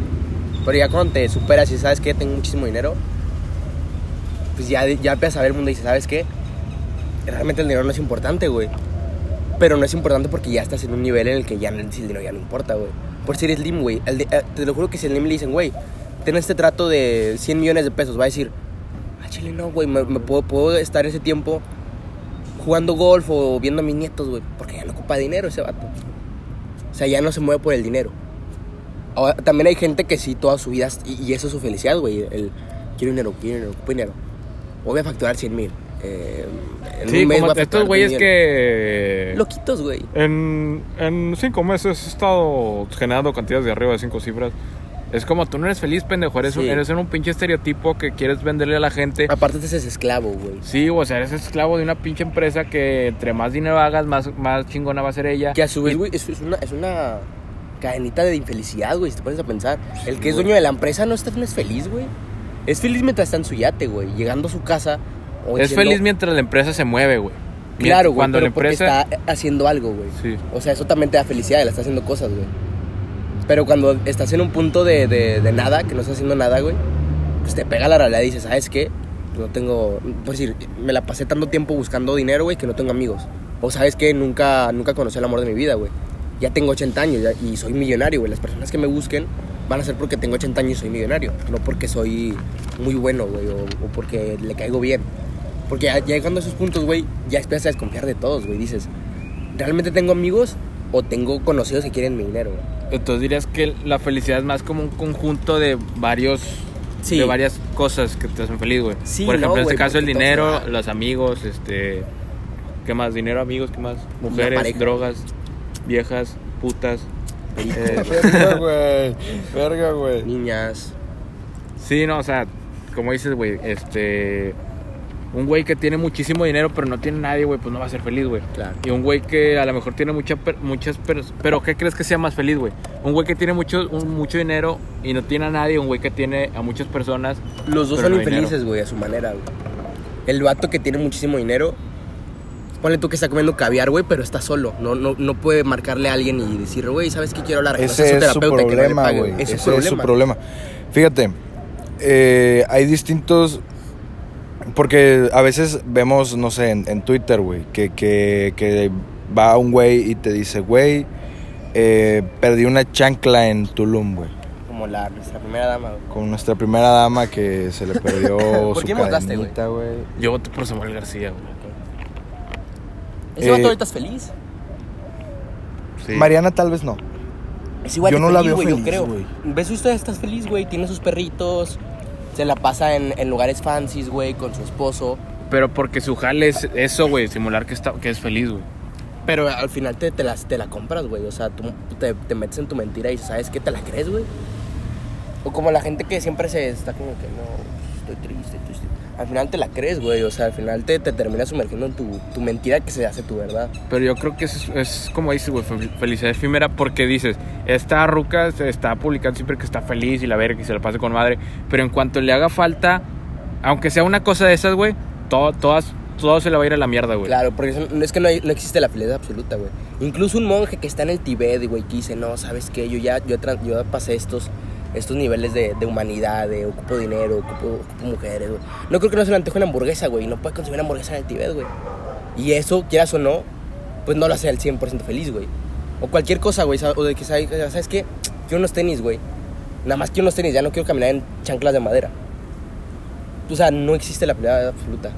[SPEAKER 4] Pero ya cuando te superas y sabes que tengo muchísimo dinero, pues ya, ya empiezas a ver el mundo y dices, ¿sabes qué? Realmente el dinero no es importante, güey. Pero no es importante porque ya estás en un nivel en el que ya no- si el dinero ya no importa, güey. Por si eres Slim, güey. el de- eh, Te lo juro que si el Slim le dicen, güey, ten este trato de 100 millones de pesos, va a decir, ah, chile, no, güey, me, me puedo, puedo estar ese tiempo jugando golf o viendo a mis nietos, güey. Porque ya no ocupa dinero ese vato. O sea, ya no se mueve por el dinero. Ahora, también hay gente que sí, toda su vida, y, y eso es su felicidad, güey. El quiero dinero, quiero dinero, ocupo dinero. Hoy voy a facturar 100 mil. Eh, en
[SPEAKER 2] Sí,
[SPEAKER 4] un mes
[SPEAKER 2] como
[SPEAKER 4] voy a facturar
[SPEAKER 2] estos
[SPEAKER 4] un
[SPEAKER 2] güeyes
[SPEAKER 4] millón.
[SPEAKER 2] que...
[SPEAKER 4] Loquitos, güey.
[SPEAKER 2] En, en cinco meses he estado generando cantidades de arriba de cinco cifras. Es como tú no eres feliz, pendejo. Eres, un,
[SPEAKER 4] Sí.
[SPEAKER 2] eres un pinche estereotipo que quieres venderle a la gente.
[SPEAKER 4] Aparte, te haces esclavo, güey.
[SPEAKER 2] Sí, o sea, eres esclavo de una pinche empresa que entre más dinero hagas, más, más chingona va a ser ella.
[SPEAKER 4] Que a su vez, güey, es, es una, es una cadenita de infelicidad, güey, si te pones a pensar. el que es
[SPEAKER 2] güey.
[SPEAKER 4] dueño de la empresa no, está, no es feliz, güey. Es feliz mientras está en su yate, güey, llegando a su casa. o
[SPEAKER 2] Es
[SPEAKER 4] diciendo-
[SPEAKER 2] feliz mientras la empresa se mueve, güey. Mien-
[SPEAKER 4] Claro, güey,
[SPEAKER 2] Cuando
[SPEAKER 4] pero
[SPEAKER 2] la empresa...
[SPEAKER 4] porque está haciendo algo, güey.
[SPEAKER 2] Sí.
[SPEAKER 4] O sea, eso también te da felicidad, la está haciendo cosas, güey. Pero cuando estás en un punto de, de- de nada, que no estás haciendo nada, güey, pues te pega la realidad y dices, ¿sabes qué? No tengo. Por decir, me la pasé tanto tiempo buscando dinero, güey, que no tengo amigos. O sabes qué? nunca, nunca conocí el amor de mi vida, güey. Ya tengo 80 años ya- y soy millonario, güey. Las personas que me busquen van a ser porque tengo 80 años y soy millonario. No porque soy muy bueno, güey, o, o porque le caigo bien. Porque ya, ya llegando a esos puntos, güey, ya empiezas a desconfiar de todos, güey. Dices, ¿realmente tengo amigos o tengo conocidos que quieren mi dinero, güey?
[SPEAKER 2] Entonces dirías que la felicidad es más como un conjunto de varios...
[SPEAKER 4] Sí.
[SPEAKER 2] De varias cosas que te hacen feliz, güey.
[SPEAKER 4] Sí,
[SPEAKER 2] Por ejemplo,
[SPEAKER 4] no,
[SPEAKER 2] en este
[SPEAKER 4] güey,
[SPEAKER 2] caso el
[SPEAKER 4] porque todo se
[SPEAKER 2] dinero,
[SPEAKER 4] va.
[SPEAKER 2] los amigos, este... ¿Qué más? Dinero, amigos, ¿qué más? Mujeres,
[SPEAKER 4] pareja.
[SPEAKER 2] drogas, viejas, putas. eh,
[SPEAKER 1] Verga, güey. Verga, güey.
[SPEAKER 4] Niñas.
[SPEAKER 2] sí, no, o sea, como dices, güey, este... un güey que tiene muchísimo dinero pero no tiene nadie, güey, pues no va a ser feliz, güey.
[SPEAKER 4] Claro.
[SPEAKER 2] Y un güey que a lo mejor tiene mucha per- muchas personas... Pero ¿qué crees que sea más feliz, güey? Un güey que tiene mucho, un- mucho dinero y no tiene a nadie, un güey que tiene a muchas personas.
[SPEAKER 4] Los dos
[SPEAKER 2] pero
[SPEAKER 4] son
[SPEAKER 2] no hay
[SPEAKER 4] infelices,
[SPEAKER 2] dinero.
[SPEAKER 4] güey, a su manera, güey. El vato que tiene muchísimo dinero, ponle tú que está comiendo caviar, güey, pero está solo. No, no, no puede marcarle a alguien y decirle, güey, ¿sabes qué quiero hablar?
[SPEAKER 1] Ese es su
[SPEAKER 4] terapeuta y que no le
[SPEAKER 1] problema,
[SPEAKER 4] paguen.
[SPEAKER 1] güey.
[SPEAKER 4] Es
[SPEAKER 1] Ese
[SPEAKER 4] su
[SPEAKER 1] es su
[SPEAKER 4] problema.
[SPEAKER 1] problema. Fíjate, eh, hay distintos. Porque a veces vemos, no sé, en, en Twitter, güey, que, que- que va un güey y te dice, güey, eh, perdí una chancla en Tulum, güey.
[SPEAKER 4] Como la, nuestra primera dama, güey.
[SPEAKER 1] Con nuestra primera dama que se le perdió
[SPEAKER 4] ¿Por
[SPEAKER 1] su
[SPEAKER 4] qué votaste,
[SPEAKER 1] cadenita, güey.
[SPEAKER 2] Yo voto por Samuel García, güey.
[SPEAKER 4] Ese
[SPEAKER 1] Eh,
[SPEAKER 4] vato ahorita es feliz.
[SPEAKER 1] Mariana tal vez no.
[SPEAKER 4] Es igual
[SPEAKER 1] yo
[SPEAKER 4] de
[SPEAKER 1] no la veo
[SPEAKER 4] güey,
[SPEAKER 1] feliz,
[SPEAKER 4] yo creo.
[SPEAKER 1] güey.
[SPEAKER 4] ¿Ves usted? Estás feliz, güey. Tiene sus perritos. Se la pasa en, en lugares fancies, güey, con su esposo.
[SPEAKER 2] Pero porque su jale es eso, güey, simular que, está, que es feliz, güey.
[SPEAKER 4] Pero al final te, te, las, te la compras, güey. O sea, tú te, te metes en tu mentira y sabes que te la crees, güey. O como la gente que siempre se está como que no, estoy triste, estoy triste. Al final te la crees, güey. O sea, al final te, te terminas sumergiendo en tu, tu mentira que se hace tu verdad.
[SPEAKER 2] Pero yo creo que es, es como dices, güey, fel- felicidad efímera porque dices, esta ruca se está publicando siempre que está feliz y la verga que se la pase con madre, pero en cuanto le haga falta, aunque sea una cosa de esas, güey, todo, todas, todo se le va a ir a la mierda, güey.
[SPEAKER 4] Claro, porque eso- es que no, hay- no existe la felicidad absoluta, güey. Incluso un monje que está en el Tibet, güey, que dice, no, ¿sabes qué? Yo ya, yo tran- yo ya pasé estos, estos niveles de, de humanidad, de ocupo dinero, ocupo, ocupo mujeres, güey. No creo que no se le antoje una hamburguesa, güey. No puede consumir hamburguesa en el Tibet, güey. Y eso, quieras o no, pues no lo hace al 100% feliz, güey. O cualquier cosa, güey. sa- O de que, ¿sabes ¿sabes qué? Quiero unos tenis, güey. Nada más quiero unos tenis, ya no quiero caminar en chanclas de madera. O sea, no existe la felicidad absoluta.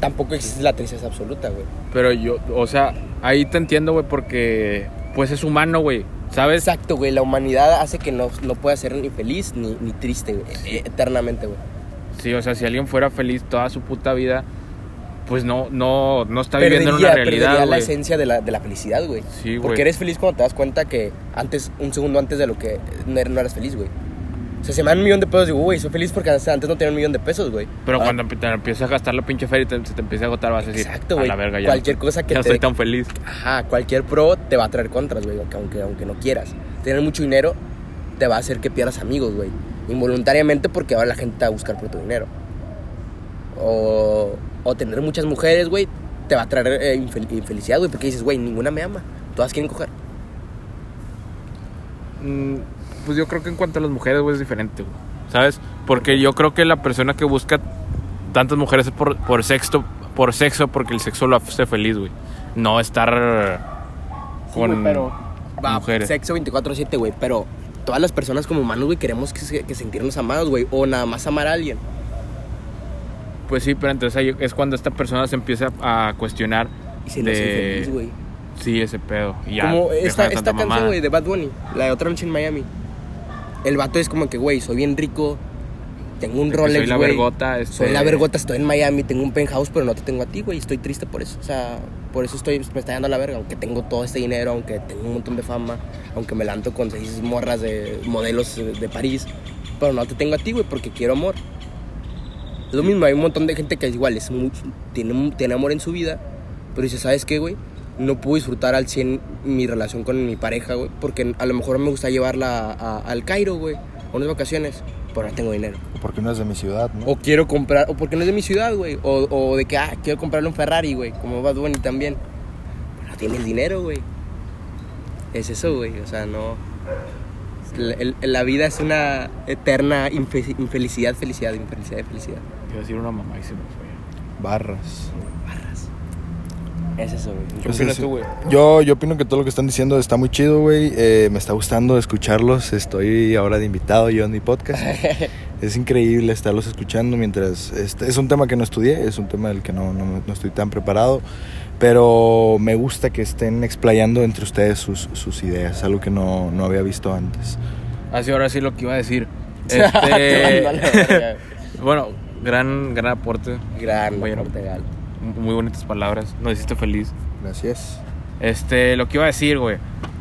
[SPEAKER 4] Tampoco existe la tristeza absoluta, güey.
[SPEAKER 2] Pero yo, o sea, ahí te entiendo, güey, porque pues es humano, güey, ¿sabes?
[SPEAKER 4] Exacto, güey. La humanidad hace que no, no pueda ser ni feliz ni, ni triste, güey. eh, Eternamente, güey.
[SPEAKER 2] Sí, o sea, si alguien fuera feliz toda su puta vida, pues no, no, no está
[SPEAKER 4] Perdería,
[SPEAKER 2] viviendo en una
[SPEAKER 4] perdería
[SPEAKER 2] realidad,
[SPEAKER 4] la
[SPEAKER 2] güey.
[SPEAKER 4] esencia de la, de la felicidad, güey.
[SPEAKER 2] Sí, güey.
[SPEAKER 4] Porque eres feliz cuando te das cuenta que antes, un segundo antes de lo que no er- no eras feliz, güey. O sea, se me dan un millón de pesos y digo, güey, soy feliz porque antes antes no tenía un millón de pesos, güey.
[SPEAKER 2] Pero
[SPEAKER 4] Ah,
[SPEAKER 2] cuando te empiezas a gastar la pinche feria y te- se te empieza a agotar, vas a decir,
[SPEAKER 4] Exacto,
[SPEAKER 2] a
[SPEAKER 4] güey.
[SPEAKER 2] la verga ya.
[SPEAKER 4] Cualquier cosa que
[SPEAKER 2] ya no
[SPEAKER 4] te-
[SPEAKER 2] estoy tan feliz.
[SPEAKER 4] Ajá, cualquier pro te va a traer contras, güey, aunque- aunque, aunque no quieras. Tener mucho dinero te va a hacer que pierdas amigos, güey. Involuntariamente porque ahora la gente te va a buscar por tu dinero. O, o tener muchas mujeres, güey, te va a traer eh, infel- infelicidad, güey, porque dices, güey, ninguna me ama. Todas quieren coger.
[SPEAKER 2] Mm, Pues yo creo que en cuanto a las mujeres, güey, es diferente, güey. ¿Sabes? Porque yo creo que la persona que busca tantas mujeres es por, por sexo, por sexo, porque el sexo lo hace feliz, güey. No estar con...
[SPEAKER 4] Va,
[SPEAKER 2] Mujeres.
[SPEAKER 4] sexo 24-7, güey, pero todas las personas como humanos, güey, queremos que, se- que sentirnos amados, güey, o nada más amar a alguien.
[SPEAKER 2] Pues sí, pero entonces ahí es cuando esta persona se empieza a cuestionar
[SPEAKER 4] Y se nos hace feliz, güey.
[SPEAKER 2] Sí, ese pedo. Y ya,
[SPEAKER 4] Como
[SPEAKER 2] deja
[SPEAKER 4] esta,
[SPEAKER 2] de tanta
[SPEAKER 4] esta canción,
[SPEAKER 2] mamada.
[SPEAKER 4] güey, de Bad Bunny, la de Otra Noche en Miami. El vato es como que, güey, soy bien rico, tengo un
[SPEAKER 2] Que
[SPEAKER 4] Rolex,
[SPEAKER 2] Soy la
[SPEAKER 4] güey,
[SPEAKER 2] vergota.
[SPEAKER 4] Soy
[SPEAKER 2] este,
[SPEAKER 4] la vergota, estoy en Miami, tengo un penthouse, pero no te tengo a ti, güey. Estoy triste por eso. O sea, por eso estoy, me está dando la verga. Aunque tengo todo este dinero, aunque tengo un montón de fama, aunque me lanto con seis morras de modelos eh, de París, pero no te tengo a ti, güey, porque quiero amor. Es lo mismo, hay un montón de gente que es igual, es muy- tiene, tiene amor en su vida, pero dice, ¿sabes qué, güey? No puedo disfrutar al 100 mi relación con mi pareja, güey, porque a lo mejor me gusta llevarla a- a- al Cairo, güey, a unas vacaciones, pero no tengo dinero.
[SPEAKER 1] Porque no es de mi ciudad, ¿no?
[SPEAKER 4] O quiero comprar, o porque no es de mi ciudad, güey. O, o de que, ah, quiero comprarle un Ferrari, güey. Como Bad Bunny también. Pero no tienes dinero, güey. Es eso, güey. O sea, no. La, el- la vida es una eterna infe- infelicidad, felicidad, infelicidad, felicidad.
[SPEAKER 2] Iba a decir una mamá y se me fue.
[SPEAKER 1] Barras.
[SPEAKER 4] Es eso, güey.
[SPEAKER 2] ¿Qué
[SPEAKER 1] Pues
[SPEAKER 2] opinas
[SPEAKER 1] sí, sí.
[SPEAKER 2] tú, güey?
[SPEAKER 1] Yo, yo opino que todo lo que están diciendo está muy chido, güey. Eh, me está gustando escucharlos. Estoy ahora de invitado yo en mi podcast. es increíble estarlos escuchando mientras... este- es un tema que no estudié, es un tema del que no, no- no estoy tan preparado. Pero me gusta que estén explayando entre ustedes sus, sus ideas, algo que no, no había visto antes.
[SPEAKER 2] Así ahora Ah, sí lo que iba a decir.
[SPEAKER 4] Te mando a la verga,
[SPEAKER 2] Este,
[SPEAKER 4] güey.
[SPEAKER 2] bueno, gran, gran aporte.
[SPEAKER 4] Gran
[SPEAKER 2] Bueno.
[SPEAKER 4] aporte, Gal.
[SPEAKER 2] Muy bonitas palabras. Nos hiciste feliz.
[SPEAKER 1] Gracias.
[SPEAKER 2] Este, lo que iba a decir, güey.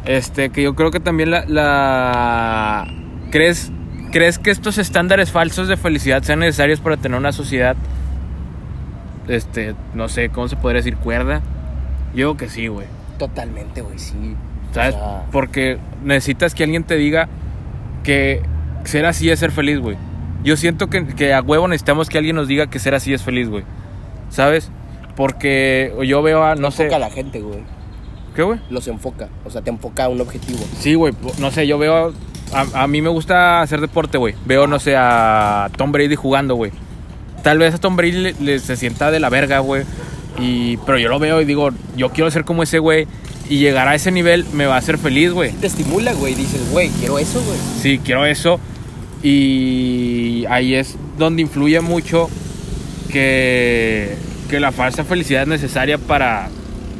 [SPEAKER 2] Este, que yo creo que también la. la- ¿Crees, ¿Crees que estos estándares falsos de felicidad sean necesarios para tener una sociedad este, no sé, ¿cómo se podría decir? Cuerda. Yo digo que sí, güey.
[SPEAKER 4] Totalmente, güey, sí. O
[SPEAKER 2] ¿Sabes?
[SPEAKER 4] sea,
[SPEAKER 2] Porque necesitas que alguien te diga que ser así es ser feliz, güey. Yo siento que, que a huevo necesitamos que alguien nos diga que ser así es feliz, güey. ¿Sabes? Porque yo veo a, no sé...
[SPEAKER 4] enfoca a la gente, güey.
[SPEAKER 2] ¿Qué, güey?
[SPEAKER 4] Los enfoca. O sea, te enfoca a un objetivo.
[SPEAKER 2] Sí, güey, po- no sé, yo veo. A, a mí me gusta hacer deporte, güey. Veo, no sé, a Tom Brady jugando, güey. Tal vez a Tom Brady le, le- se sienta de la verga, güey. Y, pero yo lo veo y digo, yo quiero ser como ese güey. Y llegar a ese nivel me va a hacer feliz, güey.
[SPEAKER 4] Te estimula, güey. Dices, güey, quiero eso, güey.
[SPEAKER 2] Sí, quiero eso. Y ahí es donde influye mucho que, que la falsa felicidad es necesaria para...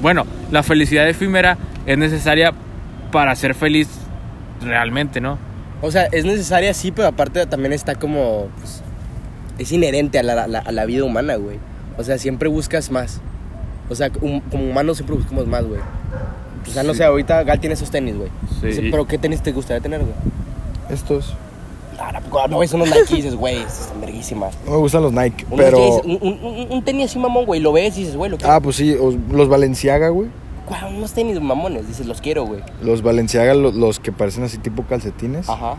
[SPEAKER 2] Bueno, la felicidad efímera es necesaria para ser feliz realmente, ¿no?
[SPEAKER 4] O sea, es necesaria, sí, pero aparte también está como. pues, es inherente a la, a la- a la vida humana, güey. O sea, siempre buscas más. O sea, hum- como humanos siempre buscamos más, güey. O sea, no
[SPEAKER 2] Sí.
[SPEAKER 4] sé, ahorita Gal tiene esos tenis, güey.
[SPEAKER 2] Sí,
[SPEAKER 4] Dice,
[SPEAKER 2] y-
[SPEAKER 4] Pero ¿qué tenis te gustaría tener, güey?
[SPEAKER 1] Estos.
[SPEAKER 4] No, no, poco- Ah, no, son unos Nike y dices, güey, estos están verguísimas.
[SPEAKER 1] No me gustan los Nike,
[SPEAKER 4] Unos
[SPEAKER 1] pero.
[SPEAKER 4] Jays- Un, un- un- un tenis así mamón, güey, lo ves y dices, güey, lo quiero.
[SPEAKER 1] Ah, pues sí, os- los Valenciaga, güey.
[SPEAKER 4] Guau, unos tenis mamones, dices, los quiero, güey.
[SPEAKER 1] Los Valenciaga, lo- los, que parecen así tipo calcetines.
[SPEAKER 4] Ajá.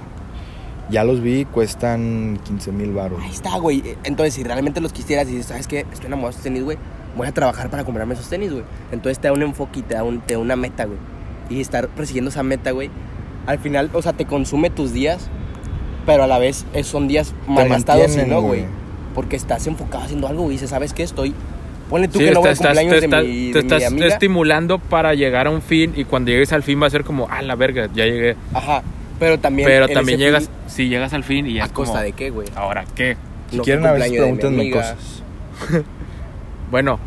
[SPEAKER 1] Ya los vi, cuestan 15 mil baros.
[SPEAKER 4] Ahí está, güey. Entonces, si realmente los quisieras y dices, ¿sabes qué? Estoy enamorado de esos tenis, güey. Voy a trabajar para comprarme esos tenis, güey. Entonces te da un enfoque y te da, un- te da una meta, güey. Y estar persiguiendo esa meta, güey. Al final, o sea, te consume tus días, pero a la vez eh, son días malgastados, y
[SPEAKER 1] mantienen,
[SPEAKER 4] ¿no, güey?
[SPEAKER 1] güey.
[SPEAKER 4] Porque estás enfocado haciendo algo güey, y dices, ¿sabes qué? Estoy. Ponle tú
[SPEAKER 2] Sí,
[SPEAKER 4] que no voy al
[SPEAKER 2] estás- estás-
[SPEAKER 4] cumpleaños
[SPEAKER 2] te
[SPEAKER 4] de
[SPEAKER 2] estás-
[SPEAKER 4] mi,
[SPEAKER 2] te
[SPEAKER 4] de mi
[SPEAKER 2] estás
[SPEAKER 4] amiga.
[SPEAKER 2] estimulando para llegar a un fin y cuando llegues al fin va a ser como, ah, la verga, ya llegué.
[SPEAKER 4] Ajá. Pero también.
[SPEAKER 2] Pero
[SPEAKER 4] en
[SPEAKER 2] también
[SPEAKER 4] ese
[SPEAKER 2] llegas,
[SPEAKER 4] fin,
[SPEAKER 2] si llegas al fin y ya
[SPEAKER 4] ¿A
[SPEAKER 2] es como,
[SPEAKER 4] costa de qué, güey?
[SPEAKER 2] ahora qué.
[SPEAKER 1] Si
[SPEAKER 4] No fue
[SPEAKER 1] quieren, a veces
[SPEAKER 4] cumpleaños de mi
[SPEAKER 1] pregúntenme
[SPEAKER 4] amiga.
[SPEAKER 1] cosas.
[SPEAKER 2] Bueno,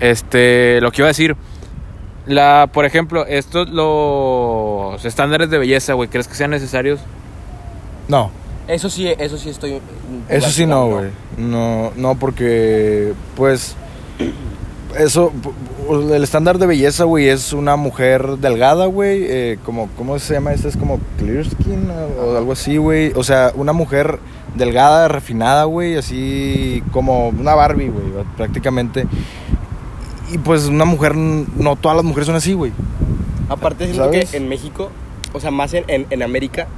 [SPEAKER 2] este, lo que iba a decir, la, por ejemplo, estos los estándares de belleza, güey, ¿crees que sean necesarios?
[SPEAKER 1] No,
[SPEAKER 4] Eso sí, eso sí estoy.
[SPEAKER 1] eso sí no, güey. No, no, porque, pues. Eso, p- p- el estándar de belleza, güey, es una mujer delgada, güey. eh, como, ¿Cómo se llama esto? Es como clear skin o- o algo así, güey. O sea, una mujer delgada, refinada, güey. Así como una Barbie, güey, prácticamente. Y pues una mujer, no todas las mujeres son así, güey.
[SPEAKER 4] Aparte siento
[SPEAKER 1] ¿Sabes?
[SPEAKER 4] que en México, o sea, más en, en, en América,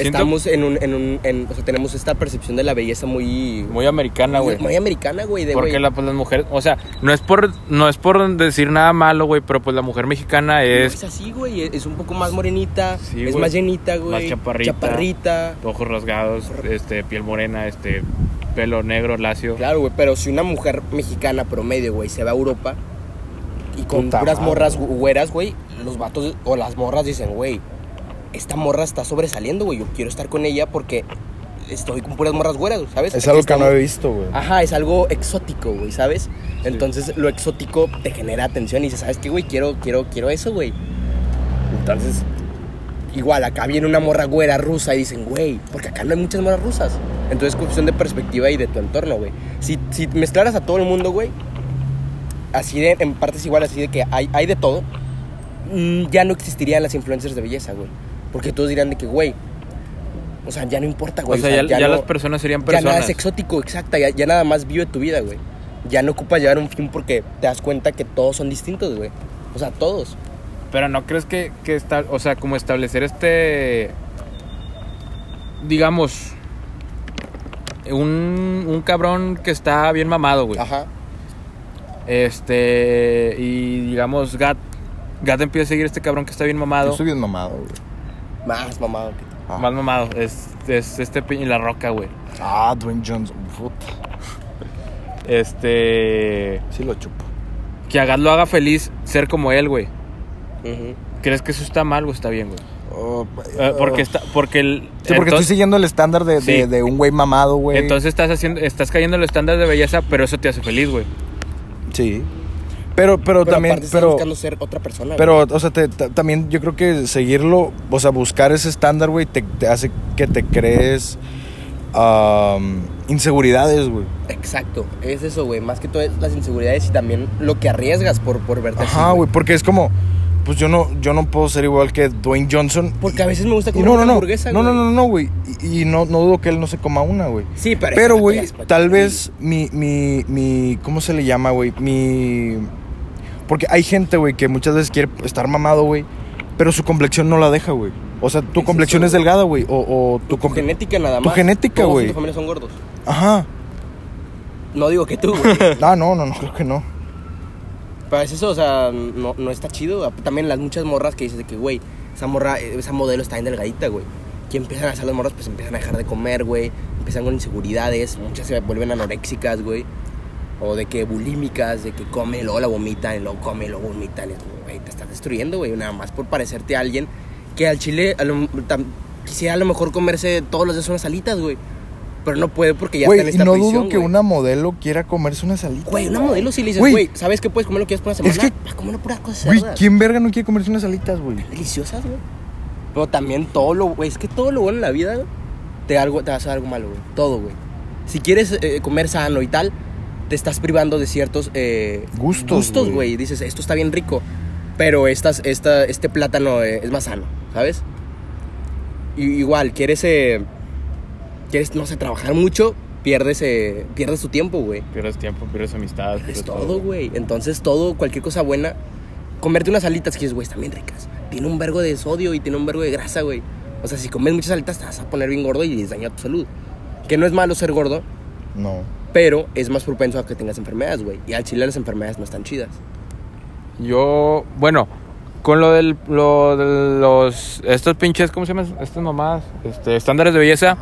[SPEAKER 2] Siento-
[SPEAKER 4] estamos en un, en un en- o sea, tenemos esta percepción de la belleza muy,
[SPEAKER 2] Muy americana, güey.
[SPEAKER 4] muy americana, güey, de
[SPEAKER 2] Porque
[SPEAKER 4] güey,
[SPEAKER 2] la, pues, las mujeres, o sea, no es por no es por decir nada malo, güey, pero pues la mujer mexicana
[SPEAKER 4] no
[SPEAKER 2] es
[SPEAKER 4] es así, güey, es- es un poco más morenita,
[SPEAKER 2] Sí,
[SPEAKER 4] es
[SPEAKER 2] güey.
[SPEAKER 4] más llenita, güey,
[SPEAKER 2] chaparrita.
[SPEAKER 4] chaparrita.
[SPEAKER 2] ojos rasgados, este, piel morena, este, pelo negro, lacio.
[SPEAKER 4] Claro, güey, pero si una mujer mexicana promedio, güey, se va a Europa y con
[SPEAKER 1] Puta
[SPEAKER 4] puras
[SPEAKER 1] madre.
[SPEAKER 4] morras gu- güeras, güey, los vatos o las morras dicen, güey, esta morra está sobresaliendo, güey, yo quiero estar con ella porque estoy con puras morras güeras, ¿sabes?
[SPEAKER 1] Es
[SPEAKER 4] Aquí
[SPEAKER 1] algo que no
[SPEAKER 4] estamos-
[SPEAKER 1] he visto, güey.
[SPEAKER 4] Ajá, es algo exótico, güey, ¿sabes? Entonces lo exótico te genera atención y dices, ¿sabes qué, güey? Quiero, quiero, quiero eso, güey. Entonces, igual, acá viene una morra güera rusa y dicen, güey, porque acá no hay muchas morras rusas. Entonces es cuestión de perspectiva y de tu entorno, güey. Si, si mezclaras a todo el mundo, güey, así de, en partes igual, así de que hay, hay de todo, mm, ya no existirían las influencers de belleza, güey. Porque todos dirían de que, güey, o sea, ya no importa,
[SPEAKER 2] O
[SPEAKER 4] güey.
[SPEAKER 2] sea, ya, ya
[SPEAKER 4] no-
[SPEAKER 2] las personas serían
[SPEAKER 4] ya nada
[SPEAKER 2] personas.
[SPEAKER 4] es exótico, exacta. Ya, ya nada más vive tu vida, güey. Ya no ocupa llevar un fin porque te das cuenta que todos son distintos, güey. O sea, todos.
[SPEAKER 2] Pero no crees que, que esta- o sea, como establecer este, digamos, un, un cabrón que está bien mamado,
[SPEAKER 1] Ah.
[SPEAKER 2] güey.
[SPEAKER 4] Ajá.
[SPEAKER 2] Este, y digamos, Gat, Gat empieza a seguir a este cabrón que está bien
[SPEAKER 1] Yo
[SPEAKER 2] mamado.
[SPEAKER 1] estoy bien mamado, güey.
[SPEAKER 4] Más mamado que
[SPEAKER 1] Ah.
[SPEAKER 2] Más mamado, es, es este piña y la roca, güey.
[SPEAKER 1] Ah, Dwayne Johnson, puta.
[SPEAKER 2] Este,
[SPEAKER 1] Sí lo chupo.
[SPEAKER 2] que a Gat lo haga feliz ser como él, güey.
[SPEAKER 4] Ujú.
[SPEAKER 2] ¿Crees que eso está mal o está bien, güey?
[SPEAKER 1] Oh,
[SPEAKER 2] Eh,
[SPEAKER 1] oh.
[SPEAKER 2] porque está, porque el,
[SPEAKER 1] Sí, porque estoy
[SPEAKER 2] entonces,
[SPEAKER 1] siguiendo el estándar de, de-
[SPEAKER 2] Sí.
[SPEAKER 1] de un güey mamado, güey.
[SPEAKER 2] entonces estás haciendo, estás cayendo en los estándares de belleza, pero eso te hace feliz, güey.
[SPEAKER 1] Sí. Pero, pero, también.
[SPEAKER 4] aparte estás
[SPEAKER 1] Pero,
[SPEAKER 4] buscando ser otra persona.
[SPEAKER 1] pero, o sea, te- ta- también yo creo que seguirlo, o sea, buscar ese estándar, güey, te, te hace que te crees am, inseguridades, güey.
[SPEAKER 4] güey. Exacto. Es eso, güey. Más que todo es las inseguridades y también lo que arriesgas por, por verte así.
[SPEAKER 1] Ajá, güey, porque es como. pues yo no, yo no puedo ser igual que Dwayne Johnson.
[SPEAKER 4] Porque a veces me gusta
[SPEAKER 1] Y
[SPEAKER 4] comer
[SPEAKER 1] no,
[SPEAKER 4] una
[SPEAKER 1] no, no.
[SPEAKER 4] hamburguesa,
[SPEAKER 1] No, no,
[SPEAKER 4] güey.
[SPEAKER 1] no, no, güey. Y, y no, no dudo que él no se coma una, güey.
[SPEAKER 4] Sí, pero...
[SPEAKER 1] Pero,
[SPEAKER 4] es
[SPEAKER 1] güey,
[SPEAKER 4] patillas,
[SPEAKER 1] tal
[SPEAKER 4] patillas.
[SPEAKER 1] vez mi, mi, mi, ¿cómo se le llama, güey? Mi... Porque hay gente, güey, que muchas veces quiere estar mamado, güey, pero su complexión no la deja, güey. O sea, tu
[SPEAKER 4] es
[SPEAKER 1] complexión
[SPEAKER 4] eso,
[SPEAKER 1] es
[SPEAKER 4] güey?
[SPEAKER 1] delgada, güey, o, o tu
[SPEAKER 4] Tu
[SPEAKER 1] complexión...
[SPEAKER 4] genética nada
[SPEAKER 1] tu
[SPEAKER 4] más.
[SPEAKER 1] genética,
[SPEAKER 4] Todos en
[SPEAKER 1] güey.
[SPEAKER 4] tu familia son gordos.
[SPEAKER 1] Ajá.
[SPEAKER 4] No digo que tú, güey.
[SPEAKER 1] Ah, no, no, no, creo que no.
[SPEAKER 4] Pero es eso, o sea, no, no está chido. También las muchas morras que dices de que, güey, esa morra, eh, esa modelo está bien delgadita, güey. Que empiezan a hacer las morras, pues empiezan a dejar de comer, güey. Empiezan con inseguridades, muchas se vuelven anoréxicas, güey. O de que bulímicas, de que come, y luego la vomitan, y luego come, y luego vomitan. Y es como, güey, te estás destruyendo, güey, nada más por parecerte a alguien que al chile a lo- tam- quisiera a lo mejor comerse todos los días unas alitas, güey. Pero no puede porque ya está en
[SPEAKER 1] Güey, y
[SPEAKER 4] esta
[SPEAKER 1] no dudo
[SPEAKER 4] prisión,
[SPEAKER 1] que
[SPEAKER 4] güey.
[SPEAKER 1] una modelo quiera comerse una salita.
[SPEAKER 4] Güey, una modelo sí le dices,
[SPEAKER 1] Güey.
[SPEAKER 4] güey, ¿sabes qué puedes comer lo que quieras por una
[SPEAKER 1] Es
[SPEAKER 4] semana?
[SPEAKER 1] que-
[SPEAKER 4] Vas a comer puras cosas
[SPEAKER 1] Güey,
[SPEAKER 4] cerdas.
[SPEAKER 1] ¿quién verga no quiere comerse unas alitas, güey?
[SPEAKER 4] Deliciosas, güey. Pero también todo lo, güey, es que todo lo bueno en la vida güey, te, algo, te va a hacer algo malo, güey. Todo, güey. Si quieres eh, comer sano y tal, te estás privando de ciertos eh,
[SPEAKER 1] Gustos, güey.
[SPEAKER 4] güey. Dices, esto está bien rico, pero estas, esta, este plátano eh, es más sano, ¿sabes? Y- igual, quieres, eh, quieres, no sé, trabajar mucho, pierdes, eh, pierdes tu tiempo, güey.
[SPEAKER 2] Pierdes tiempo, pierdes amistad,
[SPEAKER 4] Es
[SPEAKER 2] pierdes
[SPEAKER 4] todo, güey. Entonces, todo, cualquier cosa buena. Comerte unas alitas que dices, güey, están bien ricas. Tiene un vergo de sodio y tiene un vergo de grasa, güey. O sea, si comes muchas alitas te vas a poner bien gordo y les daña tu salud. Que no es malo ser gordo,
[SPEAKER 1] No.
[SPEAKER 4] pero es más propenso a que tengas enfermedades, güey. Y al chile las enfermedades no están chidas.
[SPEAKER 2] Yo, bueno, con lo del, lo de los, estos pinches, ¿cómo se llaman? Estas mamadas, este, estándares de belleza,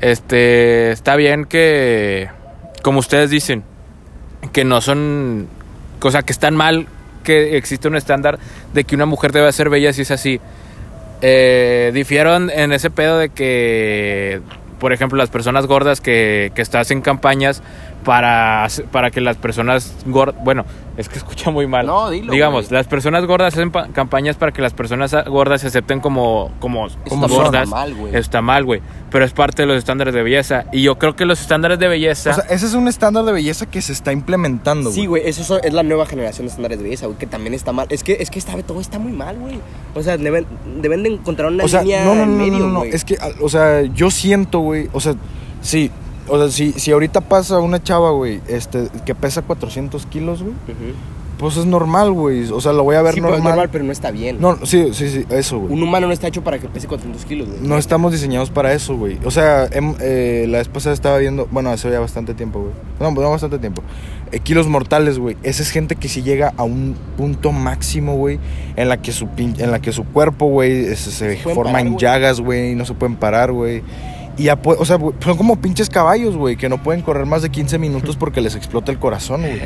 [SPEAKER 2] este, está bien que, como ustedes dicen, que no son, o sea, que están mal que existe un estándar de que una mujer debe ser bella si es así. Eh, difieron en ese pedo de que, por ejemplo, las personas gordas que, que estás en campañas para, hace- para que las personas gordas, bueno, es que escucha muy mal.
[SPEAKER 3] No, dilo,
[SPEAKER 2] Digamos,
[SPEAKER 3] güey.
[SPEAKER 2] las personas gordas hacen pa- campañas para que las personas a- gordas se acepten como, como, como
[SPEAKER 4] está mal,
[SPEAKER 2] gordas.
[SPEAKER 4] está mal, güey.
[SPEAKER 2] Está mal, güey. Pero es parte de los estándares de belleza. Y yo creo que los estándares de belleza...
[SPEAKER 1] O sea, ese es un estándar de belleza que se está implementando, güey.
[SPEAKER 4] Sí, güey, eso son- es la nueva generación de estándares de belleza, güey, que también está mal. Es que, es que está, todo está muy mal, güey. O sea, deben, deben de encontrar una
[SPEAKER 1] o sea,
[SPEAKER 4] línea
[SPEAKER 1] no, no,
[SPEAKER 4] en
[SPEAKER 1] no,
[SPEAKER 4] medio,
[SPEAKER 1] no, no, no.
[SPEAKER 4] güey.
[SPEAKER 1] Es que, al- o sea, yo siento, güey. O sea, sí. O sea, si, si ahorita pasa una chava, güey, este, que pesa 400 kilos, güey,
[SPEAKER 4] Ujú.
[SPEAKER 1] pues es normal, güey. O sea, lo voy a ver
[SPEAKER 4] Sí, pero
[SPEAKER 1] normal.
[SPEAKER 4] es normal, pero no está bien.
[SPEAKER 1] No, sí, sí, sí, eso, güey.
[SPEAKER 4] Un humano no está hecho para que pese 400 kilos, güey.
[SPEAKER 1] No estamos diseñados para eso, güey. O sea, em- eh, la vez pasada estaba viendo, bueno, hace ya bastante tiempo, güey. No, no bastante tiempo. Eh, kilos mortales, güey. Esa es gente que si llega a un punto máximo, güey, en la que su pin- en la que su cuerpo, güey, es- se,
[SPEAKER 4] pueden
[SPEAKER 1] forman
[SPEAKER 4] parar, güey.
[SPEAKER 1] llagas, güey, y no se pueden parar, güey. Y ya pue- o sea, güey, son como pinches caballos, güey, que no pueden correr más de 15 minutos porque les explota el corazón, güey.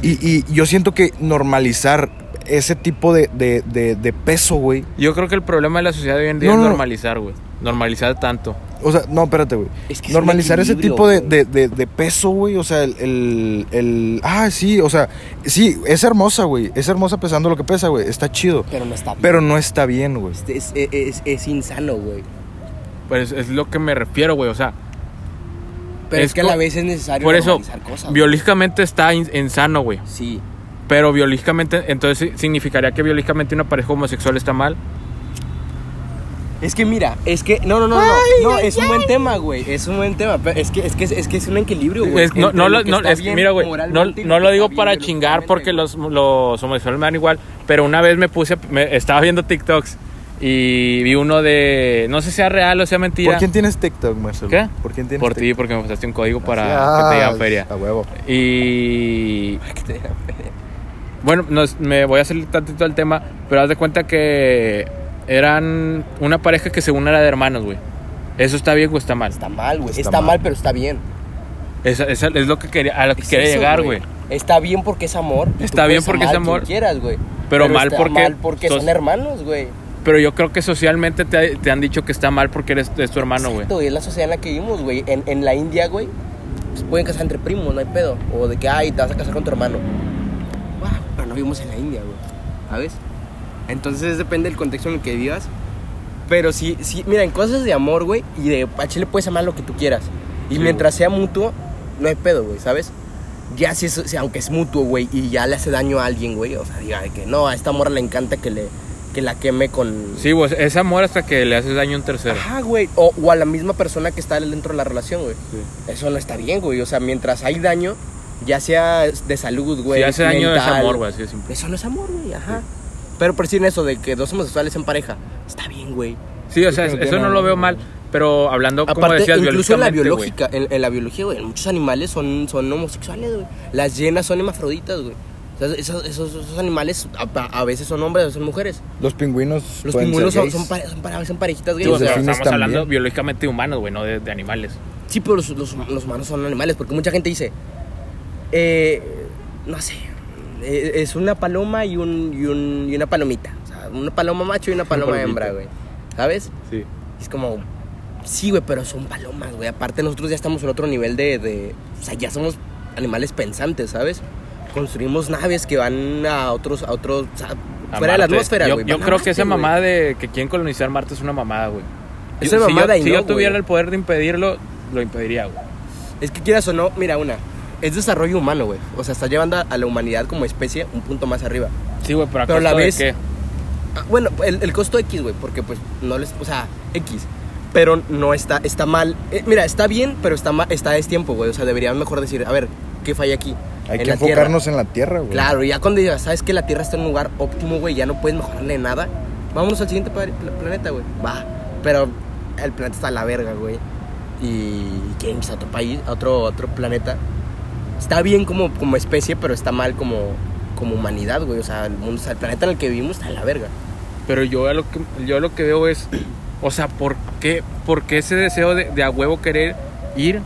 [SPEAKER 1] Y, y yo siento que normalizar ese tipo de, de- de- de peso, güey,
[SPEAKER 2] Yo creo que el problema de la sociedad de hoy en día
[SPEAKER 1] No,
[SPEAKER 2] es
[SPEAKER 1] no, no.
[SPEAKER 2] normalizar, güey. Normalizar tanto.
[SPEAKER 1] O sea, no, espérate, güey.
[SPEAKER 4] Es que es un
[SPEAKER 1] Normalizar ese
[SPEAKER 4] equilibrio,
[SPEAKER 1] tipo de,
[SPEAKER 4] güey.
[SPEAKER 1] de- de- de peso, güey. O sea, el, el, el- Ah, sí, o sea, sí, es hermosa, güey. Es hermosa pesando lo que pesa, güey. Está chido.
[SPEAKER 4] Pero no está bien.
[SPEAKER 1] Pero no está bien, güey.
[SPEAKER 4] Este Es, es, es, es insano, güey.
[SPEAKER 2] Pues es lo que me refiero, güey. O sea,
[SPEAKER 4] Pero es,
[SPEAKER 2] Es
[SPEAKER 4] que a la
[SPEAKER 2] co-
[SPEAKER 4] vez es necesario
[SPEAKER 2] por eso,
[SPEAKER 4] normalizar cosas. güey.
[SPEAKER 2] biológicamente está in- insano, güey.
[SPEAKER 4] Sí.
[SPEAKER 2] Pero biológicamente, entonces ¿sí- significaría que biológicamente una pareja homosexual está mal.
[SPEAKER 4] Es que mira, es que. No, no, no, no. No, es un buen tema, güey. Es un buen tema. Pero es que es, que, es que es un equilibrio, güey.
[SPEAKER 2] Es- no,
[SPEAKER 4] entre
[SPEAKER 2] no
[SPEAKER 4] lo
[SPEAKER 2] lo,
[SPEAKER 4] que
[SPEAKER 2] no-
[SPEAKER 4] está
[SPEAKER 2] es que
[SPEAKER 4] bien
[SPEAKER 2] mira, güey, no,
[SPEAKER 4] moralmente y
[SPEAKER 2] no
[SPEAKER 4] que
[SPEAKER 2] lo
[SPEAKER 4] está
[SPEAKER 2] digo
[SPEAKER 4] bien
[SPEAKER 2] para chingar porque
[SPEAKER 4] biológicamente,
[SPEAKER 2] los, los homosexuales me dan igual, pero una vez me puse, me, estaba viendo TikToks y vi uno de, no sé si sea real o sea mentira.
[SPEAKER 1] ¿Por quién tienes TikTok, Marcelo?
[SPEAKER 2] ¿Qué?
[SPEAKER 1] ¿Por quién tienes
[SPEAKER 2] Por ti, porque me pasaste un código para que te diga feria.
[SPEAKER 1] A huevo.
[SPEAKER 2] Y
[SPEAKER 4] güey. Que te-
[SPEAKER 2] Bueno, nos- me voy a salir tantito al tema, pero haz de cuenta que eran una pareja que según era de hermanos, güey. ¿Eso está bien o está mal?
[SPEAKER 4] Está mal, güey.
[SPEAKER 1] Está
[SPEAKER 4] Está,
[SPEAKER 1] mal.
[SPEAKER 4] mal. pero está bien.
[SPEAKER 2] Esa- esa es lo que quería, a lo que
[SPEAKER 4] Es
[SPEAKER 2] quería
[SPEAKER 4] eso,
[SPEAKER 2] llegar, güey.
[SPEAKER 4] Está bien porque es amor. y tú
[SPEAKER 2] Está bien
[SPEAKER 4] puedes
[SPEAKER 2] porque
[SPEAKER 4] amar
[SPEAKER 2] es
[SPEAKER 4] a quien
[SPEAKER 2] amor.
[SPEAKER 4] quieras, güey.
[SPEAKER 2] Pero mal
[SPEAKER 4] está
[SPEAKER 2] porque
[SPEAKER 4] Mal porque
[SPEAKER 2] sos-
[SPEAKER 4] son hermanos, güey.
[SPEAKER 2] Pero yo creo que socialmente te, te han dicho que está mal porque eres es tu hermano, güey.
[SPEAKER 4] Exacto, y es la sociedad en la que vivimos, güey. En, en la India, güey, se pueden casar entre primos, no hay pedo. O de que, ay, te vas a casar con tu hermano. Guau, pero no vivimos en la India, güey. ¿Sabes? Entonces depende del contexto en el que vivas. Pero sí, sí, mira, en cosas de amor, güey, y de a Chile puedes amar lo que tú quieras. Y
[SPEAKER 2] Sí,
[SPEAKER 4] mientras sea mutuo, no hay pedo, güey, ¿sabes? ya si es, si aunque es mutuo, güey, y ya le hace daño a alguien, güey, o sea, diga de que no, a esta morra le encanta que le que la queme con
[SPEAKER 2] Sí, pues es amor hasta que le haces daño a un tercero.
[SPEAKER 4] Ajá, güey, o, o a la misma persona que está dentro de la relación, güey. Eso no está bien, güey, o sea, mientras hay daño, ya sea de salud, güey,
[SPEAKER 2] si hace daño es
[SPEAKER 4] mental,
[SPEAKER 2] amor, güey, así de simple.
[SPEAKER 4] Eso no es amor, güey, ajá. Pero por decir eso de que dos homosexuales en pareja, está bien, güey.
[SPEAKER 2] Sí, o sea,
[SPEAKER 1] Sí,
[SPEAKER 2] es-
[SPEAKER 1] como que
[SPEAKER 2] eso no
[SPEAKER 1] no-
[SPEAKER 2] lo veo mal, pero hablando como
[SPEAKER 4] Aparte,
[SPEAKER 2] decías
[SPEAKER 4] incluso en la
[SPEAKER 2] biológicamente,
[SPEAKER 4] biológica, en, en la biología, güey, muchos animales son, son homosexuales, güey. Las llenas son hermafroditas, güey. O sea, esos, esos- esos animales a, a- a veces son hombres, a veces son mujeres.
[SPEAKER 1] Los pingüinos.
[SPEAKER 4] Los
[SPEAKER 1] pueden
[SPEAKER 4] pingüinos
[SPEAKER 1] ser
[SPEAKER 4] son,
[SPEAKER 1] gays.
[SPEAKER 4] son, pare- son pare- son parejitas,
[SPEAKER 2] güey.
[SPEAKER 4] güey.
[SPEAKER 2] Sí, o
[SPEAKER 4] O
[SPEAKER 2] sea,
[SPEAKER 4] sea,
[SPEAKER 1] delfines
[SPEAKER 2] estamos hablando
[SPEAKER 1] también.
[SPEAKER 2] biológicamente de humanos, güey, no de, de animales.
[SPEAKER 4] sí, pero los, los- los humanos son animales, porque mucha gente dice, eh, no sé, eh, es una paloma y, un, y, un- y una palomita. O sea, una paloma macho y una paloma
[SPEAKER 2] palomita.
[SPEAKER 4] hembra, güey. ¿Sabes?
[SPEAKER 2] Sí.
[SPEAKER 4] Es como, sí, güey, pero son palomas, güey. Aparte, nosotros ya estamos en otro nivel de, de- O sea, ya somos animales pensantes, ¿sabes? Construimos naves que van a otros. A otros o sea,
[SPEAKER 2] A
[SPEAKER 4] fuera de la
[SPEAKER 2] Marte.
[SPEAKER 4] atmósfera,
[SPEAKER 2] Yo,
[SPEAKER 4] güey.
[SPEAKER 2] yo
[SPEAKER 4] Van a
[SPEAKER 2] creo que esa
[SPEAKER 4] Marte, güey.
[SPEAKER 2] mamada de que quieren colonizar Marte es una mamada, güey.
[SPEAKER 4] Es
[SPEAKER 2] Yo-
[SPEAKER 4] una
[SPEAKER 2] si yo-
[SPEAKER 4] mamada y
[SPEAKER 2] Si
[SPEAKER 4] no,
[SPEAKER 2] yo tuviera
[SPEAKER 4] güey.
[SPEAKER 2] el poder de impedirlo, lo impediría, güey.
[SPEAKER 4] Es que quieras o no, mira, una. Es desarrollo humano, güey. O sea, está llevando a- a la humanidad como especie un punto más arriba.
[SPEAKER 2] Sí, güey, pero, a
[SPEAKER 4] Pero la
[SPEAKER 2] costa de
[SPEAKER 4] ves-
[SPEAKER 2] qué?
[SPEAKER 4] Ah, Bueno, el, el costo X, güey, porque pues no les, o sea, X. Pero no está, está mal. Eh, mira, está bien, pero está mal, está es tiempo, güey. O sea, deberían mejor decir, a ver, ¿qué falla aquí?
[SPEAKER 1] Hay
[SPEAKER 4] En
[SPEAKER 1] que
[SPEAKER 4] la tierra.
[SPEAKER 1] enfocarnos en la tierra, güey.
[SPEAKER 4] Claro, y ya cuando digas, sabes que la Tierra está en un lugar óptimo, güey, ya no puedes mejorarle nada. Vámonos al siguiente pa- pla- planeta, güey. Va. Pero el planeta está a la verga, güey. Y quieren irse a otro país, a otro, otro planeta. Está bien como, como especie, pero está mal como, como humanidad, güey. O sea, el, mundo, o sea, el planeta en el que vivimos está a la verga.
[SPEAKER 2] Pero yo a lo que yo a lo que veo es, o sea, ¿por qué, por qué ese deseo de, de a huevo querer ir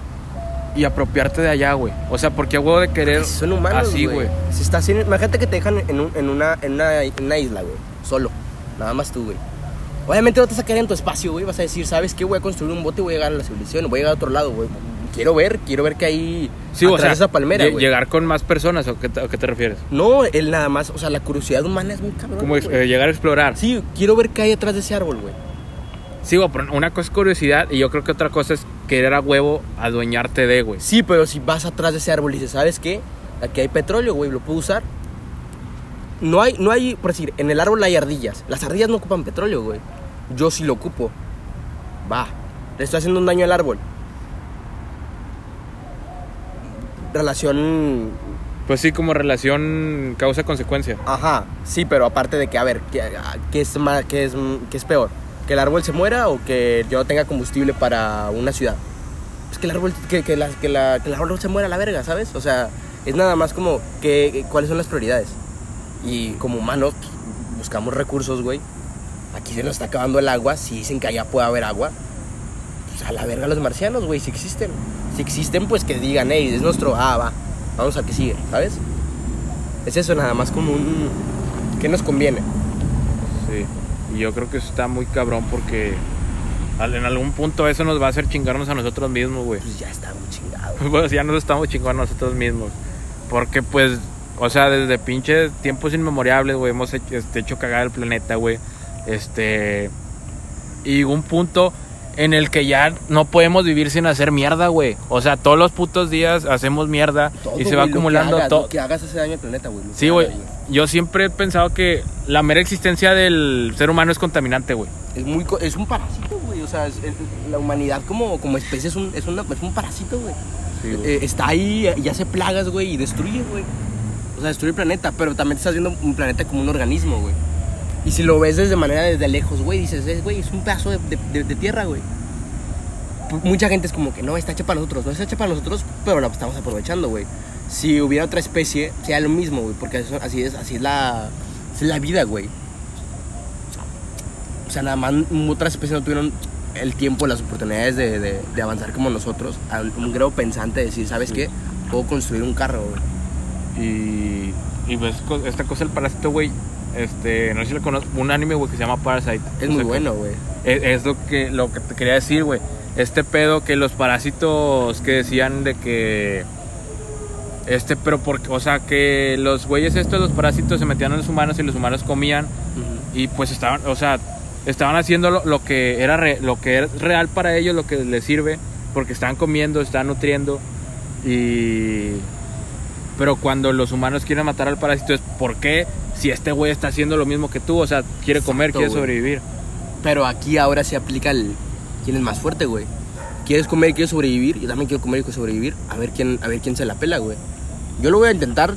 [SPEAKER 2] y apropiarte de allá, güey? O sea, ¿por qué a huevo de querer
[SPEAKER 4] Así Pues son humanos,
[SPEAKER 2] así, güey?
[SPEAKER 4] Si estás en- imagínate que te dejan en, un- en una, en, una, en una isla, güey. Solo. Nada más tú, güey. Obviamente no te vas a quedar en tu espacio, güey. Vas a decir, ¿sabes qué? Voy a construir un bote y voy a llegar a la civilización. Voy a llegar a otro lado, güey. Quiero ver, quiero ver que hay
[SPEAKER 2] Sí,
[SPEAKER 4] atrás
[SPEAKER 2] o sea,
[SPEAKER 4] de esa palmera,
[SPEAKER 2] lle-
[SPEAKER 4] güey.
[SPEAKER 2] llegar con más personas o qué, te- a qué te refieres?
[SPEAKER 4] No, él nada más. O sea, la curiosidad humana es muy cabrón.
[SPEAKER 2] Como ex-
[SPEAKER 4] güey.
[SPEAKER 2] eh, llegar a explorar. Sí,
[SPEAKER 4] Sí, quiero ver qué hay atrás de ese árbol, güey.
[SPEAKER 2] güey, pero una cosa es curiosidad y yo creo que otra cosa es querer a huevo adueñarte de, güey.
[SPEAKER 4] Sí, pero si vas atrás de ese árbol y dices, ¿sabes qué? Aquí hay petróleo, güey, lo puedo usar. No hay, no hay, por decir, en el árbol hay ardillas. Las ardillas no ocupan petróleo, güey. Yo sí lo ocupo. Va, le estoy haciendo un daño al árbol. Relación.
[SPEAKER 2] Pues sí, como relación causa-consecuencia.
[SPEAKER 4] Ajá, sí, pero aparte de que, a ver, ¿qué, qué es, ma- qué, es, ¿qué es peor? ¿Que el árbol se muera o que yo no tenga combustible para una ciudad? Pues que el árbol, que, que la- que la- que el árbol se muera a la verga, ¿sabes? O sea, es nada más como que, cuáles son las prioridades. Y como humanos pues, buscamos recursos, güey. Aquí se nos está acabando el agua. Si dicen que allá puede haber agua, pues a la verga los marcianos, güey, si existen. Si existen, pues que digan, hey, es nuestro, ah, va, vamos a que sigue, ¿sabes? Es eso, nada más como un... ¿Qué nos conviene?
[SPEAKER 2] Sí. Y yo creo que eso está muy cabrón porque al- en algún punto eso nos va a hacer chingarnos a nosotros mismos, güey.
[SPEAKER 4] Pues ya está muy chingado.
[SPEAKER 2] Pues ya nos estamos chingando a nosotros mismos. Porque pues, o sea, desde pinche tiempos inmemorables, güey, hemos hecho, este, hecho cagada el planeta, güey. Este... Y un punto en el que ya no podemos vivir sin hacer mierda, güey. O sea, todos los putos días hacemos mierda
[SPEAKER 4] Todo,
[SPEAKER 2] y se va
[SPEAKER 4] güey, lo que
[SPEAKER 2] acumulando
[SPEAKER 4] hagas,
[SPEAKER 2] todo.
[SPEAKER 4] Lo que hagas hace daño al planeta, güey. lo que
[SPEAKER 2] Sí, güey.
[SPEAKER 4] hagas,
[SPEAKER 2] Yo siempre he pensado que la mera existencia del ser humano es contaminante, güey.
[SPEAKER 4] Es, muy, co- es un parásito, güey. O sea, es- es- la humanidad como, como especie es un, es, una- es un parásito, güey. Eh, está ahí eh, y hace plagas, güey, y destruye, güey. O sea, destruye el planeta, pero también estás viendo un planeta como un organismo, güey. Y si lo ves desde manera desde lejos, güey, dices, "Es, güey, es un pedazo de, de- de- de tierra, güey. P- Mucha gente es como que no, está hecha para nosotros, no está hecha para nosotros, pero la estamos aprovechando, güey. Si hubiera otra especie, sería lo mismo, güey, porque eso- así es, así es la, así es la vida, güey. O sea, nada más mm, otras especies no tuvieron el tiempo, las oportunidades de, de- de avanzar como nosotros, a un, un grado pensante de decir, ¿sabes qué? Puedo construir un carro, güey.
[SPEAKER 2] Y, y pues co- esta cosa del parásito, güey, este, no sé si lo conoces, un anime, güey, que se llama Parasite.
[SPEAKER 4] Es
[SPEAKER 2] O
[SPEAKER 4] muy
[SPEAKER 2] sea,
[SPEAKER 4] bueno, güey.
[SPEAKER 2] Es, es lo, que, lo que te quería decir, güey. Este pedo que los parásitos que decían de que... Este, pero porque, o sea, que los güeyes estos, los parásitos, se metían en los humanos y los humanos comían y pues estaban, o sea, estaban haciendo lo, lo que era re- lo que es real para ellos, lo que les sirve, porque están comiendo, están nutriendo y Pero cuando los humanos quieren matar al parásito es ¿por qué? Si este güey está haciendo lo mismo que tú, o sea, quiere comer,
[SPEAKER 4] Exacto,
[SPEAKER 2] quiere
[SPEAKER 4] güey.
[SPEAKER 2] sobrevivir.
[SPEAKER 4] Pero aquí ahora se aplica el. ¿Quién es más fuerte, güey? ¿Quieres comer y quieres sobrevivir? Yo también quiero comer y quiero sobrevivir. A ver quién, a ver quién se la pela, güey. Yo lo voy a intentar.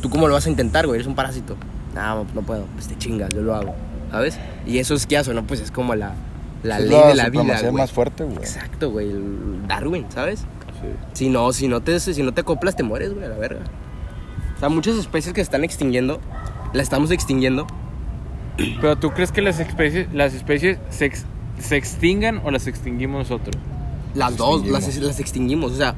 [SPEAKER 4] ¿Tú cómo lo vas a intentar, güey? Eres un parásito. No, no puedo. Pues te chingas, yo lo hago. ¿Sabes? Y eso es que hace, ¿no? Pues es como la, la
[SPEAKER 1] Es
[SPEAKER 4] ley de la vida,
[SPEAKER 1] supremacía
[SPEAKER 4] güey.
[SPEAKER 1] más fuerte, güey.
[SPEAKER 4] Exacto, güey. el Darwin, ¿sabes? Si no, si no te, si no te acoplas, te mueres, güey, a la verga. O sea, muchas especies que se están extinguiendo, la estamos extinguiendo.
[SPEAKER 2] Pero ¿tú crees que las especies, las especies se, ex- se extingan o las extinguimos nosotros?
[SPEAKER 4] Las
[SPEAKER 1] Las
[SPEAKER 4] dos, las,
[SPEAKER 1] extinguimos.
[SPEAKER 4] las extinguimos. O sea,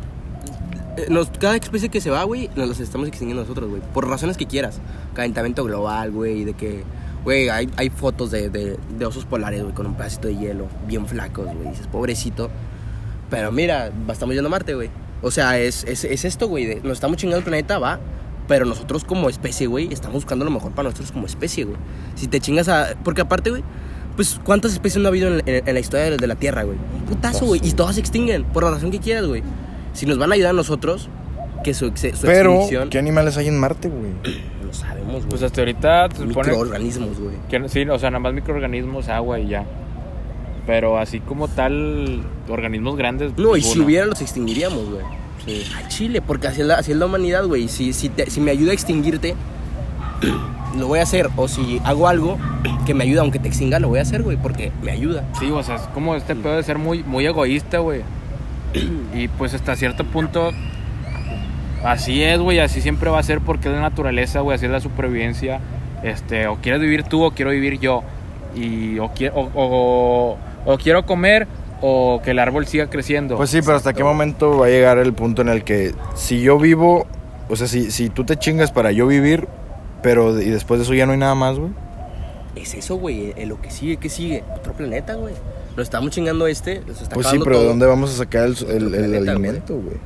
[SPEAKER 4] eh, nos- cada especie que se va, güey, nos las estamos extinguiendo nosotros, güey. Por razones que quieras. Calentamiento global, güey, de que. Güey, hay, hay fotos de, de- de osos polares, güey, con un pedacito de hielo, bien flacos, güey. Dices, pobrecito. Pero mira, estamos yendo a Marte, güey. O sea, es, es, es esto, güey. de- Nos estamos chingando el planeta, va. Pero nosotros como especie, güey, estamos buscando lo mejor para nosotros como especie, güey. Si te chingas a... Porque aparte, güey, pues ¿cuántas especies no ha habido en, en- en la historia de, de la Tierra, güey? Un putazo, güey. Y todas se extinguen, por la razón que quieras, güey. Si nos van a ayudar a nosotros, que su, ex- su
[SPEAKER 1] Pero,
[SPEAKER 4] extinción...
[SPEAKER 1] ¿qué animales hay en Marte, güey?
[SPEAKER 4] No sabemos, güey.
[SPEAKER 2] Pues hasta ahorita se supone
[SPEAKER 4] Microorganismos, güey.
[SPEAKER 2] que sí, o sea, nada más microorganismos, agua y ya. Pero así como tal, organismos grandes.
[SPEAKER 4] No, y si
[SPEAKER 2] ninguno.
[SPEAKER 4] hubiera los extinguiríamos, güey. A Chile, porque así es la, así es la humanidad, güey. Si, si, te- si me ayuda a extinguirte, lo voy a hacer. O si hago algo que me ayuda, aunque te extinga, lo voy a hacer, güey, porque me ayuda.
[SPEAKER 2] Sí, o sea, es como este pedo de ser muy, muy egoísta, güey. Y pues hasta cierto punto, así es, güey, así siempre va a ser porque es la naturaleza, güey, así es la supervivencia. Este, o quieres vivir tú o quiero vivir yo. Y o, qui- o, o- o quiero comer o que el árbol siga creciendo.
[SPEAKER 1] Pues sí, pero ¿hasta qué momento va a llegar el punto en el que si yo vivo, o sea, si, si tú te chingas para yo vivir, pero de- y después de eso ya no hay nada más, güey?
[SPEAKER 4] Es eso, güey, eh, lo que sigue, ¿qué sigue? Otro planeta, güey. Lo estamos chingando este, nos está
[SPEAKER 1] Pues sí,
[SPEAKER 4] acabando
[SPEAKER 1] pero ¿de
[SPEAKER 4] todo.
[SPEAKER 1] dónde vamos a sacar el, el- el
[SPEAKER 4] planeta,
[SPEAKER 1] alimento, güey?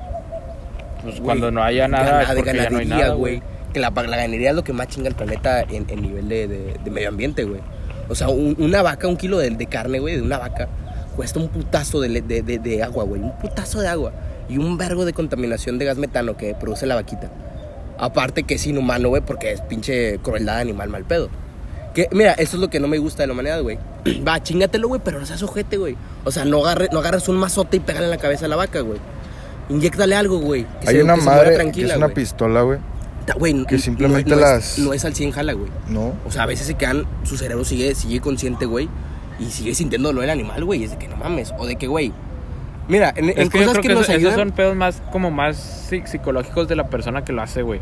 [SPEAKER 2] Pues
[SPEAKER 4] Güey,
[SPEAKER 2] cuando no haya nada, es
[SPEAKER 4] ganad-
[SPEAKER 2] porque ya no hay
[SPEAKER 4] ganadería,
[SPEAKER 2] nada,
[SPEAKER 4] güey.
[SPEAKER 2] güey.
[SPEAKER 4] Que la, la ganadería es lo que más chinga el planeta en, en nivel de, de- de medio ambiente, güey. O sea, un- una vaca, un kilo de, de carne, güey, de una vaca, cuesta un putazo de, le- de- de- de agua, güey. Un putazo de agua. Y un vergo de contaminación de gas metano que produce la vaquita. Aparte que es inhumano, güey, porque es pinche crueldad de animal mal pedo. Que, mira, eso es lo que no me gusta de la humanidad, güey. Va, chingatelo, güey, pero no seas ojete, güey. O sea, no, agarre- no agarres un mazote y pégale en la cabeza a la vaca, güey. Inyéctale algo, güey. que
[SPEAKER 1] Hay
[SPEAKER 4] se-
[SPEAKER 1] una
[SPEAKER 4] que se muera
[SPEAKER 1] madre que
[SPEAKER 4] tranquila,
[SPEAKER 1] es una
[SPEAKER 4] güey.
[SPEAKER 1] pistola, güey.
[SPEAKER 4] Ta- güey,
[SPEAKER 1] que
[SPEAKER 4] n-
[SPEAKER 1] simplemente
[SPEAKER 4] no, no
[SPEAKER 1] las-
[SPEAKER 4] Es, no es al 100 jala, güey.
[SPEAKER 1] No.
[SPEAKER 4] O sea, a veces se quedan, su cerebro sigue, sigue consciente, güey. Y sigue sintiendo dolor el animal, güey. Es de que no mames. O de que, güey. Mira, en, en
[SPEAKER 2] Es que yo
[SPEAKER 4] cosas
[SPEAKER 2] creo
[SPEAKER 4] que,
[SPEAKER 2] que,
[SPEAKER 4] nos
[SPEAKER 2] eso- esos
[SPEAKER 4] ayudan.
[SPEAKER 2] son pedos más como más psi- psicológicos de la persona que lo hace, güey.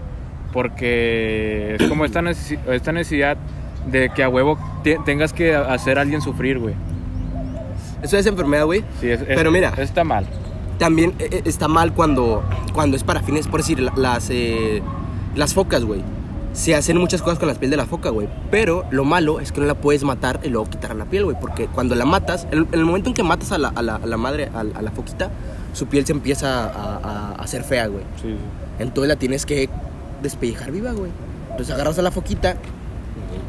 [SPEAKER 2] Porque es como esta, necesi- esta necesidad de que a huevo te- tengas que hacer a alguien sufrir, güey.
[SPEAKER 4] Eso es enfermedad, güey.
[SPEAKER 2] Sí, es- es-
[SPEAKER 4] Pero mira.
[SPEAKER 2] eso está mal.
[SPEAKER 4] También eh, eh, está mal cuando, cuando es para fines, por decir, la- las, eh, las focas, güey. Se hacen muchas cosas con las piel de la foca, güey. Pero lo malo es que no la puedes matar y luego quitar la piel, güey. Porque cuando la matas, en en el momento en que matas a la, a la- a la madre, a, la- a la foquita, su piel se empieza a, a- a hacer fea, güey.
[SPEAKER 2] Sí,
[SPEAKER 4] Entonces la tienes que despellejar viva, güey. Entonces agarras a la foquita,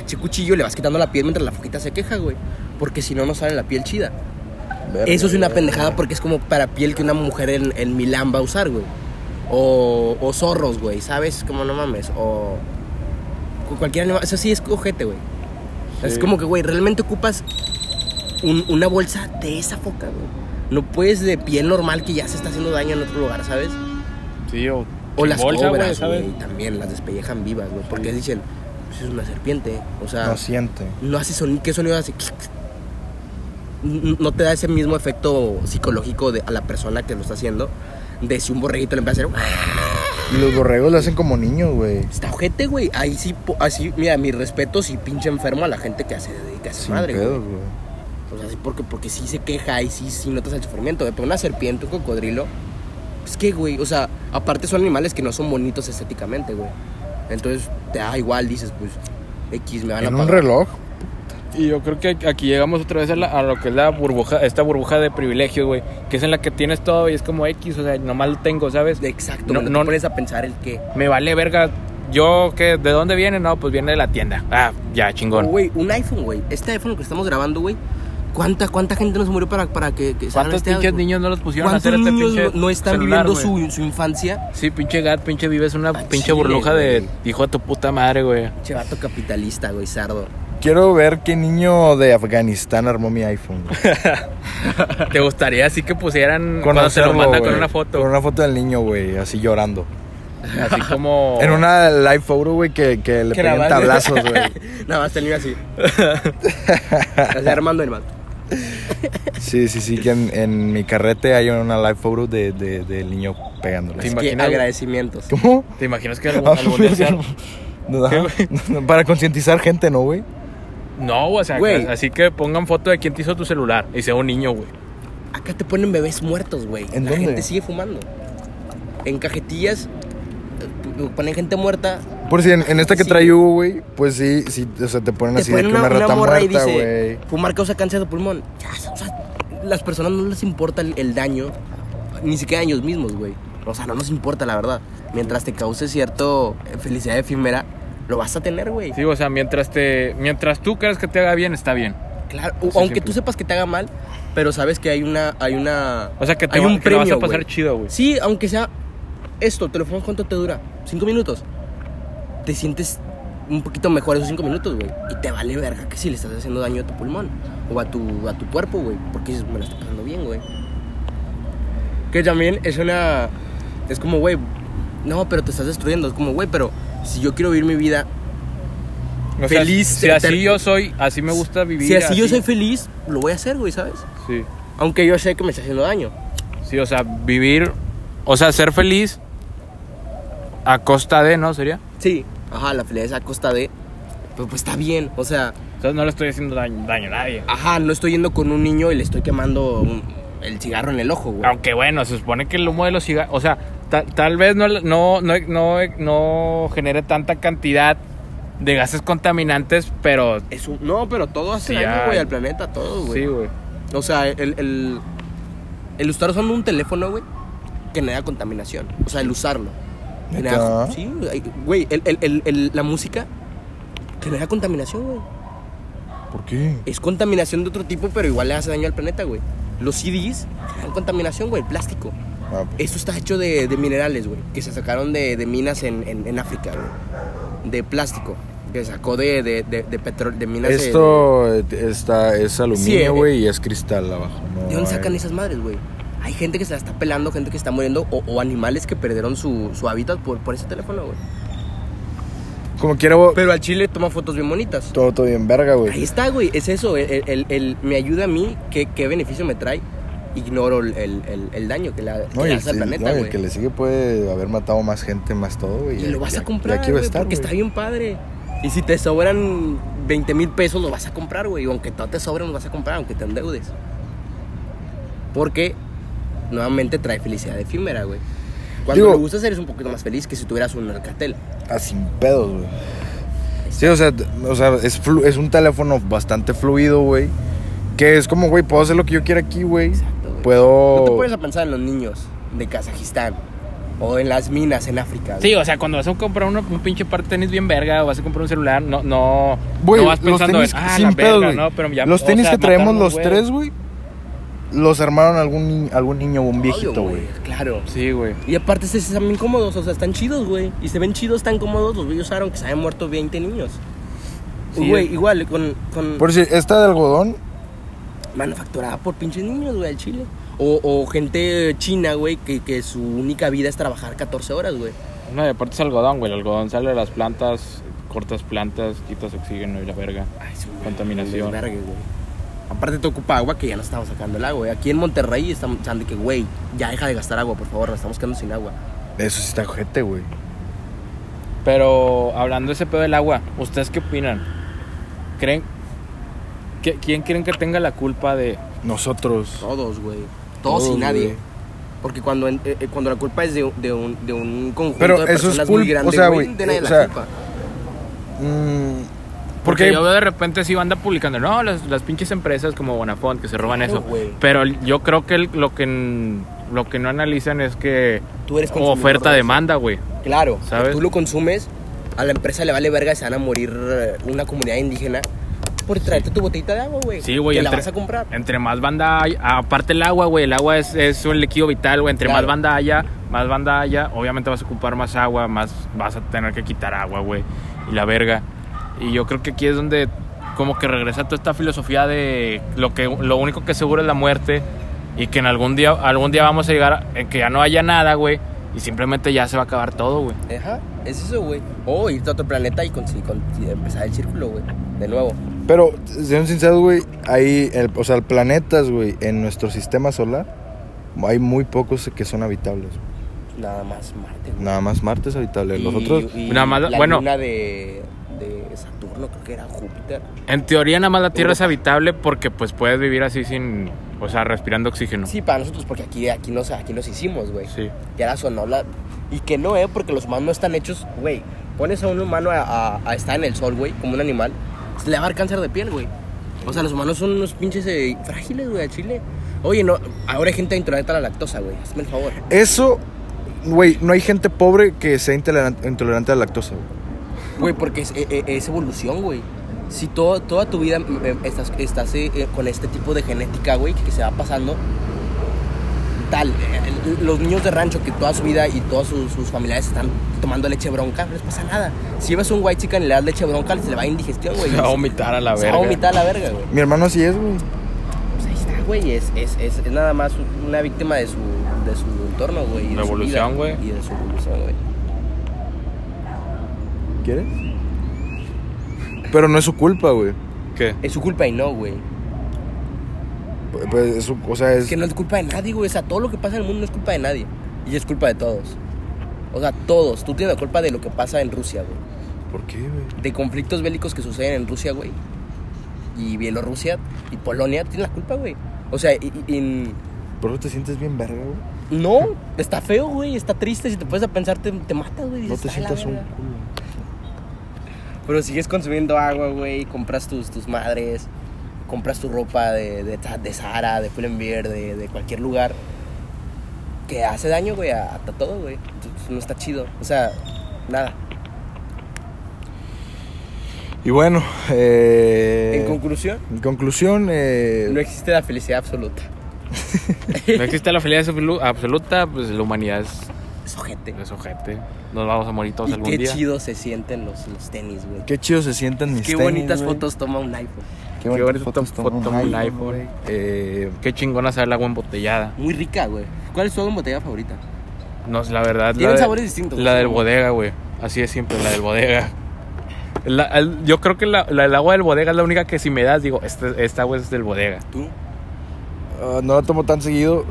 [SPEAKER 4] ese cuchillo, le vas quitando la piel mientras la foquita se queja, güey. Porque si no, no sale la piel chida. Eso es una pendejada porque es como para piel que una mujer en, en Milán va a usar, güey. O, o zorros, güey, ¿sabes? Como no mames. O cu- cualquier animal. Eso sí es cojete, güey. Es como que, güey, realmente ocupas un- una bolsa de esa foca, güey. No puedes de piel normal que ya se está haciendo daño en otro lugar, ¿sabes?
[SPEAKER 2] Sí, o,
[SPEAKER 4] O las
[SPEAKER 2] bolsa, güey,
[SPEAKER 4] cobras,
[SPEAKER 2] ¿sabes?
[SPEAKER 4] güey, también las despellejan vivas, güey. Porque dicen, pues es una serpiente. O sea,
[SPEAKER 1] No siente.
[SPEAKER 4] no hace sonido, ¿qué sonido hace? N- No te da ese mismo efecto psicológico de, a la persona que lo está haciendo. De si un borreguito le empieza a hacer. "Ah".
[SPEAKER 1] Y los borregos lo hacen como niños, güey.
[SPEAKER 4] Está ojete, güey. Ahí sí, po- así, mira, mis respetos y pinche enfermo a la gente que se dedica a esa
[SPEAKER 1] Sin
[SPEAKER 4] madre, güey.
[SPEAKER 1] pedos, güey.
[SPEAKER 4] O sea, sí, porque, porque sí se queja y sí, sí notas el sufrimiento, güey. Pero una serpiente, un cocodrilo. Es que, güey, o sea, aparte son animales que no son bonitos estéticamente, güey. Entonces te da igual, dices, pues, X, me van
[SPEAKER 1] En
[SPEAKER 4] a
[SPEAKER 1] un
[SPEAKER 4] pagar.
[SPEAKER 1] reloj.
[SPEAKER 2] Y yo creo que aquí llegamos otra vez a, la- a lo que es la burbuja, esta burbuja de privilegios, güey. Que es en la que tienes todo y es como X, o sea, nomás lo tengo, ¿sabes?
[SPEAKER 4] Exacto, no,
[SPEAKER 2] No,
[SPEAKER 4] no
[SPEAKER 2] no-
[SPEAKER 4] te pones a pensar el qué.
[SPEAKER 2] Me vale verga. Yo, ¿qué? ¿De dónde viene? No, pues viene de la tienda. Ah, ya, chingón.
[SPEAKER 4] Güey, un iPhone, güey. Este iPhone que estamos grabando, güey, ¿Cuánta, cuánta gente nos murió para, para que, que sean
[SPEAKER 2] ¿Cuántos
[SPEAKER 4] arrestados,
[SPEAKER 2] pinches
[SPEAKER 4] güey?
[SPEAKER 2] niños no los pusieron a
[SPEAKER 4] ¿Cuántos
[SPEAKER 2] hacer este
[SPEAKER 4] niños
[SPEAKER 2] pinche
[SPEAKER 4] no están
[SPEAKER 2] celular,
[SPEAKER 4] viviendo
[SPEAKER 2] güey?
[SPEAKER 4] su, su infancia?
[SPEAKER 2] Sí, pinche gat, pinche vive, es una
[SPEAKER 4] Ah,
[SPEAKER 2] pinche
[SPEAKER 4] chile,
[SPEAKER 2] burbuja de
[SPEAKER 4] güey.
[SPEAKER 2] hijo de tu puta madre, güey.
[SPEAKER 4] Chevato capitalista, güey, sardo.
[SPEAKER 1] Quiero ver qué niño de Afganistán armó mi iPhone. güey.
[SPEAKER 2] ¿Te gustaría así que pusieran cuando se
[SPEAKER 1] Conocerlo,
[SPEAKER 2] lo mandan
[SPEAKER 1] güey.
[SPEAKER 2] con una foto?
[SPEAKER 1] Con una foto del niño, güey, así llorando.
[SPEAKER 2] Así como...
[SPEAKER 4] Oh.
[SPEAKER 1] En una live photo, güey, que, que le
[SPEAKER 4] Grabando.
[SPEAKER 1] pegan tablazos, güey.
[SPEAKER 4] Nada más termina así. así armando hermano.
[SPEAKER 1] Sí, sí, sí, que en, en mi carrete hay una live photo de, de- del niño pegándole.
[SPEAKER 2] Sí,
[SPEAKER 1] así.
[SPEAKER 2] ma-
[SPEAKER 4] Que
[SPEAKER 2] Imagina-
[SPEAKER 4] agradecimientos.
[SPEAKER 1] ¿Cómo? Ah,
[SPEAKER 2] ¿Te imaginas que algún,
[SPEAKER 4] Ah,
[SPEAKER 2] algún día sea-
[SPEAKER 1] No, ajá. Para concientizar gente, ¿no, güey?
[SPEAKER 2] No, güey, o sea,
[SPEAKER 4] Güey.
[SPEAKER 2] así que pongan foto de quién te hizo tu celular y sea un niño, güey.
[SPEAKER 4] Acá te ponen bebés muertos, güey.
[SPEAKER 1] ¿En
[SPEAKER 4] La
[SPEAKER 1] dónde?
[SPEAKER 4] gente sigue fumando. En cajetillas eh, ponen gente muerta.
[SPEAKER 1] Por si en, en esta que
[SPEAKER 4] Sí.
[SPEAKER 1] trae Hugo, güey, pues sí, sí, o sea, te ponen
[SPEAKER 4] Te
[SPEAKER 1] así de
[SPEAKER 4] ponen
[SPEAKER 1] que
[SPEAKER 4] una,
[SPEAKER 1] una,
[SPEAKER 4] una
[SPEAKER 1] rata
[SPEAKER 4] morra y
[SPEAKER 1] muerta,
[SPEAKER 4] dice,
[SPEAKER 1] güey.
[SPEAKER 4] fumar causa cáncer de pulmón. Ya, o sea, las personas no les importa el, el daño, ni siquiera a ellos mismos, güey. O sea, no nos importa, la verdad. Mientras te cause cierto eh, felicidad efímera, lo vas a tener, güey.
[SPEAKER 2] Sí, o sea, mientras te mientras tú creas que te haga bien, está bien.
[SPEAKER 4] Claro,
[SPEAKER 2] Sí,
[SPEAKER 4] aunque
[SPEAKER 2] siempre.
[SPEAKER 4] tú sepas que te haga mal, pero sabes que hay una hay una
[SPEAKER 2] O sea, que te
[SPEAKER 4] hay
[SPEAKER 2] va-
[SPEAKER 4] un
[SPEAKER 2] que la vas a
[SPEAKER 4] premio,
[SPEAKER 2] pasar
[SPEAKER 4] güey.
[SPEAKER 2] chido, güey.
[SPEAKER 4] Sí, aunque sea esto, te lo pongo cuánto te dura, cinco minutos. Te sientes un poquito mejor esos cinco minutos, güey, y te vale verga que si le estás haciendo daño a tu pulmón o a tu a tu cuerpo, güey, porque dices, me la está pasando bien, güey. Que también es una es como, güey, no, pero te estás destruyendo, es como, güey, pero si yo quiero vivir mi vida
[SPEAKER 2] O sea,
[SPEAKER 4] Feliz,
[SPEAKER 2] Si
[SPEAKER 4] te-
[SPEAKER 2] así
[SPEAKER 4] te-
[SPEAKER 2] yo soy, así me gusta vivir.
[SPEAKER 4] si así, yo soy feliz, lo voy a hacer, güey, ¿sabes?
[SPEAKER 2] Sí.
[SPEAKER 4] Aunque yo sé que me está haciendo daño.
[SPEAKER 2] Sí, o sea, vivir, o sea, ser feliz a costa de, ¿no? Sería.
[SPEAKER 4] Sí. Ajá, la pelea es a costa de. Pues, pues está bien, o sea,
[SPEAKER 2] O sea, no le estoy haciendo daño, daño a nadie.
[SPEAKER 4] ajá, no estoy yendo con un niño y le estoy quemando un- el cigarro en el ojo, güey.
[SPEAKER 2] Aunque bueno, se supone que el humo de los cigarros, o sea, ta- tal vez no, no, no, no, no genere tanta cantidad de gases contaminantes, pero
[SPEAKER 4] Es un- no, pero todo hace
[SPEAKER 2] Sí,
[SPEAKER 4] daño, güey,
[SPEAKER 2] hay.
[SPEAKER 4] al planeta, todo, güey.
[SPEAKER 2] sí, güey.
[SPEAKER 4] O sea, el, el, el estar usando un teléfono, güey, que genera contaminación. O sea, el usarlo. Genera-
[SPEAKER 1] ¿Neta?
[SPEAKER 4] sí, hay- güey, el, el, el, el- la música genera contaminación, güey.
[SPEAKER 1] ¿Por qué?
[SPEAKER 4] Es contaminación de otro tipo, pero igual le hace daño al planeta, güey. Los CDs generan contaminación, güey, el plástico.
[SPEAKER 1] Ah, pues,
[SPEAKER 4] Esto está hecho de, de minerales, güey, que se sacaron de, de minas en, en- en África, güey. De plástico, que se sacó de, de, de, de petróleo, de minas. de-
[SPEAKER 1] Esto eh, está, es
[SPEAKER 4] Sí, eh.
[SPEAKER 1] aluminio, güey, y es cristal abajo.
[SPEAKER 4] de,
[SPEAKER 1] ¿no?
[SPEAKER 4] ¿De dónde
[SPEAKER 1] Ay.
[SPEAKER 4] sacan esas madres, güey? Hay gente que se la está pelando, gente que está muriendo, o, o animales que perdieron su, su hábitat por, por ese teléfono, güey.
[SPEAKER 1] Como quiera, güey,
[SPEAKER 4] Pero al chile toma fotos bien bonitas.
[SPEAKER 1] todo, todo bien verga,
[SPEAKER 4] Ahí
[SPEAKER 1] güey.
[SPEAKER 4] está, güey, es eso, el, el- el- el- me ayuda a mí, ¿qué, qué beneficio me trae? Ignoro el, el- el- el daño que, la, que
[SPEAKER 1] No, y
[SPEAKER 4] le
[SPEAKER 1] el,
[SPEAKER 4] hace al
[SPEAKER 1] el-
[SPEAKER 4] planeta,
[SPEAKER 1] no, y el
[SPEAKER 4] güey.
[SPEAKER 1] que le sigue puede haber matado más gente, más todo, güey.
[SPEAKER 4] Y
[SPEAKER 1] Ya-
[SPEAKER 4] lo vas
[SPEAKER 1] ya-
[SPEAKER 4] a comprar,
[SPEAKER 1] Ya aquí va a
[SPEAKER 4] güey,
[SPEAKER 1] estar,
[SPEAKER 4] porque
[SPEAKER 1] güey.
[SPEAKER 4] está bien padre. Y si te sobran 20 mil pesos, lo vas a comprar, güey. Aunque no te sobren, lo vas a comprar, aunque te endeudes. Porque nuevamente trae felicidad efímera, güey. Cuando
[SPEAKER 1] Digo-
[SPEAKER 4] lo usas, eres un poquito más feliz que si tuvieras un alcatel.
[SPEAKER 1] Ah, sin pedos, güey. Sí, o sea, t- o sea es, flu- es un teléfono bastante fluido, güey. Que es como, güey, puedo hacer lo que yo quiera aquí, güey.
[SPEAKER 4] Exacto, güey.
[SPEAKER 1] Puedo...
[SPEAKER 4] No te pones a pensar en los niños de Kazajistán o en las minas en África. güey.
[SPEAKER 2] Sí, o sea, cuando vas a comprar una- un pinche par de tenis bien verga o vas a comprar un celular, no, no,
[SPEAKER 1] Güey,
[SPEAKER 2] no vas
[SPEAKER 1] los
[SPEAKER 2] pensando
[SPEAKER 1] tenis,
[SPEAKER 2] en, ah, la
[SPEAKER 1] sin pedos,
[SPEAKER 2] verga,
[SPEAKER 1] güey.
[SPEAKER 2] no, pero ya,
[SPEAKER 1] los
[SPEAKER 2] o
[SPEAKER 1] tenis
[SPEAKER 2] sea,
[SPEAKER 1] que traemos
[SPEAKER 2] mataron,
[SPEAKER 1] los
[SPEAKER 2] güey.
[SPEAKER 1] tres, güey, los armaron algún, ni- algún niño o un viejito,
[SPEAKER 4] Obvio,
[SPEAKER 1] güey.
[SPEAKER 4] Claro.
[SPEAKER 2] Sí, güey.
[SPEAKER 4] Y aparte se están bien cómodos, o sea, están chidos, güey. Y se ven chidos, tan cómodos, los güey usaron que se hayan muerto 20 niños.
[SPEAKER 2] Sí, eh.
[SPEAKER 4] güey,
[SPEAKER 2] es-
[SPEAKER 4] igual, con, con
[SPEAKER 1] Por si esta de algodón,
[SPEAKER 4] manufacturada por pinches niños, güey, al chile. O, o gente china, güey, que, que su única vida es trabajar 14 horas, güey.
[SPEAKER 2] No, y aparte es algodón, güey. El algodón sale de las plantas, cortas plantas, quitas oxígeno y la verga.
[SPEAKER 4] Ay, es un
[SPEAKER 2] Contaminación.
[SPEAKER 4] desvergue, güey. Aparte te ocupa agua que ya no estamos sacando el agua, güey. Aquí en Monterrey estamos están de que, güey, ya deja de gastar agua, por favor, nos estamos quedando sin agua.
[SPEAKER 1] eso sí está ojete, güey.
[SPEAKER 2] Pero hablando de ese pedo del agua, ¿ustedes qué opinan? ¿Creen que, quién creen que tenga la culpa de
[SPEAKER 1] Nosotros.
[SPEAKER 4] Todos, güey. Todos, y
[SPEAKER 1] Todos,
[SPEAKER 4] nadie.
[SPEAKER 1] güey.
[SPEAKER 4] Porque cuando, en- eh, eh, cuando la culpa es de, un- de un, de un conjunto
[SPEAKER 1] Pero
[SPEAKER 4] de
[SPEAKER 1] eso es
[SPEAKER 4] personas
[SPEAKER 1] culpa,
[SPEAKER 4] muy grandes,
[SPEAKER 1] o sea,
[SPEAKER 4] güey,
[SPEAKER 1] güey,
[SPEAKER 4] de nadie
[SPEAKER 1] o
[SPEAKER 4] la
[SPEAKER 1] sea,
[SPEAKER 4] culpa.
[SPEAKER 1] Mm,
[SPEAKER 2] Porque
[SPEAKER 1] porque
[SPEAKER 2] yo veo de repente si anda publicando, no, las, las pinches empresas como Bonafont que se roban
[SPEAKER 4] Claro,
[SPEAKER 2] eso.
[SPEAKER 4] güey.
[SPEAKER 2] Pero yo creo que el- lo que n- lo que no analizan es que
[SPEAKER 4] Tú eres consumidor de eso.
[SPEAKER 2] oferta-demanda, güey.
[SPEAKER 4] Claro,
[SPEAKER 2] ¿Sabes?
[SPEAKER 4] tú lo consumes, a la empresa le vale verga, se van a morir eh, una comunidad indígena. por traerte tu botellita de agua, güey.
[SPEAKER 2] Sí, güey.
[SPEAKER 4] Que la
[SPEAKER 2] entre-
[SPEAKER 4] vas a comprar.
[SPEAKER 2] Entre más banda hay, aparte el agua, güey, el agua es, es un líquido vital, güey. Entre
[SPEAKER 4] Claro.
[SPEAKER 2] más banda haya, más banda haya, obviamente vas a ocupar más agua, más vas a tener que quitar agua, güey. Y la verga. Y yo creo que aquí es donde como que regresa toda esta filosofía de lo que lo único que seguro es la muerte y que en algún día algún día vamos a llegar a- en que ya no haya nada, güey, y simplemente ya se va a acabar todo, güey.
[SPEAKER 4] Ajá, es eso, güey. O irte a otro planeta y, con- y con- y empezar el círculo, güey. De nuevo.
[SPEAKER 1] Pero, sean sinceros, güey, hay, el- o sea, planetas, güey, en nuestro sistema solar, hay muy pocos que son habitables.
[SPEAKER 4] Nada más Marte, güey.
[SPEAKER 1] Nada más Marte es habitable. Los otros,
[SPEAKER 4] y
[SPEAKER 2] Nada más-
[SPEAKER 4] la
[SPEAKER 2] bueno.
[SPEAKER 4] luna de, de Saturno, creo que era Júpiter.
[SPEAKER 2] En teoría nada más la Tierra es habitable porque pues puedes vivir así sin, o sea, respirando oxígeno.
[SPEAKER 4] Sí, para nosotros, porque aquí, aquí, nos, aquí los hicimos, güey.
[SPEAKER 2] Sí.
[SPEAKER 4] Y ahora sonó la... Y que no, eh, porque los humanos no están hechos, güey. Pones a un humano a, a- a estar en el sol, güey, como un animal, se le va a dar cáncer de piel, güey. O sea, los humanos son unos pinches eh, frágiles, güey, a Chile. Oye, no, ahora hay gente intolerante a la lactosa, güey. Hazme el favor.
[SPEAKER 1] eso, güey, no hay gente pobre que sea intoleran- intolerante a la lactosa, güey.
[SPEAKER 4] Güey, porque es, e- e- es evolución, güey. Si todo, toda tu vida mm, eh, estás, estás eh, eh, con este tipo de genética, güey, que se va pasando, tal. eh, eh, Los niños de rancho que toda su vida y todos sus, sus familiares están tomando leche bronca, no les pasa nada. Si llevas un white chicken y le das leche bronca, se le va a indigestión, güey.
[SPEAKER 2] vomitar a la
[SPEAKER 4] Se va a vomitar a la verga, güey.
[SPEAKER 1] Mi hermano así es, güey.
[SPEAKER 4] Pues ahí está, güey. Es, es, es, es nada más una víctima de su, de su entorno, güey. y de
[SPEAKER 2] La
[SPEAKER 4] su
[SPEAKER 2] evolución,
[SPEAKER 4] vida,
[SPEAKER 2] güey.
[SPEAKER 4] Y de su evolución, güey.
[SPEAKER 1] ¿Quieres? Pero no es su culpa, güey.
[SPEAKER 2] ¿Qué?
[SPEAKER 4] Es su culpa y no, güey.
[SPEAKER 1] P- pues, es su- o sea, es...
[SPEAKER 4] Es que no es culpa de nadie, güey. O sea, todo lo que pasa en el mundo no es culpa de nadie. Y es culpa de todos. O sea, todos. Tú tienes la culpa de lo que pasa en Rusia, güey.
[SPEAKER 1] ¿Por qué, güey?
[SPEAKER 4] De conflictos bélicos que suceden en Rusia, güey. Y Bielorrusia y Polonia tienen la culpa, güey. O sea, y, y- y-
[SPEAKER 1] ¿Por qué te sientes bien verga, güey?
[SPEAKER 4] no, está feo, güey. Está triste. Si te puedes a pensar, te, te matas, güey.
[SPEAKER 1] No
[SPEAKER 4] Dices,
[SPEAKER 1] te
[SPEAKER 4] "Ay, la
[SPEAKER 1] sientas un
[SPEAKER 4] verga".
[SPEAKER 1] culo.
[SPEAKER 4] Pero sigues consumiendo agua, güey. Compras tus, tus madres. Compras tu ropa de, de, de Zara, de Pull&Bear, de, de cualquier lugar. Que hace daño, güey, a, a todo, güey. Entonces, No está chido. O sea, nada.
[SPEAKER 1] Y bueno, eh...
[SPEAKER 4] en conclusión,
[SPEAKER 1] En conclusión, eh,
[SPEAKER 4] no existe la felicidad absoluta.
[SPEAKER 2] No existe la felicidad absolu- absoluta, pues la humanidad es,
[SPEAKER 4] Es ojete.
[SPEAKER 2] es ojete. Nos vamos a morir todos
[SPEAKER 4] Y
[SPEAKER 2] algún
[SPEAKER 4] qué
[SPEAKER 2] día.
[SPEAKER 4] chido se sienten los, los tenis, güey. Qué,
[SPEAKER 1] qué chido se sientan mis tenis,
[SPEAKER 4] bonitas
[SPEAKER 1] güey.
[SPEAKER 4] fotos toma un iPhone.
[SPEAKER 1] Qué
[SPEAKER 2] Qué
[SPEAKER 1] bonitas
[SPEAKER 2] bonito
[SPEAKER 1] fotos
[SPEAKER 2] foto-
[SPEAKER 1] tomó
[SPEAKER 2] foto
[SPEAKER 1] un iPhone,
[SPEAKER 2] un iPhone.
[SPEAKER 1] güey. Eh,
[SPEAKER 2] Qué chingona sabe el agua embotellada.
[SPEAKER 4] Muy rica, güey. ¿Cuál es tu agua embotellada favorita?
[SPEAKER 2] No, es la verdad. la
[SPEAKER 4] Tienen
[SPEAKER 2] de-
[SPEAKER 4] sabores distintos.
[SPEAKER 2] La
[SPEAKER 4] ¿no?
[SPEAKER 2] del bodega, güey. Así es siempre, la del bodega. La- el- yo creo que la, la- el agua del bodega es la única que si me das, digo, esta, esta agua es del bodega.
[SPEAKER 4] ¿Tú?
[SPEAKER 1] ah, no la tomo tan seguido.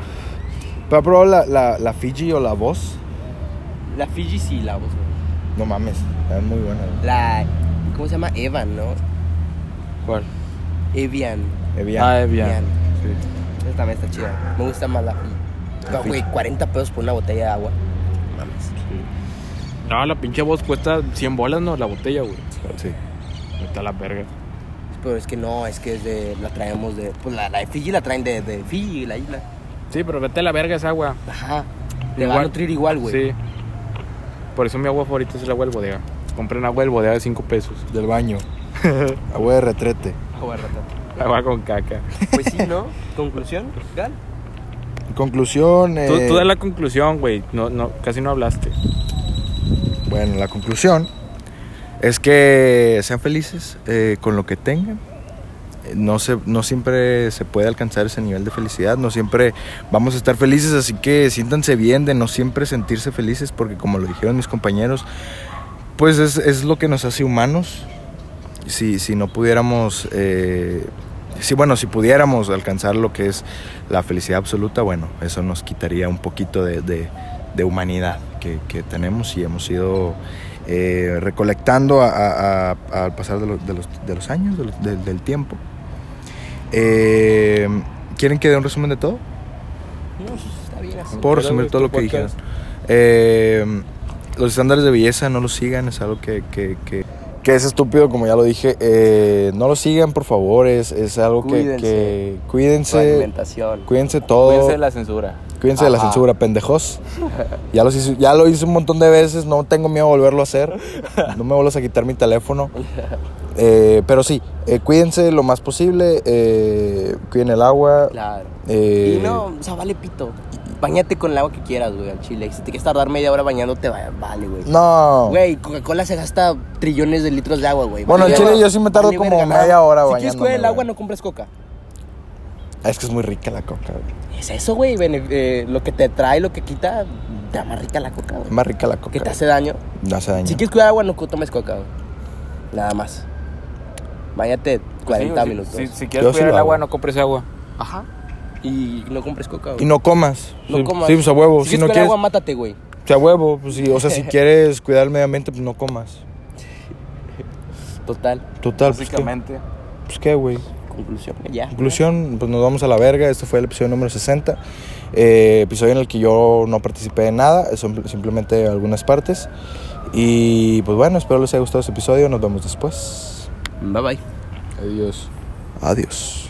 [SPEAKER 1] Pero ha probado la, la, la Fiji o la Voz.
[SPEAKER 4] La Fiji sí, la voz, güey.
[SPEAKER 1] No mames, es muy buena. güey.
[SPEAKER 4] La... ¿Cómo se llama? Evan, ¿no?
[SPEAKER 2] ¿Cuál?
[SPEAKER 4] Evian.
[SPEAKER 1] Evian.
[SPEAKER 2] Ah, bien.
[SPEAKER 4] Esta también está chida. Me gusta más la Fiji. No, güey, 40 pesos por una botella de agua. Mames.
[SPEAKER 2] No, la pinche voz cuesta 100 bolas, no, la botella, güey.
[SPEAKER 1] Sí.
[SPEAKER 2] Está la verga.
[SPEAKER 4] Pero es que no, es que es de, la traemos de. Pues la, la de Fiji la traen de, de Fiji, la isla.
[SPEAKER 2] Sí, pero vete a la verga esa agua.
[SPEAKER 4] Ajá. Te va a
[SPEAKER 2] Igual.
[SPEAKER 4] nutrir igual, güey.
[SPEAKER 2] Sí. Por eso mi agua favorita es el agua del bodega. Compré un agua del bodega de 5 pesos.
[SPEAKER 1] Del baño. Agua de retrete.
[SPEAKER 2] Agua con caca.
[SPEAKER 4] Ah, Pues sí, ¿no? Conclusión, Gal.
[SPEAKER 1] En conclusión, eh,
[SPEAKER 2] Tú, tú da la conclusión, güey. No, no, casi no hablaste.
[SPEAKER 1] bueno, la conclusión es que sean felices eh, con lo que tengan. Eh, No, se, no siempre se puede alcanzar ese nivel de felicidad, no siempre vamos a estar felices, así que siéntanse bien de no siempre sentirse felices, porque como lo dijeron mis compañeros, pues es, es lo que nos hace humanos. Si, si no pudiéramos, eh, si bueno, si pudiéramos alcanzar lo que es la felicidad absoluta, bueno, eso nos quitaría un poquito de, de- de humanidad que, que tenemos y hemos ido eh, recolectando a- a- a- al pasar de, los- de los, de los años, de los- de- del tiempo. Eh, ¿Quieren que dé un resumen de todo?
[SPEAKER 4] No, sí, está bien así.
[SPEAKER 1] Puedo resumir todo
[SPEAKER 2] este
[SPEAKER 1] lo que dijeron. Eh, los estándares de belleza no los sigan, es algo que, que, que- que es estúpido, como ya lo dije. Eh, no lo sigan, por favor, es, es algo que- que,
[SPEAKER 4] Cuídense.
[SPEAKER 1] Cuídense,
[SPEAKER 4] alimentación.
[SPEAKER 1] cuídense todo.
[SPEAKER 2] la censura.
[SPEAKER 1] Cuídense de la
[SPEAKER 3] Ajá.
[SPEAKER 1] censura, pendejos. Ya, los hice- ya lo hice un montón de veces, no tengo miedo de volverlo a hacer. No me vuelvas a quitar mi teléfono. Eh, pero sí, eh, cuídense lo más posible, eh, cuiden el agua.
[SPEAKER 4] Claro.
[SPEAKER 1] eh,
[SPEAKER 4] Y no, o sea, vale pito. Bañate con el agua que quieras, güey, al chile. Si te quieres tardar media hora bañándote, va- vale, güey.
[SPEAKER 1] no.
[SPEAKER 4] Güey, Coca-Cola se gasta trillones de litros de agua, güey.
[SPEAKER 1] Bueno,
[SPEAKER 4] Vale,
[SPEAKER 1] en Chile
[SPEAKER 4] verga.
[SPEAKER 1] yo sí me tardo
[SPEAKER 4] Vale,
[SPEAKER 1] como
[SPEAKER 4] verga, nada.
[SPEAKER 1] media hora
[SPEAKER 4] Si quieres
[SPEAKER 1] bañándome,
[SPEAKER 4] cuidar el
[SPEAKER 1] güey.
[SPEAKER 4] agua, no compres coca.
[SPEAKER 1] Ah, Es que es muy rica la coca, güey.
[SPEAKER 4] Es eso, güey. bene- eh, lo que te trae, lo que quita, te más rica la coca, güey.
[SPEAKER 1] Más rica la coca.
[SPEAKER 4] Que te hace daño.
[SPEAKER 1] No hace daño.
[SPEAKER 4] Si quieres cuidar agua, no co- tomes coca, güey. Nada más. Bañate 40
[SPEAKER 2] Pues Sí,
[SPEAKER 4] minutos.
[SPEAKER 2] Si, si
[SPEAKER 1] Yo
[SPEAKER 2] quieres
[SPEAKER 1] sí
[SPEAKER 2] cuidar
[SPEAKER 1] lo
[SPEAKER 2] el agua,
[SPEAKER 1] hago.
[SPEAKER 2] no compres agua.
[SPEAKER 4] Ajá. Y no compres coca, güey.
[SPEAKER 1] Y no comas.
[SPEAKER 4] No
[SPEAKER 1] sí,
[SPEAKER 4] comas.
[SPEAKER 1] sí, pues a huevo. Si,
[SPEAKER 4] quieres
[SPEAKER 1] no
[SPEAKER 4] cuidar
[SPEAKER 1] quieres.
[SPEAKER 4] agua, mátate, güey.
[SPEAKER 1] sí, a huevo. pues, sí, o sea, si quieres cuidar el medio ambiente, pues no comas.
[SPEAKER 4] Total.
[SPEAKER 1] Total, pues qué,
[SPEAKER 2] Básicamente.
[SPEAKER 1] pues qué, güey.
[SPEAKER 4] Conclusión, ya.
[SPEAKER 1] Conclusión, pues nos vamos a la verga. Este fue el episodio número 60. eh, episodio en el que yo no participé en nada, son simplemente algunas partes. Y pues bueno, espero les haya gustado este episodio. Nos vemos después.
[SPEAKER 4] Bye bye.
[SPEAKER 1] Adiós.